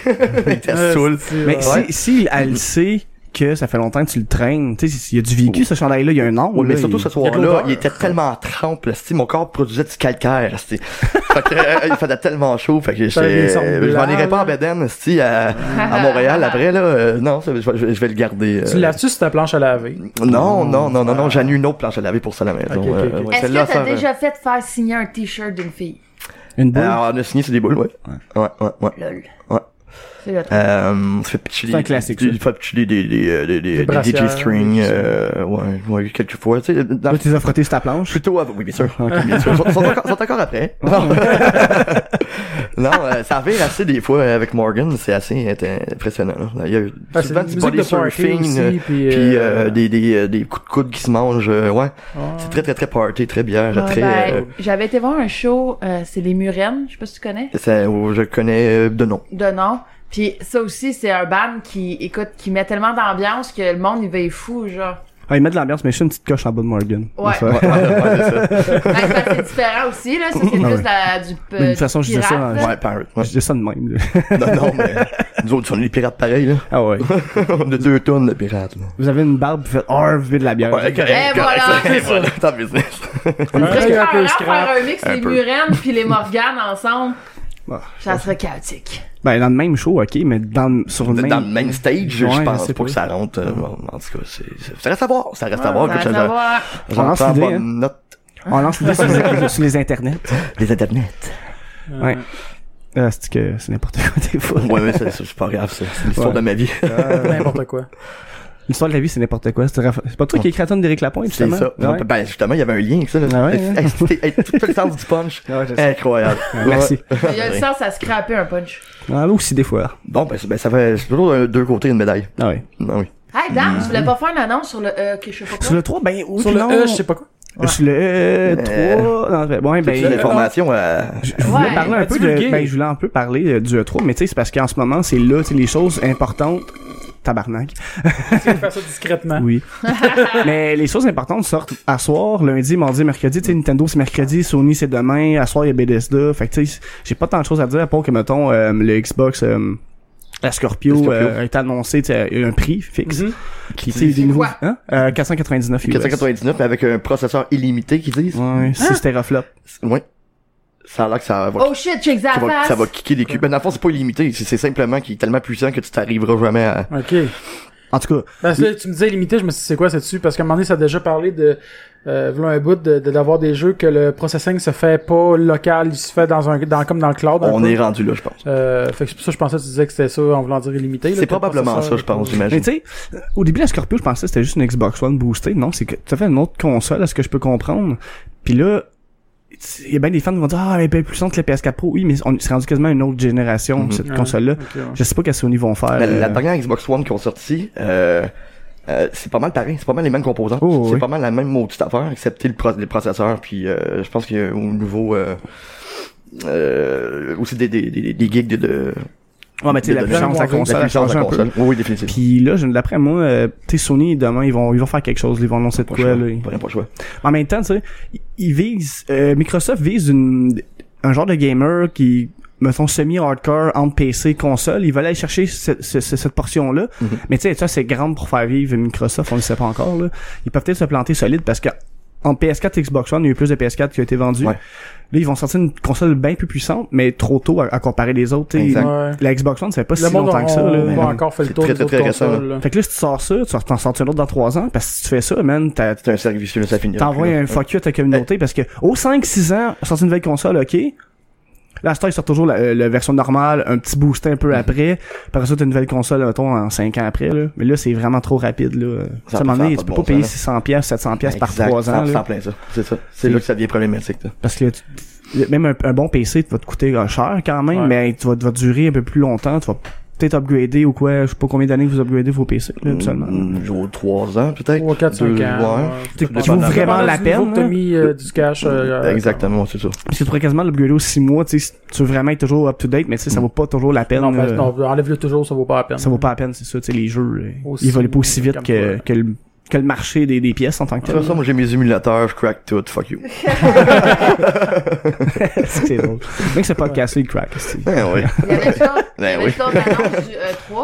[SPEAKER 5] il était Euh, saoul.
[SPEAKER 3] Mais
[SPEAKER 5] Ouais.
[SPEAKER 3] si, si elle sait que ça fait longtemps que tu le traînes, tu sais, il y a du vécu, ce chandail-là, il y a un an.
[SPEAKER 5] Oui, Oh, mais
[SPEAKER 3] là,
[SPEAKER 5] surtout
[SPEAKER 3] il-
[SPEAKER 5] ce
[SPEAKER 2] il y a de
[SPEAKER 5] soir-là,
[SPEAKER 2] l'odeur.
[SPEAKER 5] il était tellement trempe, là, si mon corps produisait du calcaire, si. fait que, euh, il faisait tellement chaud, fait que
[SPEAKER 2] Ça avait
[SPEAKER 5] j'étais-
[SPEAKER 2] des sortes de
[SPEAKER 5] je m'en irais pas en
[SPEAKER 2] blagues.
[SPEAKER 5] Beden, si à, à
[SPEAKER 4] <laughs>
[SPEAKER 5] Montréal après là, euh, non, ça, je, vais- je vais le garder. euh.
[SPEAKER 2] Tu l'as-tu sur ta planche à laver?
[SPEAKER 5] Non, non, non, non, non, j'en ai une autre planche à laver pour ça à la maison.
[SPEAKER 2] Ok, ok,
[SPEAKER 5] euh,
[SPEAKER 2] ok.
[SPEAKER 5] ouais,
[SPEAKER 4] Est-ce
[SPEAKER 5] celle-là, ça,
[SPEAKER 4] que t'as
[SPEAKER 5] euh,
[SPEAKER 4] déjà fait faire signer un t-shirt d'une fille
[SPEAKER 3] Une boule.
[SPEAKER 5] euh, on a signé, c'est des boules, ouais. Ouais, ouais, ouais.
[SPEAKER 4] Lol.
[SPEAKER 5] Ouais.
[SPEAKER 4] C'est le truc.
[SPEAKER 5] Euh, ça fait pitcher
[SPEAKER 3] C'est un classique, ça.
[SPEAKER 5] des, fait pitcher des, des, euh, des, des, des
[SPEAKER 2] brassières,
[SPEAKER 5] DJ strings,
[SPEAKER 2] des-
[SPEAKER 5] euh, ouais, ouais, quelques fois, tu sais, dans-
[SPEAKER 3] Là, tu les as frottés sur ta planche. Ah,
[SPEAKER 5] Plutôt avant, oui, bien sûr.
[SPEAKER 3] <laughs>
[SPEAKER 5] Bien sûr. Ils sont, sont encore, sont encore
[SPEAKER 2] <laughs>
[SPEAKER 5] après. Non, <laughs> Non, euh, ça vire assez des fois euh, avec Morgan, c'est assez euh, impressionnant. là. Il y a eu
[SPEAKER 2] Ah, c'est
[SPEAKER 5] souvent
[SPEAKER 2] une
[SPEAKER 5] du
[SPEAKER 2] musique de
[SPEAKER 5] body
[SPEAKER 2] party
[SPEAKER 5] surfing,
[SPEAKER 2] aussi,
[SPEAKER 5] euh,
[SPEAKER 2] puis,
[SPEAKER 5] puis
[SPEAKER 2] euh,
[SPEAKER 5] euh, des, des, euh, des coups de coude qui se mangent. euh, ouais, c'est très très très party, très bière,
[SPEAKER 4] Ouais,
[SPEAKER 5] très.
[SPEAKER 4] ben,
[SPEAKER 5] euh,
[SPEAKER 4] J'avais été voir un show, euh, c'est les Murennes, je sais pas si tu connais,
[SPEAKER 5] ça, oh, je connais euh, de nom.
[SPEAKER 4] de nom. Puis ça aussi, c'est un band qui, écoute, qui met tellement d'ambiance que le monde, il va être fou, genre.
[SPEAKER 3] Ah, ils mettent de l'ambiance, mais je suis une petite coche en bas de Morgan.
[SPEAKER 4] Ouais.
[SPEAKER 3] Ça-
[SPEAKER 5] Ouais, ouais, ouais, c'est
[SPEAKER 2] <laughs>
[SPEAKER 5] ça.
[SPEAKER 4] Ouais, Ben, c'est parce que c'est différent aussi, là. Ça, c'est
[SPEAKER 3] Ah ouais.
[SPEAKER 4] plus la, du
[SPEAKER 3] Mais de toute façon, je disais ça, hein,
[SPEAKER 5] Ouais, pirate. ouais.
[SPEAKER 3] Je dis ça de même. là. <laughs>
[SPEAKER 5] Non, non, mais nous autres, on est des pirates pareils là. <laughs>
[SPEAKER 3] Ah ouais.
[SPEAKER 5] on a deux tonnes de pirates. Là.
[SPEAKER 3] <laughs> Vous avez une barbe, vous faites Ah, vous buvez de la bière.
[SPEAKER 5] Ouais, correct, correct,
[SPEAKER 2] <laughs>
[SPEAKER 4] Eh, voilà.
[SPEAKER 5] c'est voilà, t'as business.
[SPEAKER 2] Un
[SPEAKER 4] Je
[SPEAKER 2] œil un peu
[SPEAKER 4] faire
[SPEAKER 2] scrap.
[SPEAKER 4] un mix
[SPEAKER 5] Un
[SPEAKER 4] des
[SPEAKER 5] peu.
[SPEAKER 4] Murennes puis les Morganes ensemble.
[SPEAKER 3] Ouais.
[SPEAKER 4] Ça serait chaotique.
[SPEAKER 3] Ah. Ben, dans le même show, ok, mais dans, le- sur le même.
[SPEAKER 5] dans le même stage,
[SPEAKER 3] euh, Ouais,
[SPEAKER 5] je pense
[SPEAKER 3] je sais
[SPEAKER 5] pas,
[SPEAKER 3] pas.
[SPEAKER 5] que ça rentre. euh, bon, en tout cas, c'est, c'est- ça reste à voir. Ça reste à voir.
[SPEAKER 4] Ça
[SPEAKER 5] Écoute,
[SPEAKER 4] va
[SPEAKER 5] ça-
[SPEAKER 4] savoir.
[SPEAKER 5] j'en-
[SPEAKER 3] On lance
[SPEAKER 5] j'entends
[SPEAKER 3] l'idée,
[SPEAKER 5] bonne
[SPEAKER 3] hein.
[SPEAKER 5] note
[SPEAKER 3] On lance l'idée sur, les- sur les internets.
[SPEAKER 5] des internets.
[SPEAKER 3] Ouais. Ah, c'est que c'est n'importe quoi des fois.
[SPEAKER 5] ouais, mais c'est, c'est pas grave, ça. C'est l'histoire
[SPEAKER 3] Ouais.
[SPEAKER 5] de ma vie. <laughs>
[SPEAKER 2] N'importe quoi.
[SPEAKER 3] L'histoire de la vie, c'est n'importe quoi. C'est c'est pas toi qui écris d'Éric Lapointe,
[SPEAKER 5] c'est
[SPEAKER 3] justement.
[SPEAKER 5] ça.
[SPEAKER 3] Ouais.
[SPEAKER 5] Ben, justement, il y avait un lien avec ça. Là.
[SPEAKER 3] Ah ouais, hein.
[SPEAKER 5] Hey, c'était- hey, tout le sens du punch.
[SPEAKER 3] <laughs> Ouais, je sais.
[SPEAKER 5] Incroyable.
[SPEAKER 3] Merci.
[SPEAKER 5] Ouais.
[SPEAKER 4] Il y a le sens à scraper un punch.
[SPEAKER 3] Ah, aussi, des fois.
[SPEAKER 5] Bon, ben, c'est- ben, ça fait c'est toujours euh, deux côtés une médaille.
[SPEAKER 3] Ah ouais.
[SPEAKER 5] Ah oui.
[SPEAKER 4] Hey, Dan, tu voulais pas faire une annonce sur le euh, que je sais pas
[SPEAKER 3] Sur
[SPEAKER 4] quoi?
[SPEAKER 3] le 3, ben, oui,
[SPEAKER 2] Sur
[SPEAKER 3] puis
[SPEAKER 2] le
[SPEAKER 3] non.
[SPEAKER 2] E, je sais pas quoi.
[SPEAKER 4] Ouais.
[SPEAKER 3] Sur le euh, 3,
[SPEAKER 5] Euh,
[SPEAKER 3] non, ben, ouais,
[SPEAKER 5] C'est
[SPEAKER 3] ben,
[SPEAKER 5] l'information. Euh,
[SPEAKER 3] je je voulais
[SPEAKER 4] Ouais,
[SPEAKER 3] parler un
[SPEAKER 2] E, as-tu
[SPEAKER 3] peu de,
[SPEAKER 2] vulgué?
[SPEAKER 3] ben, je voulais un peu parler euh, du E3, mais tu sais, c'est parce qu'en ce moment, c'est là, tu sais, les choses importantes, tabarnak,
[SPEAKER 2] Tu peux faire ça discrètement.
[SPEAKER 3] oui. mais les choses importantes sortent à soir, lundi, mardi, mercredi, tu sais, Nintendo c'est mercredi, Sony c'est demain, à soir il y a Bethesda, fait que tu sais, j'ai pas tant de choses à dire, à part que, mettons, euh, le Xbox, euh, la Scorpio,
[SPEAKER 5] Le Scorpio.
[SPEAKER 3] euh, a été annoncé, tu sais, un prix fixe.
[SPEAKER 2] Mhm.
[SPEAKER 3] Qui, tu sais, des
[SPEAKER 4] C'est
[SPEAKER 3] nouveaux,
[SPEAKER 4] quoi?
[SPEAKER 3] hein? Euh, 499 US.
[SPEAKER 5] 499, mais avec un processeur illimité, qu'ils disent.
[SPEAKER 3] Ouais, 6 teraflops.
[SPEAKER 5] Ouais. Ça a l'air que ça va
[SPEAKER 4] Oh shit, check that
[SPEAKER 5] ça va,
[SPEAKER 4] face.
[SPEAKER 5] Ben, ça va kicker les cubes. Mais dans le fond, c'est pas illimité. C'est, c'est simplement qu'il est tellement puissant que tu t'arriveras jamais à.
[SPEAKER 2] Ok.
[SPEAKER 3] En tout cas,
[SPEAKER 2] Parce que là, tu me disais limité, je me suis dit, c'est quoi, c'est dessus? Parce qu'à un moment donné, ça a déjà parlé de, euh, vouloir un bout de, de- d'avoir des jeux que le processing se fait pas local, il se fait dans un, dans, comme dans le cloud. un
[SPEAKER 5] On
[SPEAKER 2] peu.
[SPEAKER 5] est rendu là, je pense.
[SPEAKER 2] Euh, fait que c'est pour ça, que je pensais que tu disais que c'était ça en voulant dire illimité. là,
[SPEAKER 5] C'est
[SPEAKER 2] que
[SPEAKER 5] probablement ça,
[SPEAKER 2] processeur-
[SPEAKER 5] je pense,
[SPEAKER 3] mais
[SPEAKER 5] j'imagine.
[SPEAKER 3] tu sais, euh, au début, la Scorpio, je pensais que c'était juste une Xbox One boostée. Non, c'est que tu fait une autre console, à ce que je peux comprendre. Puis là, il y a bien des fans qui vont dire, ah, elle est bien plus puissante que la PS4 Pro. Oui, mais on s'est rendu quasiment à une autre génération, cette
[SPEAKER 2] Ah Ouais,
[SPEAKER 3] console-là.
[SPEAKER 2] ok, ouais.
[SPEAKER 3] Je sais pas qu'à Sony vont faire.
[SPEAKER 5] Mm-hmm. Mais
[SPEAKER 3] euh,
[SPEAKER 5] la dernière Xbox One qu'on sorti, euh, euh, c'est pas mal pareil, c'est pas mal les mêmes composants,
[SPEAKER 3] Oh,
[SPEAKER 5] c'est
[SPEAKER 3] oui.
[SPEAKER 5] pas mal la même maudite affaire, excepté le, pro les processeurs, puis euh, je pense qu'il y a au niveau euh, euh, aussi des, des, des, des geeks de, de
[SPEAKER 3] Ouais, mais tu sais,
[SPEAKER 5] de
[SPEAKER 3] la
[SPEAKER 5] données.
[SPEAKER 3] puissance de la
[SPEAKER 5] La
[SPEAKER 3] console a
[SPEAKER 5] puissance de
[SPEAKER 3] changé
[SPEAKER 5] la
[SPEAKER 3] un peu.
[SPEAKER 5] console. Oui, oui, définitivement.
[SPEAKER 3] Puis là, je- d'après moi, euh, tu sais, Sony, demain, ils vont, ils vont faire quelque chose. Ils vont annoncer de
[SPEAKER 5] Pas
[SPEAKER 3] quoi,
[SPEAKER 5] le choix,
[SPEAKER 3] là.
[SPEAKER 5] pas rien, pas le choix.
[SPEAKER 3] En même temps, tu sais, ils- ils visent, euh, Microsoft vise une, un genre de gamer qui, me font semi-hardcore entre PC console. Ils veulent aller chercher ce- ce- ce- cette portion-là.
[SPEAKER 5] Mhm.
[SPEAKER 3] Mais tu sais, ça, c'est grande pour faire vivre Microsoft, on le sait pas encore, là. Ils peuvent peut-être se planter solide parce que, en PS4 Xbox One, il y a eu plus de PS4 qui a été vendu.
[SPEAKER 5] Ouais.
[SPEAKER 3] Là, ils vont sortir une console bien plus puissante, mais trop tôt à, à comparer les autres. tu sais.
[SPEAKER 5] Exact.
[SPEAKER 2] Ouais.
[SPEAKER 3] La Xbox One, ça fait pas
[SPEAKER 2] Le
[SPEAKER 3] si
[SPEAKER 2] monde
[SPEAKER 3] longtemps
[SPEAKER 2] n'a
[SPEAKER 3] que ça. là.
[SPEAKER 2] pas
[SPEAKER 3] Non.
[SPEAKER 2] encore fait le
[SPEAKER 5] C'est
[SPEAKER 2] tour
[SPEAKER 5] très,
[SPEAKER 2] des
[SPEAKER 5] très,
[SPEAKER 2] autres
[SPEAKER 5] très récent,
[SPEAKER 2] consoles. là.
[SPEAKER 3] Fait que là, si tu sors ça, tu vas t'en sortir un autre dans trois ans, parce que si tu fais ça, man, t'as-
[SPEAKER 5] C'est un service, là, ça finit.
[SPEAKER 3] t'envoies un fuck you à ta communauté, parce que au 5-6 ans, sortir une nouvelle console, ok. Là, Star, il sort toujours la, euh, la version normale, un petit boost un peu
[SPEAKER 5] Mhm.
[SPEAKER 3] après. Par ça, t'as une nouvelle console, mettons, en 5 ans après, là. Mais là, c'est vraiment trop rapide, là.
[SPEAKER 5] Ça
[SPEAKER 3] Ça, à un moment
[SPEAKER 5] peut
[SPEAKER 3] donné,
[SPEAKER 5] faire
[SPEAKER 3] tu
[SPEAKER 5] pas de
[SPEAKER 3] peux pas
[SPEAKER 5] bon
[SPEAKER 3] payer
[SPEAKER 5] sens,
[SPEAKER 3] 600$ 700$ par 3 ans,
[SPEAKER 5] C'est
[SPEAKER 3] là,
[SPEAKER 5] en plein ça, c'est ça. C'est là que ça devient problématique, là.
[SPEAKER 3] Parce que tu- même un, un bon PC, tu vas te coûter euh, cher quand même,
[SPEAKER 2] Ouais.
[SPEAKER 3] mais tu vas, tu vas durer un peu plus longtemps, tu vas peut-être upgrader ou quoi, je sais pas combien d'années que vous upgradez vos PC, là, habituellement.
[SPEAKER 5] Mm, Jour 3 ans, peut-être.
[SPEAKER 2] 3, 4, 5
[SPEAKER 5] Deux,
[SPEAKER 2] ans. euh,
[SPEAKER 5] ouais.
[SPEAKER 2] ouais.
[SPEAKER 3] Qui
[SPEAKER 5] Ça
[SPEAKER 3] vaut
[SPEAKER 5] dépend de la-
[SPEAKER 3] vraiment
[SPEAKER 2] Dépendant
[SPEAKER 3] la
[SPEAKER 2] du niveau
[SPEAKER 3] peine,
[SPEAKER 2] que t'as
[SPEAKER 3] là.
[SPEAKER 2] mis euh, du cash. euh, euh,
[SPEAKER 5] Ben, Exactement, c'est ça.
[SPEAKER 3] Parce que tu pourrais quasiment l'upgrader aux 6 mois, tu sais, si tu veux vraiment être toujours up-to-date, mais tu sais,
[SPEAKER 5] Mm-hmm.
[SPEAKER 3] ça vaut pas toujours la peine.
[SPEAKER 2] Non, mais
[SPEAKER 3] euh,
[SPEAKER 2] non, enlève-le toujours, ça vaut pas la peine.
[SPEAKER 3] Ça vaut pas la peine, c'est ça, tu sais, les jeux, euh,
[SPEAKER 2] Aussi-
[SPEAKER 3] ils volent pas aussi vite
[SPEAKER 2] comme
[SPEAKER 3] que,
[SPEAKER 2] toi.
[SPEAKER 3] que, le, que le marché des, des pièces en tant que
[SPEAKER 5] De
[SPEAKER 3] tel.
[SPEAKER 5] toute façon, moi, j'ai mes émulateurs, je crack tout, fuck you.
[SPEAKER 3] <laughs> c'est drôle. Même que c'est pas cassé, il crack. c'est-
[SPEAKER 5] Ben <laughs> oui.
[SPEAKER 4] Il y avait le temps- il y
[SPEAKER 5] Ben
[SPEAKER 4] avait
[SPEAKER 5] oui.
[SPEAKER 4] le temps d'annonce du E3.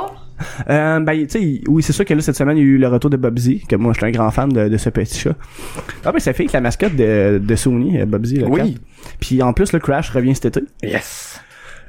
[SPEAKER 3] Euh, ben, tu sais, oui, c'est sûr que là, cette semaine, il y a eu le retour de Bobsy, que moi, je suis un grand fan de, de ce petit chat. Ah, ben, ça fait que la mascotte de, de Sony, euh, Bobsy, le
[SPEAKER 5] Oui.
[SPEAKER 3] cat. Puis en plus, le Crash revient cet été.
[SPEAKER 5] Yes.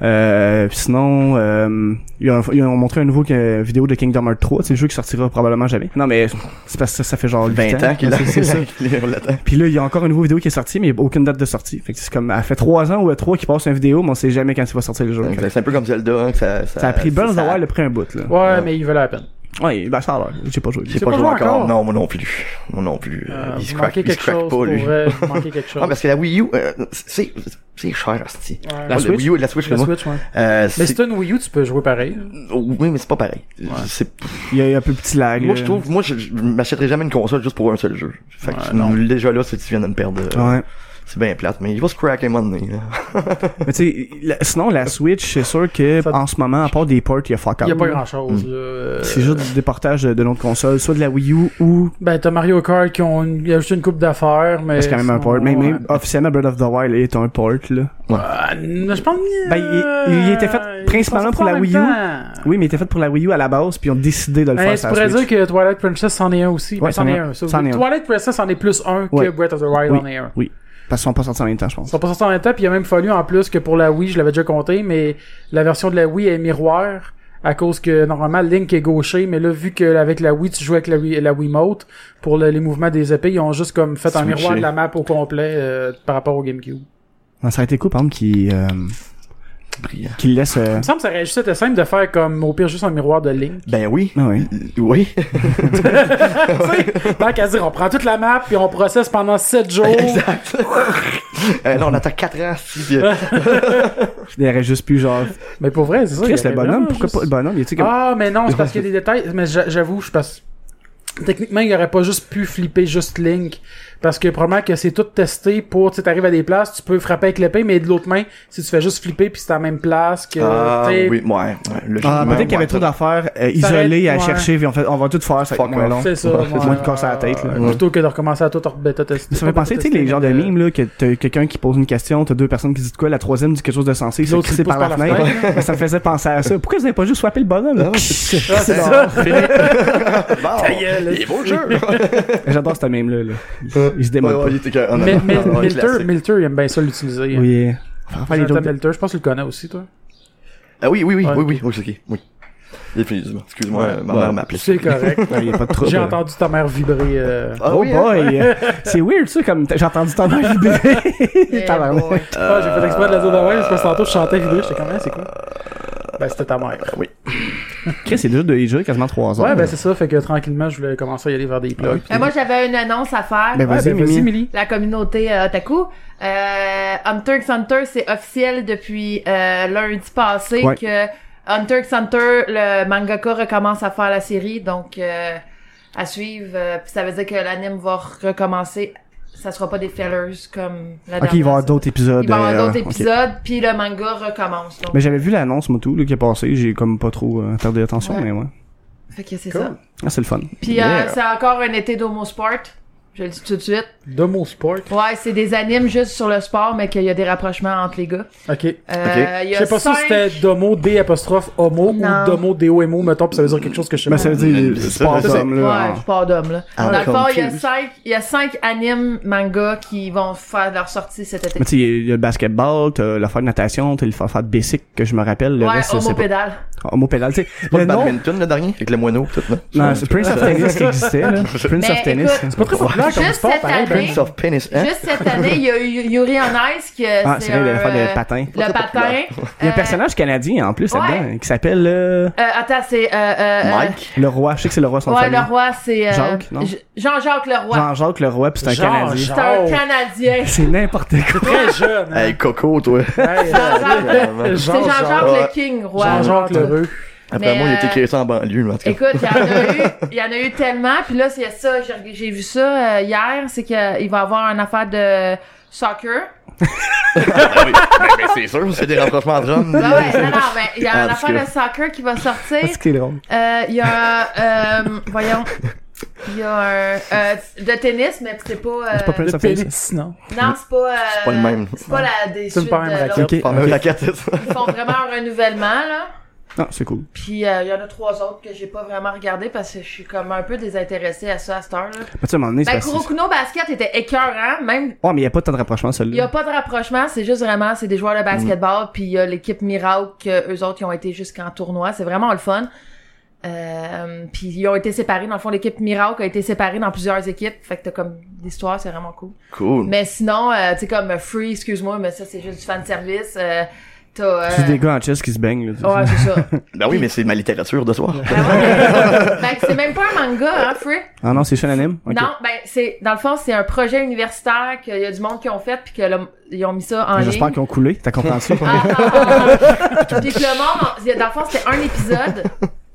[SPEAKER 3] Euh, puis sinon, euh, ils, ont, ils ont montré un nouveau que- vidéo de Kingdom Hearts 3, c'est le jeu qui sortira probablement jamais. Non, mais c'est parce que ça, ça fait genre
[SPEAKER 5] 20
[SPEAKER 3] huit Ah,
[SPEAKER 5] ans <laughs> qu'il a.
[SPEAKER 3] C'est- c'est ça.
[SPEAKER 5] On l'attend.
[SPEAKER 3] Puis là, il y a encore une nouvelle vidéo qui est sortie, mais il y a aucune date de sortie. Fait que c'est comme, elle fait 3 ans ou 3 qui passe une vidéo, mais on sait jamais quand il va sortir le jeu. Fait que
[SPEAKER 5] C'est un peu comme Zelda, hein, que ça, ça,
[SPEAKER 3] ça a pris Burns
[SPEAKER 5] ça-
[SPEAKER 3] d'avoir le prix un bout, là.
[SPEAKER 2] Euh, Ouais, mais il valait la peine.
[SPEAKER 3] Ouais, ben ça a l'air. J'ai pas joué.
[SPEAKER 5] J'ai pas joué encore. Non, moi non plus. Moi non plus.
[SPEAKER 2] Euh,
[SPEAKER 5] il se
[SPEAKER 2] vous
[SPEAKER 5] crack,
[SPEAKER 2] manquez
[SPEAKER 5] il se
[SPEAKER 2] quelque
[SPEAKER 5] crack
[SPEAKER 2] chose
[SPEAKER 5] pas,
[SPEAKER 2] pour
[SPEAKER 5] lui.
[SPEAKER 2] vrai, vous manquez quelque
[SPEAKER 5] <laughs> Ah,
[SPEAKER 2] chose.
[SPEAKER 5] parce que la Wii U, euh, c'est, c'est cher, hostie.
[SPEAKER 2] Ouais.
[SPEAKER 5] Moi,
[SPEAKER 2] La
[SPEAKER 5] le
[SPEAKER 2] Switch?
[SPEAKER 5] Wii U et la Switch,
[SPEAKER 2] La
[SPEAKER 5] moi.
[SPEAKER 2] Switch, ouais.
[SPEAKER 5] Euh,
[SPEAKER 2] Mais
[SPEAKER 5] c'est...
[SPEAKER 2] si t'as une Wii U, tu peux jouer pareil.
[SPEAKER 3] Ah
[SPEAKER 5] Oui, mais c'est pas pareil. C'est...
[SPEAKER 3] Il y a eu un peu petit lag.
[SPEAKER 5] Moi, je
[SPEAKER 3] euh.
[SPEAKER 5] trouve, moi, je, je m'achèterais jamais une console juste pour un seul jeu. Fait que déjà là, si tu viens de me perdre, euh,
[SPEAKER 3] Ouais.
[SPEAKER 5] c'est bien plate, mais il va se crack un moment donné, là.
[SPEAKER 3] Mais tu sais, la- sinon, la Switch, c'est sûr que,
[SPEAKER 2] Ça-
[SPEAKER 3] en ce moment, à part des ports, il y a fuck
[SPEAKER 2] Il
[SPEAKER 3] out,
[SPEAKER 2] y a pas
[SPEAKER 3] là.
[SPEAKER 2] grand chose, là. Euh,
[SPEAKER 3] C'est juste du déportage de notre console, soit de la Wii U ou
[SPEAKER 2] Ben, t'as Mario Kart qui ont une... il y a juste une coupe d'affaires, mais.
[SPEAKER 3] Ah, c'est quand même un
[SPEAKER 2] sinon,
[SPEAKER 3] port. Mais
[SPEAKER 2] Euh, ouais.
[SPEAKER 3] même officiellement Breath of the Wild est un port là.
[SPEAKER 2] Ah, non, je pense.
[SPEAKER 3] Ben, il- il était fait
[SPEAKER 2] Euh,
[SPEAKER 3] principalement pour la Wii U. Oui, mais il était fait pour la Wii U à la base, puis ils ont décidé de le
[SPEAKER 2] Ben,
[SPEAKER 3] faire
[SPEAKER 2] tu
[SPEAKER 3] sur la
[SPEAKER 2] pourrais
[SPEAKER 3] Switch.
[SPEAKER 2] dire que Twilight Princess en est un aussi.
[SPEAKER 3] Ouais,
[SPEAKER 2] Ben, c'en est un. ça,
[SPEAKER 3] c'en
[SPEAKER 2] oui.
[SPEAKER 3] est un.
[SPEAKER 2] Twilight Princess en est plus un que
[SPEAKER 3] Ouais.
[SPEAKER 2] Breath of the Wild
[SPEAKER 3] Oui.
[SPEAKER 2] en est un.
[SPEAKER 3] Oui. Parce qu'ils sont pas sortis en même temps, je
[SPEAKER 2] Ils
[SPEAKER 3] pense.
[SPEAKER 2] sont pas sortis en même temps, puis il a même fallu en plus que pour la Wii, je l'avais déjà compté, mais la version de la Wii est miroir à cause que normalement Link est gaucher, mais là vu que avec la Wii tu joues avec la Wii, la Wiimote pour le- les mouvements des épées, ils ont juste comme fait un
[SPEAKER 5] Switché.
[SPEAKER 2] miroir de la map au complet euh, par rapport au GameCube. Il
[SPEAKER 3] Non, ça a été cool, par exemple, qui, euh,
[SPEAKER 5] Brillant.
[SPEAKER 3] qui laisse, euh,
[SPEAKER 2] me semble que ça aurait juste été simple de faire comme au pire juste un miroir de Link.
[SPEAKER 5] Ben oui.
[SPEAKER 3] ah ouais.
[SPEAKER 5] Oui. <laughs>
[SPEAKER 2] Tu sais, Tant qu'à dire on prend toute la map puis on processe pendant 7 jours.
[SPEAKER 5] Exact. Euh, là, on attend 4 ans, si,
[SPEAKER 3] Ah,
[SPEAKER 5] euh,
[SPEAKER 3] Il aurait juste pu, genre,
[SPEAKER 2] Mais pour vrai, c'est ça. il
[SPEAKER 3] Chris,
[SPEAKER 2] y
[SPEAKER 3] le
[SPEAKER 2] aurait
[SPEAKER 3] bonhomme,
[SPEAKER 2] vraiment
[SPEAKER 3] pourquoi
[SPEAKER 2] juste-
[SPEAKER 3] pas le bonhomme? Il était comme,
[SPEAKER 2] Ah, mais non, c'est parce qu'il y a des détails. Mais j'a- j'avoue, je passe. Techniquement, il aurait pas juste pu flipper juste Link. Parce que probablement que c'est tout testé pour, tu sais, t'arrives à des places, tu peux frapper avec l'épée, mais de l'autre main, si tu fais juste flipper puis c'est à la même place que,
[SPEAKER 5] Ah
[SPEAKER 2] tu sais,
[SPEAKER 5] oui, ouais, ouais, le
[SPEAKER 3] Ah,
[SPEAKER 5] jugement,
[SPEAKER 3] peut-être qu'il y
[SPEAKER 5] ouais,
[SPEAKER 3] avait trop d'affaires euh,
[SPEAKER 2] Ça aurait-
[SPEAKER 3] isolées à
[SPEAKER 2] ouais.
[SPEAKER 3] chercher, puis on, fait, on va tout faire, ça va
[SPEAKER 5] Fuck
[SPEAKER 3] être moins
[SPEAKER 5] off.
[SPEAKER 3] long.
[SPEAKER 2] C'est ça.
[SPEAKER 3] Moins
[SPEAKER 2] ouais,
[SPEAKER 3] de casse à la tête, là.
[SPEAKER 2] ouais, Plutôt que de recommencer à tout hors bêta tester.
[SPEAKER 3] Ça fait penser, tu sais, les genres de mimes, là, que t'as quelqu'un qui pose une question, t'as deux personnes qui disent de quoi, la troisième dit quelque chose de sensé, c'est
[SPEAKER 2] L'autre, il
[SPEAKER 3] crissé
[SPEAKER 2] pousse
[SPEAKER 3] par la fenêtre. Ben, <laughs> ça me faisait penser à ça. Pourquoi vous avez pas juste swappé le bonhomme, là?
[SPEAKER 2] Ah, c'est ça.
[SPEAKER 5] Bon, il est beau le
[SPEAKER 3] <laughs>
[SPEAKER 5] jeu.
[SPEAKER 3] <laughs> J'adore ce meme-là, là. Il- Il
[SPEAKER 5] Ouais,
[SPEAKER 3] se démode
[SPEAKER 5] ouais, il
[SPEAKER 3] pas.
[SPEAKER 5] était que- on a-
[SPEAKER 2] Mais-
[SPEAKER 5] on a-
[SPEAKER 2] mais-
[SPEAKER 5] on a-
[SPEAKER 2] Milter,
[SPEAKER 5] Ah, classique.
[SPEAKER 2] Milter, il aime bien ça l'utiliser. hein.
[SPEAKER 3] Oui. Enfin, les
[SPEAKER 2] Jonathan
[SPEAKER 3] jokes de-
[SPEAKER 2] Milter, je pense que tu le connais aussi, toi.
[SPEAKER 5] Ah oui, oui, oui,
[SPEAKER 2] Ouais.
[SPEAKER 5] oui, oui, oui, c'est ok, oui. Définitivement. Excuse-moi,
[SPEAKER 3] Ouais.
[SPEAKER 5] ma mère
[SPEAKER 3] Ouais.
[SPEAKER 5] m'appelait. <laughs>
[SPEAKER 2] C'est correct.
[SPEAKER 3] Il y a pas de trouble.
[SPEAKER 2] J'ai entendu ta mère vibrer. euh.
[SPEAKER 5] Ah
[SPEAKER 3] oh
[SPEAKER 5] oui, hein?
[SPEAKER 3] boy!
[SPEAKER 4] <laughs>
[SPEAKER 3] c'est weird, ça, comme t- j'ai entendu ta mère vibrer. <laughs>
[SPEAKER 4] Eh,
[SPEAKER 3] Tabarnak.
[SPEAKER 4] boy.
[SPEAKER 2] Ah, j'ai fait exprès de la dire de même, parce que tantôt je chantais vibrer, j'étais comme, Ah, c'est quoi? Ben, c'était ta mère.
[SPEAKER 5] Ah
[SPEAKER 3] Chris, c'est déjà de il dure quasiment 3 heures.
[SPEAKER 2] Ouais, ben, c'est ça, fait que tranquillement, je voulais commencer à y aller vers des plugs.
[SPEAKER 4] Euh, moi, j'avais une annonce à faire.
[SPEAKER 3] Ben,
[SPEAKER 2] Ouais,
[SPEAKER 3] vas-y,
[SPEAKER 2] ben, vas-y,
[SPEAKER 3] Mimi.
[SPEAKER 2] Millie.
[SPEAKER 4] la communauté euh, otaku. Euh, Hunter x Hunter, c'est officiel depuis euh, lundi passé
[SPEAKER 3] Ouais.
[SPEAKER 4] que Hunter x Hunter, le mangaka recommence à faire la série, donc euh, à suivre. euh, puis ça veut dire que l'anime va recommencer. Ça sera pas des fillers comme la
[SPEAKER 3] Ok, il va y avoir
[SPEAKER 4] dernière.
[SPEAKER 3] d'autres épisodes.
[SPEAKER 4] Il va y avoir
[SPEAKER 3] euh,
[SPEAKER 4] d'autres
[SPEAKER 3] ok.
[SPEAKER 4] épisodes, puis le manga recommence. Donc,
[SPEAKER 3] Mais j'avais vu l'annonce, moi, tout, là, qui est passée. J'ai comme pas trop euh, attendu attention,
[SPEAKER 4] Ouais.
[SPEAKER 3] mais ouais.
[SPEAKER 4] fait que c'est
[SPEAKER 2] Cool.
[SPEAKER 4] ça.
[SPEAKER 3] Ah, c'est le fun.
[SPEAKER 4] Puis euh, c'est encore un été d'homo sport. Je le dis tout de suite.
[SPEAKER 2] De mon sport.
[SPEAKER 4] Ouais, c'est des animes juste sur le sport, mais qu'il y a des rapprochements entre les gars.
[SPEAKER 2] Ok.
[SPEAKER 4] Euh, il y
[SPEAKER 2] Je sais
[SPEAKER 4] a
[SPEAKER 2] pas
[SPEAKER 4] cinq...
[SPEAKER 2] si c'était Domo D apostrophe homo
[SPEAKER 4] Non.
[SPEAKER 2] ou Domo D O M O, mettons, pis ça veut dire quelque chose que je sais
[SPEAKER 3] Mais
[SPEAKER 2] pas.
[SPEAKER 3] Ben, ça veut dire euh,
[SPEAKER 5] c'est ça,
[SPEAKER 3] sport
[SPEAKER 5] c'est ça.
[SPEAKER 3] d'homme, là.
[SPEAKER 4] Ouais, je pars d'homme, là.
[SPEAKER 5] Ah,
[SPEAKER 4] Dans le fond, il y, a
[SPEAKER 5] confuse.
[SPEAKER 4] cinq, il y a cinq animes manga qui vont faire leur sortie cet été.
[SPEAKER 3] Mais tu sais, il y a le basketball, t'as l'affaire de natation, t'as l'affaire de basic que je me rappelle. Le
[SPEAKER 4] Ouais,
[SPEAKER 3] reste,
[SPEAKER 4] homo
[SPEAKER 3] c'est pas...
[SPEAKER 4] pédale.
[SPEAKER 3] Homo pédale, tu sais.
[SPEAKER 5] Pas
[SPEAKER 3] Le
[SPEAKER 5] le
[SPEAKER 3] nom...
[SPEAKER 5] badminton, le dernier, avec le moineau, tout, non?
[SPEAKER 3] Non, c'est Prince of Tennis qui existait, là. Prince
[SPEAKER 4] Mais
[SPEAKER 3] of Tennis.
[SPEAKER 4] écoute-
[SPEAKER 2] C'est pas très populaire comme
[SPEAKER 4] Juste
[SPEAKER 2] sport,
[SPEAKER 4] cette
[SPEAKER 2] pareil. ben,
[SPEAKER 4] année-
[SPEAKER 5] Prince of Penis, hein?
[SPEAKER 4] Juste cette année, il y a eu Yuri on Ice qui euh,
[SPEAKER 3] Ah, c'est vrai,
[SPEAKER 4] un,
[SPEAKER 3] l'affaire de
[SPEAKER 4] euh,
[SPEAKER 3] patin. <laughs>
[SPEAKER 4] Le patin.
[SPEAKER 3] Il y a
[SPEAKER 4] Euh,
[SPEAKER 3] un personnage canadien, en plus,
[SPEAKER 4] ouais.
[SPEAKER 3] là-dedans, qui s'appelle euh,
[SPEAKER 4] euh, attends, c'est... euh, euh, euh,
[SPEAKER 5] Mike?
[SPEAKER 3] Le Roi. Je sais que c'est le Roi, son
[SPEAKER 4] Ouais,
[SPEAKER 3] famille.
[SPEAKER 4] le roi, c'est... euh,
[SPEAKER 3] Jacques, non?
[SPEAKER 4] Je- Jean-Jacques le roi.
[SPEAKER 3] Jean-Jacques Le Roi, puis c'est un Canadien.
[SPEAKER 4] C'est un
[SPEAKER 2] Jean-
[SPEAKER 3] <laughs>
[SPEAKER 4] Canadien.
[SPEAKER 3] C'est n'importe quoi.
[SPEAKER 2] Très jeune. hein.
[SPEAKER 5] Hey, Coco,
[SPEAKER 4] <laughs>
[SPEAKER 5] toi.
[SPEAKER 2] Hey,
[SPEAKER 4] Jean-Jacques le-
[SPEAKER 2] euh,
[SPEAKER 4] C'est Jean-Jacques
[SPEAKER 5] Ouais.
[SPEAKER 4] le King, roi.
[SPEAKER 2] Jean-Jacques Lheureux.
[SPEAKER 5] Après moi, il a été
[SPEAKER 4] euh,
[SPEAKER 5] créé ça en banlieue, mais en tout cas.
[SPEAKER 4] Écoute, il y en a eu, il y en a eu tellement, puis là c'est ça, j'ai reg- j'ai vu ça euh, hier, c'est qu'il va y avoir une affaire de soccer.
[SPEAKER 5] Ah oui. mais, mais c'est sûr, c'est des rapprochements entre hommes.
[SPEAKER 4] Non, <laughs> Bah ouais,
[SPEAKER 5] <laughs>
[SPEAKER 4] non, non, mais il y a
[SPEAKER 5] Ah,
[SPEAKER 4] une
[SPEAKER 5] parce
[SPEAKER 4] affaire
[SPEAKER 5] que-
[SPEAKER 4] de soccer qui va sortir.
[SPEAKER 3] C'est qui est drôle.
[SPEAKER 4] Euh, Il y a, euh, voyons, il y a un euh, de tennis, mais c'est pas, euh,
[SPEAKER 3] C'est pas Prince
[SPEAKER 2] Le
[SPEAKER 3] of Tennis.
[SPEAKER 2] pénis, non.
[SPEAKER 4] non, c'est pas, euh,
[SPEAKER 5] C'est pas le même.
[SPEAKER 4] c'est pas la des
[SPEAKER 2] C'est
[SPEAKER 4] suites
[SPEAKER 2] pas la même
[SPEAKER 4] de
[SPEAKER 2] raquette.
[SPEAKER 4] l'autre.
[SPEAKER 3] Ok.
[SPEAKER 5] Pas même la carte, c'est ça.
[SPEAKER 4] Ils font vraiment un renouvellement là.
[SPEAKER 3] Ah, c'est cool.
[SPEAKER 4] Puis euh, il y en a trois autres que j'ai pas vraiment regardé parce que je suis comme un peu désintéressée à ça à cette heure là.
[SPEAKER 3] Mais tu sais, à un moment donné, c'est
[SPEAKER 4] Ben,
[SPEAKER 3] parce que-
[SPEAKER 4] Kurokuno Basket était écœurant, même.
[SPEAKER 3] Ouais, mais il n'y a pas tant de rapprochement,
[SPEAKER 4] Il y a
[SPEAKER 3] celui-là.
[SPEAKER 4] pas de rapprochement, c'est juste vraiment, c'est des joueurs de basketball,
[SPEAKER 3] Mm.
[SPEAKER 4] puis il y a l'équipe Miracle, que eux autres, ils ont été jusqu'en tournoi. C'est vraiment le fun. Euh, puis ils ont été séparés. Dans le fond, l'équipe Miracle a été séparée dans plusieurs équipes. Fait que t'as comme l'histoire, c'est vraiment cool.
[SPEAKER 5] Cool.
[SPEAKER 4] Mais sinon, euh, tu sais, comme euh, Free, excuse-moi, mais ça, c'est juste du fan service. Euh, t'as. euh,
[SPEAKER 3] C'est des gars en chess qui se baignent, là. tu sais.
[SPEAKER 4] Ouais,
[SPEAKER 3] <laughs>
[SPEAKER 4] c'est ça.
[SPEAKER 5] Ben oui, mais c'est ma littérature de soir.
[SPEAKER 4] Ben ouais. Fait que c'est même pas un manga, hein, Free.
[SPEAKER 3] Ah non, c'est Sean Anime? Ok.
[SPEAKER 4] Non, ben c'est dans le fond c'est un projet universitaire qu'il y a du monde qui ont fait puis que le- ils ont mis ça en
[SPEAKER 3] Mais
[SPEAKER 4] ligne.
[SPEAKER 3] J'espère qu'ils ont coulé. T'as compris
[SPEAKER 4] <laughs>
[SPEAKER 3] ça?
[SPEAKER 4] Ah, ah, ah, ah.
[SPEAKER 5] <laughs>
[SPEAKER 4] Puis que le monde, on- dans le fond c'était un épisode,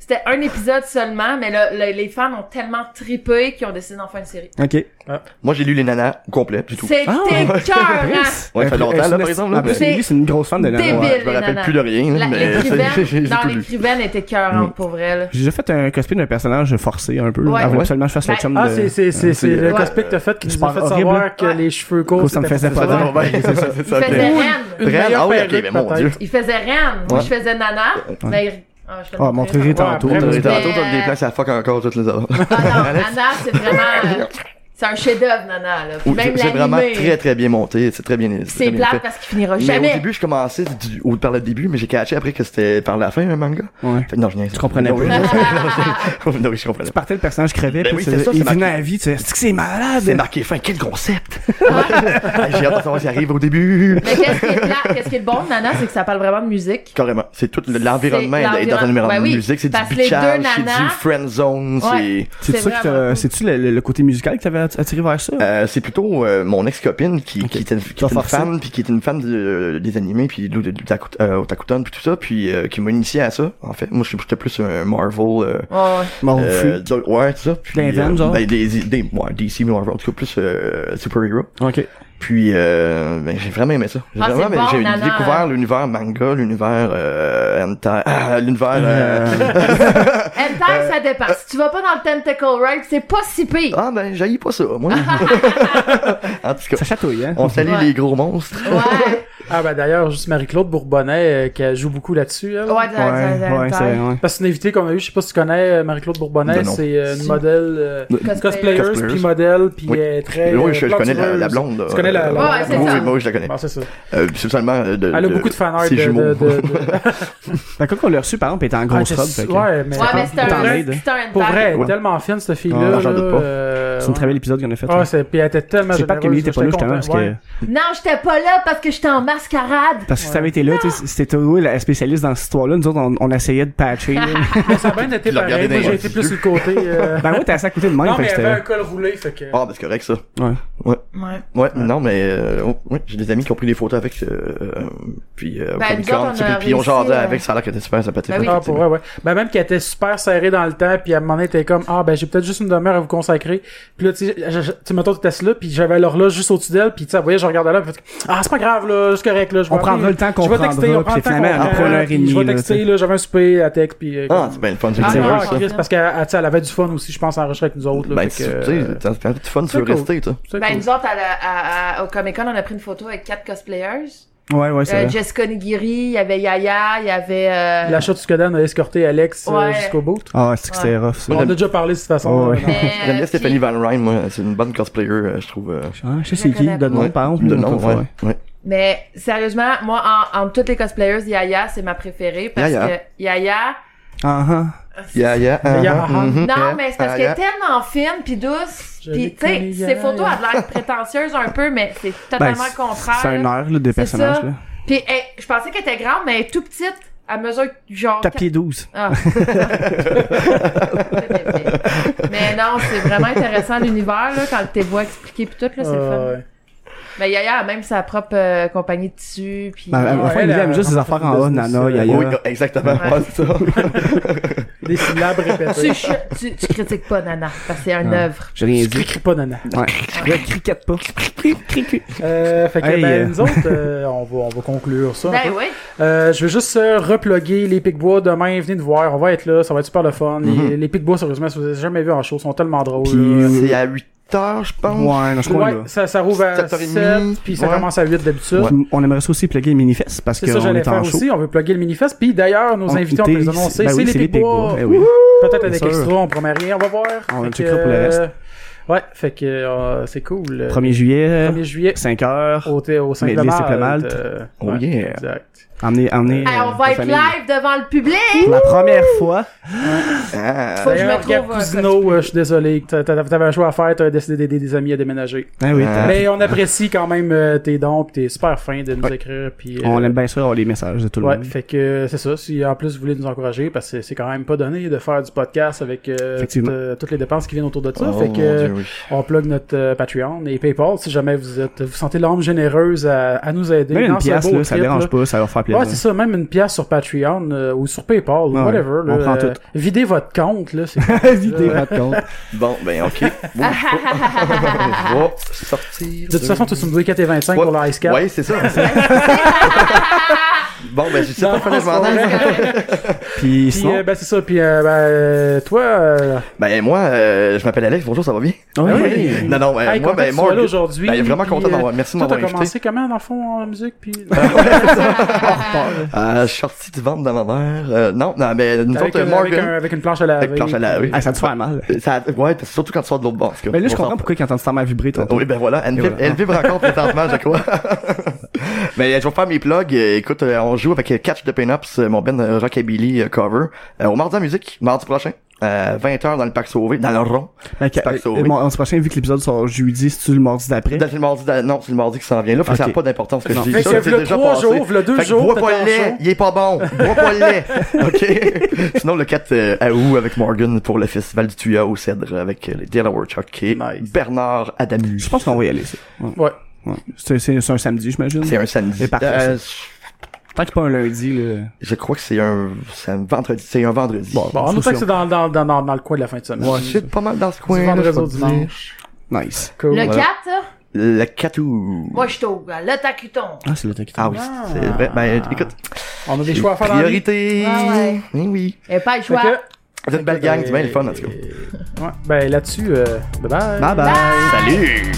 [SPEAKER 4] c'était un épisode seulement, mais le- le- les fans ont tellement tripé qu'ils ont décidé d'en faire une série.
[SPEAKER 3] Ok.
[SPEAKER 5] Moi, j'ai lu les nanas au complet, du tout.
[SPEAKER 4] C'est
[SPEAKER 3] Ah, <laughs>
[SPEAKER 4] écœurant.
[SPEAKER 5] Ouais, ça fait longtemps, là, par
[SPEAKER 3] En
[SPEAKER 5] exemple, là,
[SPEAKER 3] plus,
[SPEAKER 5] mais-
[SPEAKER 3] Ah, ben, lui, c'est une grosse fan de Nana.
[SPEAKER 4] Débile.
[SPEAKER 5] Ouais, je me
[SPEAKER 4] les
[SPEAKER 5] rappelle
[SPEAKER 4] nanas.
[SPEAKER 5] plus de rien,
[SPEAKER 4] La-
[SPEAKER 5] mais j'ai- <laughs> j'ai
[SPEAKER 4] L'écrivaine, dans
[SPEAKER 5] tout lu. Mm.
[SPEAKER 4] l'écrivaine était écœurante pour vrai. Là.
[SPEAKER 3] J'ai déjà fait un cosplay d'un personnage forcé un peu.
[SPEAKER 4] Ouais.
[SPEAKER 3] Elle voulait
[SPEAKER 5] Ouais.
[SPEAKER 3] absolument que je fasse le
[SPEAKER 4] Ben,
[SPEAKER 3] chum
[SPEAKER 2] Ah,
[SPEAKER 3] de-
[SPEAKER 5] Euh,
[SPEAKER 2] c'est, c'est, c'est, c'est le
[SPEAKER 4] Ouais.
[SPEAKER 2] cosplay que t'as fait qui nous a
[SPEAKER 3] Sport
[SPEAKER 2] fait
[SPEAKER 3] horrible, là.
[SPEAKER 2] savoir que
[SPEAKER 4] Ouais.
[SPEAKER 2] les cheveux
[SPEAKER 3] Quoi,
[SPEAKER 2] courts.
[SPEAKER 3] ça me
[SPEAKER 2] c'était
[SPEAKER 3] faisait
[SPEAKER 2] pour
[SPEAKER 3] pas
[SPEAKER 2] ça.
[SPEAKER 3] dire.
[SPEAKER 5] Ah, ouais, c'est ça, c'est
[SPEAKER 4] Il
[SPEAKER 5] ça. ok.
[SPEAKER 4] faisait
[SPEAKER 2] Ou
[SPEAKER 4] reine.
[SPEAKER 2] Une
[SPEAKER 5] Reine,
[SPEAKER 2] meilleure
[SPEAKER 5] ah oui, ok,
[SPEAKER 2] perruque,
[SPEAKER 5] mais mon
[SPEAKER 2] peut-être.
[SPEAKER 5] Dieu.
[SPEAKER 4] Il faisait reine. Moi je faisais nana. Mais ah, je fais
[SPEAKER 3] Ah, montrer
[SPEAKER 4] Ah,
[SPEAKER 3] tantôt.
[SPEAKER 2] après,
[SPEAKER 5] T'as
[SPEAKER 2] Mais-
[SPEAKER 5] raison, Tantôt, t'as des plans, ça fuck encore toutes les autres.
[SPEAKER 4] Ah
[SPEAKER 5] <laughs>
[SPEAKER 4] non, Nana, c'est vraiment. euh, c'est un chef-d'œuvre, Nana. Là. Puis
[SPEAKER 5] Ou-
[SPEAKER 4] Même
[SPEAKER 5] C'est vraiment très
[SPEAKER 4] l'animé.
[SPEAKER 5] très bien monté, c'est très bien c'est très
[SPEAKER 4] C'est
[SPEAKER 5] bien
[SPEAKER 4] plate
[SPEAKER 5] fait.
[SPEAKER 4] parce qu'il finira
[SPEAKER 5] Mais
[SPEAKER 4] jamais.
[SPEAKER 5] au début, je commençais du- au- par le début, mais j'ai catché après que c'était par la fin un manga.
[SPEAKER 3] Ouais.
[SPEAKER 5] Fait que non, je niaise.
[SPEAKER 3] Tu comprenais
[SPEAKER 5] <laughs> Non,
[SPEAKER 3] pas.
[SPEAKER 5] oui. Non, oui, je comprenais
[SPEAKER 3] Tu
[SPEAKER 5] pas.
[SPEAKER 3] partais, le personnage crevait,
[SPEAKER 5] Ben
[SPEAKER 3] puis
[SPEAKER 5] oui,
[SPEAKER 3] tu
[SPEAKER 5] c'est ça,
[SPEAKER 3] il
[SPEAKER 5] c'est marqué.
[SPEAKER 3] venait à la vie, tu sais, c'est que c'est malade!
[SPEAKER 5] C'est marqué fin, quel
[SPEAKER 3] <laughs>
[SPEAKER 5] concept! Ah, j'ai hâte de savoir si arrive au début.
[SPEAKER 4] Mais qu'est-ce qui est plate, qu'est-ce qui est le bon de Nana, c'est que ça parle vraiment de musique.
[SPEAKER 5] Carrément. C'est tout le- l'environnement
[SPEAKER 4] C'est
[SPEAKER 5] est dans un
[SPEAKER 4] l'environnement.
[SPEAKER 5] environnement
[SPEAKER 4] Ouais,
[SPEAKER 5] de
[SPEAKER 4] oui.
[SPEAKER 5] musique, c'est
[SPEAKER 4] Parce
[SPEAKER 5] du
[SPEAKER 4] que les
[SPEAKER 5] bitchage,
[SPEAKER 4] deux
[SPEAKER 5] c'est du
[SPEAKER 4] nanas-
[SPEAKER 5] friend zone,
[SPEAKER 4] Ouais.
[SPEAKER 5] c'est...
[SPEAKER 3] C'est ça
[SPEAKER 4] vraiment
[SPEAKER 3] que t'as-
[SPEAKER 4] cool.
[SPEAKER 3] c'est-tu le, le- le côté musical que t'avais attiré vers ça?
[SPEAKER 5] Euh, c'est plutôt euh, mon ex-copine qui, qui était une, qui
[SPEAKER 3] T'as
[SPEAKER 5] était une
[SPEAKER 3] forcé.
[SPEAKER 5] fan puis qui était une fan de- euh, des animés puis de, de, de Taku- euh, Otakuton, puis tout ça puis euh, qui m'a initié à ça en fait moi je- j'étais plus un Marvel euh,
[SPEAKER 4] Ouais, ouais.
[SPEAKER 3] Mon
[SPEAKER 5] euh,
[SPEAKER 3] fou.
[SPEAKER 5] do- ouais tout ça puis
[SPEAKER 3] Oh, Des Vans, genre?
[SPEAKER 5] ben, des, des ouais, DC mais Marvel en tout cas plus euh, super hero
[SPEAKER 3] Ok.
[SPEAKER 5] puis euh, ben, j'ai vraiment aimé ça j'ai
[SPEAKER 4] Ah,
[SPEAKER 5] vraiment
[SPEAKER 4] c'est
[SPEAKER 5] aimé-
[SPEAKER 4] bon,
[SPEAKER 5] j'ai
[SPEAKER 4] Nana.
[SPEAKER 5] découvert l'univers manga l'univers euh, hentai- <laughs> ah, l'univers euh,
[SPEAKER 3] Euh,
[SPEAKER 4] Hentai, ça dépend. Si tu vas pas dans le Tentacle Rape, c'est pas si pire.
[SPEAKER 5] ah ben
[SPEAKER 4] <laughs>
[SPEAKER 5] j'haïs pas ça moi <laughs> en tout cas
[SPEAKER 3] Ça chatouille, hein?
[SPEAKER 5] on salue
[SPEAKER 3] <laughs>
[SPEAKER 4] Ouais.
[SPEAKER 5] les gros monstres
[SPEAKER 4] Ouais.
[SPEAKER 2] Ah ben d'ailleurs, juste Marie-Claude Bourbonnais euh, qui joue beaucoup là-dessus. Elle.
[SPEAKER 4] Ouais, ça- ça- ça-
[SPEAKER 3] ouais,
[SPEAKER 4] ça-
[SPEAKER 3] c'est, ouais.
[SPEAKER 2] Parce que c'est une invitée qu'on a eu, je sais pas si tu connais euh, Marie-Claude Bourbonnais,
[SPEAKER 5] Ben non.
[SPEAKER 2] c'est euh, une
[SPEAKER 4] Si.
[SPEAKER 2] modèle euh,
[SPEAKER 4] Cosplayer.
[SPEAKER 2] cosplayer,
[SPEAKER 5] Cosplayer.
[SPEAKER 2] puis modèle, puis
[SPEAKER 5] Oui.
[SPEAKER 2] elle est très
[SPEAKER 5] Oui, je,
[SPEAKER 2] euh,
[SPEAKER 5] je connais la, la
[SPEAKER 2] plantureuse.
[SPEAKER 5] blonde. là.
[SPEAKER 2] Tu connais la, la,
[SPEAKER 5] Euh,
[SPEAKER 2] la-
[SPEAKER 4] Ouais,
[SPEAKER 2] la-
[SPEAKER 4] c'est
[SPEAKER 5] oui,
[SPEAKER 4] ça.
[SPEAKER 5] oui, moi, je la connais.
[SPEAKER 2] Bon, c'est ça.
[SPEAKER 5] Euh, c'est seulement de, de-
[SPEAKER 2] Elle a beaucoup de fan art de,
[SPEAKER 5] ses
[SPEAKER 2] de,
[SPEAKER 5] jumeaux. <laughs>
[SPEAKER 2] de- de-
[SPEAKER 3] Fait que quand on Ben, l'a reçu, par exemple, elle était en grosse
[SPEAKER 2] Ah,
[SPEAKER 3] robe.
[SPEAKER 2] c'est-
[SPEAKER 3] fait que-
[SPEAKER 2] Ouais, mais
[SPEAKER 4] Ouais, mais c'est
[SPEAKER 3] T'en
[SPEAKER 4] un,
[SPEAKER 3] aides.
[SPEAKER 4] c'est un
[SPEAKER 2] pour vrai, elle est
[SPEAKER 5] Ouais.
[SPEAKER 2] tellement fine cette fille
[SPEAKER 3] Ah,
[SPEAKER 2] là.
[SPEAKER 5] j'en doute
[SPEAKER 2] là,
[SPEAKER 5] pas.
[SPEAKER 2] euh,
[SPEAKER 3] C'est un très bel épisode qu'on a fait.
[SPEAKER 5] hein.
[SPEAKER 2] Ah,
[SPEAKER 3] ouais.
[SPEAKER 2] c'est puis elle était tellement
[SPEAKER 3] C'est pas
[SPEAKER 2] généreuse.
[SPEAKER 3] qu'Emilie était pas là
[SPEAKER 2] j'étais
[SPEAKER 3] justement parce
[SPEAKER 2] content,
[SPEAKER 3] que
[SPEAKER 4] Non, j'étais pas là parce que j'étais en mascarade.
[SPEAKER 3] parce que si t'avais été là, tu sais, c'était toi la spécialiste dans cette histoire-là. Nous autres, on, on essayait de patcher. là.
[SPEAKER 2] ouais. Mais ça a bien été
[SPEAKER 5] l'as
[SPEAKER 2] pareil.
[SPEAKER 5] regardé
[SPEAKER 2] Moi,
[SPEAKER 5] dans
[SPEAKER 2] j'ai
[SPEAKER 5] les
[SPEAKER 2] été
[SPEAKER 5] yeux.
[SPEAKER 2] plus sur le côté. euh,
[SPEAKER 3] ben <laughs> ouais, t'es assis à côté de moi.
[SPEAKER 2] Non,
[SPEAKER 3] fait
[SPEAKER 2] mais
[SPEAKER 3] que
[SPEAKER 2] elle
[SPEAKER 3] c'était-
[SPEAKER 2] avait un col roulé, fait que.
[SPEAKER 5] Ah, ben, c'est correct, ça.
[SPEAKER 3] Ouais.
[SPEAKER 4] Ouais.
[SPEAKER 5] Ouais, non, mais euh, oh, ouais, j'ai des amis qui ont pris des photos avec euh, euh, puis euh,
[SPEAKER 4] Ben,
[SPEAKER 5] Comic
[SPEAKER 4] nous autres,
[SPEAKER 5] Con,
[SPEAKER 4] on
[SPEAKER 5] tu sais,
[SPEAKER 4] a
[SPEAKER 5] puis, puis on
[SPEAKER 4] réussi,
[SPEAKER 5] jasait
[SPEAKER 4] euh,
[SPEAKER 5] avec, ça a l'air qu'elle était super sympathique.
[SPEAKER 4] Ben oui.
[SPEAKER 2] Ah, pour vrai, ouais. Ben, même qu'elle était super serrée dans le temps, puis à un moment donné, elle était comme, ah, ben, j'ai peut-être juste une demi-heure à vous consacrer. Puis là, tu sais, je- je- tu sais, mettons, t'étais assis là, puis j'avais l'horloge juste au-dessus d'elle, puis tu sais, vous voyez, je regardais là, puis je fais, ah, c'est pas grave, là, c'est correct, là, je vais
[SPEAKER 3] On prendra
[SPEAKER 2] appeler-
[SPEAKER 3] le temps qu'on
[SPEAKER 2] je vais texter,
[SPEAKER 3] prendra,
[SPEAKER 2] on prend
[SPEAKER 3] puis
[SPEAKER 2] le temps qu'on
[SPEAKER 3] finalement, elle prend une heure et
[SPEAKER 2] puis
[SPEAKER 3] demie,
[SPEAKER 2] Je vais
[SPEAKER 3] là, tu
[SPEAKER 2] texter,
[SPEAKER 3] sais.
[SPEAKER 2] là, j'avais un souper à texte, puis. euh,
[SPEAKER 5] Ah, c'est bien le fun, c'est
[SPEAKER 2] ah,
[SPEAKER 5] c'est
[SPEAKER 2] non,
[SPEAKER 5] heureux,
[SPEAKER 4] ouais,
[SPEAKER 5] ça.
[SPEAKER 2] Chris, parce qu'elle, elle, tu sais, elle avait du fun aussi, je pense, à enregistrer avec nous autres, là.
[SPEAKER 5] Ben,
[SPEAKER 2] fait
[SPEAKER 5] tu
[SPEAKER 2] que,
[SPEAKER 5] tu
[SPEAKER 2] euh,
[SPEAKER 5] sais, t'as t'as du fun, tu
[SPEAKER 2] c'est
[SPEAKER 5] veux
[SPEAKER 2] cool.
[SPEAKER 5] rester, toi.
[SPEAKER 2] c'est
[SPEAKER 4] Ben,
[SPEAKER 2] cool.
[SPEAKER 4] nous autres, à la- à- à- au Comic Con, on a pris une photo avec quatre cosplayers.
[SPEAKER 3] Ouais, ouais, c'est
[SPEAKER 4] Euh,
[SPEAKER 3] vrai.
[SPEAKER 4] Jessica Nigiri, il y avait Yaya, il y avait. euh,
[SPEAKER 2] La chute a escorté Alex euh,
[SPEAKER 4] Ouais.
[SPEAKER 2] jusqu'au bout.
[SPEAKER 3] Ah, ouais, c'est que c'était rough, ça.
[SPEAKER 2] On en a déjà parlé de cette façon.
[SPEAKER 3] Ouais,
[SPEAKER 2] là, dans-
[SPEAKER 3] ouais. <laughs>
[SPEAKER 4] mais, euh,
[SPEAKER 5] J'aime bien Stéphanie
[SPEAKER 4] puis-
[SPEAKER 5] Van Ryn, moi, c'est une bonne cosplayer, euh, je trouve. euh,
[SPEAKER 3] Ah, je sais c'est
[SPEAKER 4] Je
[SPEAKER 3] qui,
[SPEAKER 4] connais
[SPEAKER 3] de nom,
[SPEAKER 5] ouais.
[SPEAKER 3] par exemple.
[SPEAKER 5] De
[SPEAKER 3] une
[SPEAKER 5] nom,
[SPEAKER 3] fois,
[SPEAKER 5] ouais. ouais.
[SPEAKER 4] Mais sérieusement, moi, en, entre toutes les cosplayers, Yaya, c'est ma préférée parce
[SPEAKER 5] Yaya.
[SPEAKER 4] que Yaya.
[SPEAKER 3] Ah, ah.
[SPEAKER 5] Yeah, yeah,
[SPEAKER 2] Mais
[SPEAKER 3] Euh,
[SPEAKER 5] uh-huh,
[SPEAKER 2] yeah,
[SPEAKER 5] mhm,
[SPEAKER 2] uh-huh.
[SPEAKER 4] Non,
[SPEAKER 5] yeah,
[SPEAKER 4] mais c'est parce
[SPEAKER 5] uh,
[SPEAKER 4] qu'elle est
[SPEAKER 5] yeah.
[SPEAKER 4] tellement fine puis douce.
[SPEAKER 2] Je l'ai
[SPEAKER 4] Puis, tu
[SPEAKER 2] connue,
[SPEAKER 4] sais, ses
[SPEAKER 2] Yaya.
[SPEAKER 4] photos, elle a l'air prétentieuse un peu, mais c'est
[SPEAKER 3] Ben,
[SPEAKER 4] totalement le contraire.
[SPEAKER 3] c'est un
[SPEAKER 4] là.
[SPEAKER 3] heure, là, de
[SPEAKER 4] C'est
[SPEAKER 3] personnage,
[SPEAKER 4] ça.
[SPEAKER 3] là.
[SPEAKER 4] Puis, hey, je pensais qu'elle était grande, mais elle est tout petite. À mesure que, genre.
[SPEAKER 3] T'as pied 12.
[SPEAKER 4] Ah. <laughs> mais non, c'est vraiment intéressant l'univers, là, quand tu vois expliquer puis tout, là, Ah, c'est le fun.
[SPEAKER 2] Euh, ouais.
[SPEAKER 4] Mais Yaya a même sa propre euh, compagnie de tissu, puis...
[SPEAKER 3] Ben, à la
[SPEAKER 2] Ouais,
[SPEAKER 3] fin, il
[SPEAKER 2] la-
[SPEAKER 3] aime juste des
[SPEAKER 2] la-
[SPEAKER 3] affaires en A,
[SPEAKER 2] business,
[SPEAKER 3] nana,
[SPEAKER 2] euh,
[SPEAKER 3] yaya.
[SPEAKER 5] Oui, oh, exactement,
[SPEAKER 4] Ouais.
[SPEAKER 5] ouais, c'est ça.
[SPEAKER 2] Des syllabes répétées.
[SPEAKER 4] tu, ch- tu, tu critiques pas Nana, parce que c'est une
[SPEAKER 3] Ouais.
[SPEAKER 4] œuvre.
[SPEAKER 3] J'ai rien dit.
[SPEAKER 2] Crie pas, nana.
[SPEAKER 3] Ouais. Le cricket pas. Cric-cric.
[SPEAKER 2] Euh, fait que,
[SPEAKER 3] Hey,
[SPEAKER 2] ben,
[SPEAKER 3] euh.
[SPEAKER 2] nous autres, euh, on, va, on va conclure ça. un peu.
[SPEAKER 4] Ben oui,
[SPEAKER 2] Euh, je vais juste euh, reploguer les Picbois demain. Venez nous voir, on va être là, ça va être super le fun. Les- Les, Picbois, sérieusement, si vous avez jamais vu en show, sont tellement drôles.
[SPEAKER 3] Mhm. Puis, euh,
[SPEAKER 5] <laughs>
[SPEAKER 2] là.
[SPEAKER 5] C'est à 8 heures, je pense.
[SPEAKER 3] Ouais, non, je crois
[SPEAKER 2] Ouais,
[SPEAKER 3] là.
[SPEAKER 2] ça, ça rouvre à
[SPEAKER 5] 7h30,
[SPEAKER 2] 7, puis ça
[SPEAKER 5] ouais.
[SPEAKER 2] commence à 8 d'habitude.
[SPEAKER 3] Puis, On aimerait ça aussi plugger les manifestes parce
[SPEAKER 2] C'est ça,
[SPEAKER 3] qu'on
[SPEAKER 2] j'allais
[SPEAKER 3] est
[SPEAKER 2] faire
[SPEAKER 3] en show.
[SPEAKER 2] aussi. On veut plugger le manifeste. Puis d'ailleurs, nos
[SPEAKER 3] On-
[SPEAKER 2] invités, on peut les
[SPEAKER 3] t'es-
[SPEAKER 2] annoncer.
[SPEAKER 3] ben
[SPEAKER 2] c'est
[SPEAKER 3] oui,
[SPEAKER 2] les Big Bois.
[SPEAKER 3] eh oui.
[SPEAKER 2] Peut-être avec
[SPEAKER 3] sûr.
[SPEAKER 2] extra, on promet rien. On va voir.
[SPEAKER 3] On
[SPEAKER 2] Fait
[SPEAKER 3] le
[SPEAKER 2] que,
[SPEAKER 3] checkera pour le reste.
[SPEAKER 2] euh, Ouais, fait que euh, c'est cool.
[SPEAKER 3] 1er juillet,
[SPEAKER 2] 1er juillet, Oh.
[SPEAKER 3] 5 heures.
[SPEAKER 2] au, thé- au saint
[SPEAKER 3] Euh, Mais les Simple Malte.
[SPEAKER 2] euh,
[SPEAKER 5] Oh
[SPEAKER 2] ouais,
[SPEAKER 5] yeah.
[SPEAKER 2] Exact.
[SPEAKER 3] Emmenez, emmenez.
[SPEAKER 4] Hey, on
[SPEAKER 3] euh,
[SPEAKER 4] va
[SPEAKER 3] ta
[SPEAKER 4] être
[SPEAKER 3] famille.
[SPEAKER 4] live devant le public!
[SPEAKER 3] Pour la première fois. Ben,
[SPEAKER 5] Ah,
[SPEAKER 4] Faut que je me
[SPEAKER 2] D'ailleurs,
[SPEAKER 4] trouve, euh,
[SPEAKER 2] Capuzino, euh, je suis désolé. T'a- t'a- T'avais un choix à faire, t'as décidé d'aider des amis à déménager.
[SPEAKER 3] Ah oui, t'as-
[SPEAKER 2] Mais on apprécie quand même euh, tes dons, pis t'es super fin de nous
[SPEAKER 5] Ouais.
[SPEAKER 2] écrire. Puis, euh,
[SPEAKER 3] on aime bien ça, avoir les messages de tout le
[SPEAKER 2] Ouais,
[SPEAKER 3] monde.
[SPEAKER 2] fait que euh, c'est ça. Si en plus vous voulez nous encourager, parce que c'est quand même pas donné de faire du podcast avec euh,
[SPEAKER 3] Effectivement.
[SPEAKER 2] toutes, euh, toutes les dépenses qui viennent autour de ça.
[SPEAKER 5] oh
[SPEAKER 2] fait
[SPEAKER 5] mon
[SPEAKER 2] que
[SPEAKER 5] Dieu,
[SPEAKER 2] euh,
[SPEAKER 5] oui.
[SPEAKER 2] on plug notre euh, Patreon et PayPal si jamais vous êtes vous sentez l'âme généreuse à, à nous aider.
[SPEAKER 3] Même
[SPEAKER 2] dans
[SPEAKER 3] une
[SPEAKER 2] ce
[SPEAKER 3] pièce,
[SPEAKER 2] beau
[SPEAKER 3] là, ça
[SPEAKER 2] trip,
[SPEAKER 3] dérange
[SPEAKER 2] là.
[SPEAKER 3] pas, ça va faire plaisir.
[SPEAKER 2] Ouais, c'est ça, même une pièce sur Patreon euh, ou sur PayPal ou
[SPEAKER 3] Ouais,
[SPEAKER 2] whatever. là,
[SPEAKER 3] on prend
[SPEAKER 2] euh,
[SPEAKER 3] tout.
[SPEAKER 2] videz votre compte,
[SPEAKER 5] <laughs>
[SPEAKER 2] là. C'est
[SPEAKER 3] Videz votre compte.
[SPEAKER 5] Bon, ben, <laughs> ok. Bon, je vais sortir.
[SPEAKER 2] de toute façon, tu me dois 4,25 pour
[SPEAKER 5] Ouais.
[SPEAKER 2] l'Ice Cap.
[SPEAKER 5] Ouais, c'est ça. <laughs> bon, ben, je sais pas
[SPEAKER 2] Non,
[SPEAKER 5] pourquoi je
[SPEAKER 2] c'est pas
[SPEAKER 5] m'en
[SPEAKER 2] vrai.
[SPEAKER 3] <laughs> Puis
[SPEAKER 2] Puis,
[SPEAKER 3] sinon,
[SPEAKER 2] euh, ben, c'est ça. Puis, euh, ben, euh, toi, euh,
[SPEAKER 5] Ben, moi, euh, je m'appelle Alex, bonjour, ça va bien?
[SPEAKER 3] oui.
[SPEAKER 5] Non, non, ben,
[SPEAKER 2] Ah hey,
[SPEAKER 5] moi,
[SPEAKER 2] content que
[SPEAKER 5] ben,
[SPEAKER 2] tu
[SPEAKER 5] moi,
[SPEAKER 2] sois là aujourd'hui.
[SPEAKER 5] ben, vraiment
[SPEAKER 2] puis,
[SPEAKER 5] content d'avoir-
[SPEAKER 2] euh,
[SPEAKER 5] merci de
[SPEAKER 2] toi,
[SPEAKER 5] m'avoir
[SPEAKER 2] T'as
[SPEAKER 5] invité. Ben,
[SPEAKER 2] commencé comment, dans le fond, en musique,
[SPEAKER 5] <laughs>
[SPEAKER 2] puis... <laughs>
[SPEAKER 5] Euh, je suis sorti du ventre de ma mère. Euh, non, non, mais nous
[SPEAKER 2] euh, avec,
[SPEAKER 5] autres,
[SPEAKER 2] un- avec un-
[SPEAKER 5] Morgan.
[SPEAKER 2] avec une planche à laver.
[SPEAKER 5] Avec planche à laver.
[SPEAKER 3] ah, ça te fait mal.
[SPEAKER 5] Ça, ouais, parce que surtout quand tu sors de l'autre bord. parce que-
[SPEAKER 2] Ben,
[SPEAKER 3] Mais là, je
[SPEAKER 5] on s'en
[SPEAKER 3] comprends pourquoi quand t'entends ta mère vibrer, toi.
[SPEAKER 5] Oui, ben voilà, elle,
[SPEAKER 3] Et
[SPEAKER 5] vibre-
[SPEAKER 3] voilà.
[SPEAKER 5] elle vibre encore présentement, je <laughs> crois. Mais euh, je vais faire mes plugs. Euh, Écoute, euh, on joue avec euh, Catch the Pin-Ups, euh, mon ben euh, Rockabilly euh, cover, euh, au Mardi en musique, mardi prochain, euh, 20h dans le Parc Sauvé, dans le rond.
[SPEAKER 3] Fait que,
[SPEAKER 5] C'est pas que ça, oui.
[SPEAKER 3] euh, Bon, on se prochain, vu que l'épisode sort jeudi, c'est-tu le mardi d'après?
[SPEAKER 5] Dans- C'est le mardi, dans- non, c'est le mardi qui s'en vient là, fait que ça
[SPEAKER 3] Ok.
[SPEAKER 5] n'a pas d'importance que je
[SPEAKER 3] Non.
[SPEAKER 5] dis.
[SPEAKER 2] Fait
[SPEAKER 5] ça,
[SPEAKER 2] que
[SPEAKER 5] c'est
[SPEAKER 2] v'là
[SPEAKER 5] déjà
[SPEAKER 2] trois
[SPEAKER 5] passé.
[SPEAKER 2] jours, v'là deux
[SPEAKER 5] Fait que
[SPEAKER 2] jours,
[SPEAKER 5] bois
[SPEAKER 2] t'es
[SPEAKER 5] pas
[SPEAKER 2] en
[SPEAKER 5] le lait,
[SPEAKER 2] show.
[SPEAKER 5] il est pas bon, bois pas le lait, ok? Sinon, le 4 euh, à août avec Morgan pour le festival du Tuya au Cèdre avec euh, les Delaware Chuck et
[SPEAKER 2] Nice.
[SPEAKER 5] Bernard Adamu.
[SPEAKER 3] Je pense qu'on va y aller, ça. Ouais.
[SPEAKER 2] Ouais.
[SPEAKER 3] Ouais. C'est c'est- c'est un samedi, j'imagine.
[SPEAKER 5] C'est un samedi.
[SPEAKER 3] C'est parfait,
[SPEAKER 5] Euh,
[SPEAKER 3] Tant que c'est pas un lundi, là.
[SPEAKER 5] Je crois que c'est un, c'est un vendredi. C'est un vendredi. Bon,
[SPEAKER 2] Bon, on nous
[SPEAKER 3] Faut
[SPEAKER 2] fait que c'est dans, dans, dans, dans, dans le coin de la fin de semaine.
[SPEAKER 5] c'est pas mal dans ce coin.
[SPEAKER 2] du
[SPEAKER 5] là,
[SPEAKER 2] vendredi
[SPEAKER 5] je
[SPEAKER 2] au
[SPEAKER 5] peux te dire.
[SPEAKER 2] dimanche.
[SPEAKER 3] Nice.
[SPEAKER 2] Cool.
[SPEAKER 4] Le
[SPEAKER 5] Ouais.
[SPEAKER 4] 4, là,
[SPEAKER 5] Le catou.
[SPEAKER 4] moi, je suis au à Le Tacuton.
[SPEAKER 3] Ah, c'est le temps qui
[SPEAKER 5] Ah oui, c'est vrai. Ben, écoute.
[SPEAKER 2] On a des choix à faire dans la vie.
[SPEAKER 5] Priorité.
[SPEAKER 4] Ah ouais.
[SPEAKER 5] Oui, oui.
[SPEAKER 4] Et pas le
[SPEAKER 2] Fait
[SPEAKER 4] choix.
[SPEAKER 2] que-
[SPEAKER 5] Vous
[SPEAKER 2] euh,
[SPEAKER 5] êtes une belle gang. C'est bien le fun, en tout cas.
[SPEAKER 2] Ouais, ben là-dessus, euh, bye bye.
[SPEAKER 3] Bye bye.
[SPEAKER 5] Salut!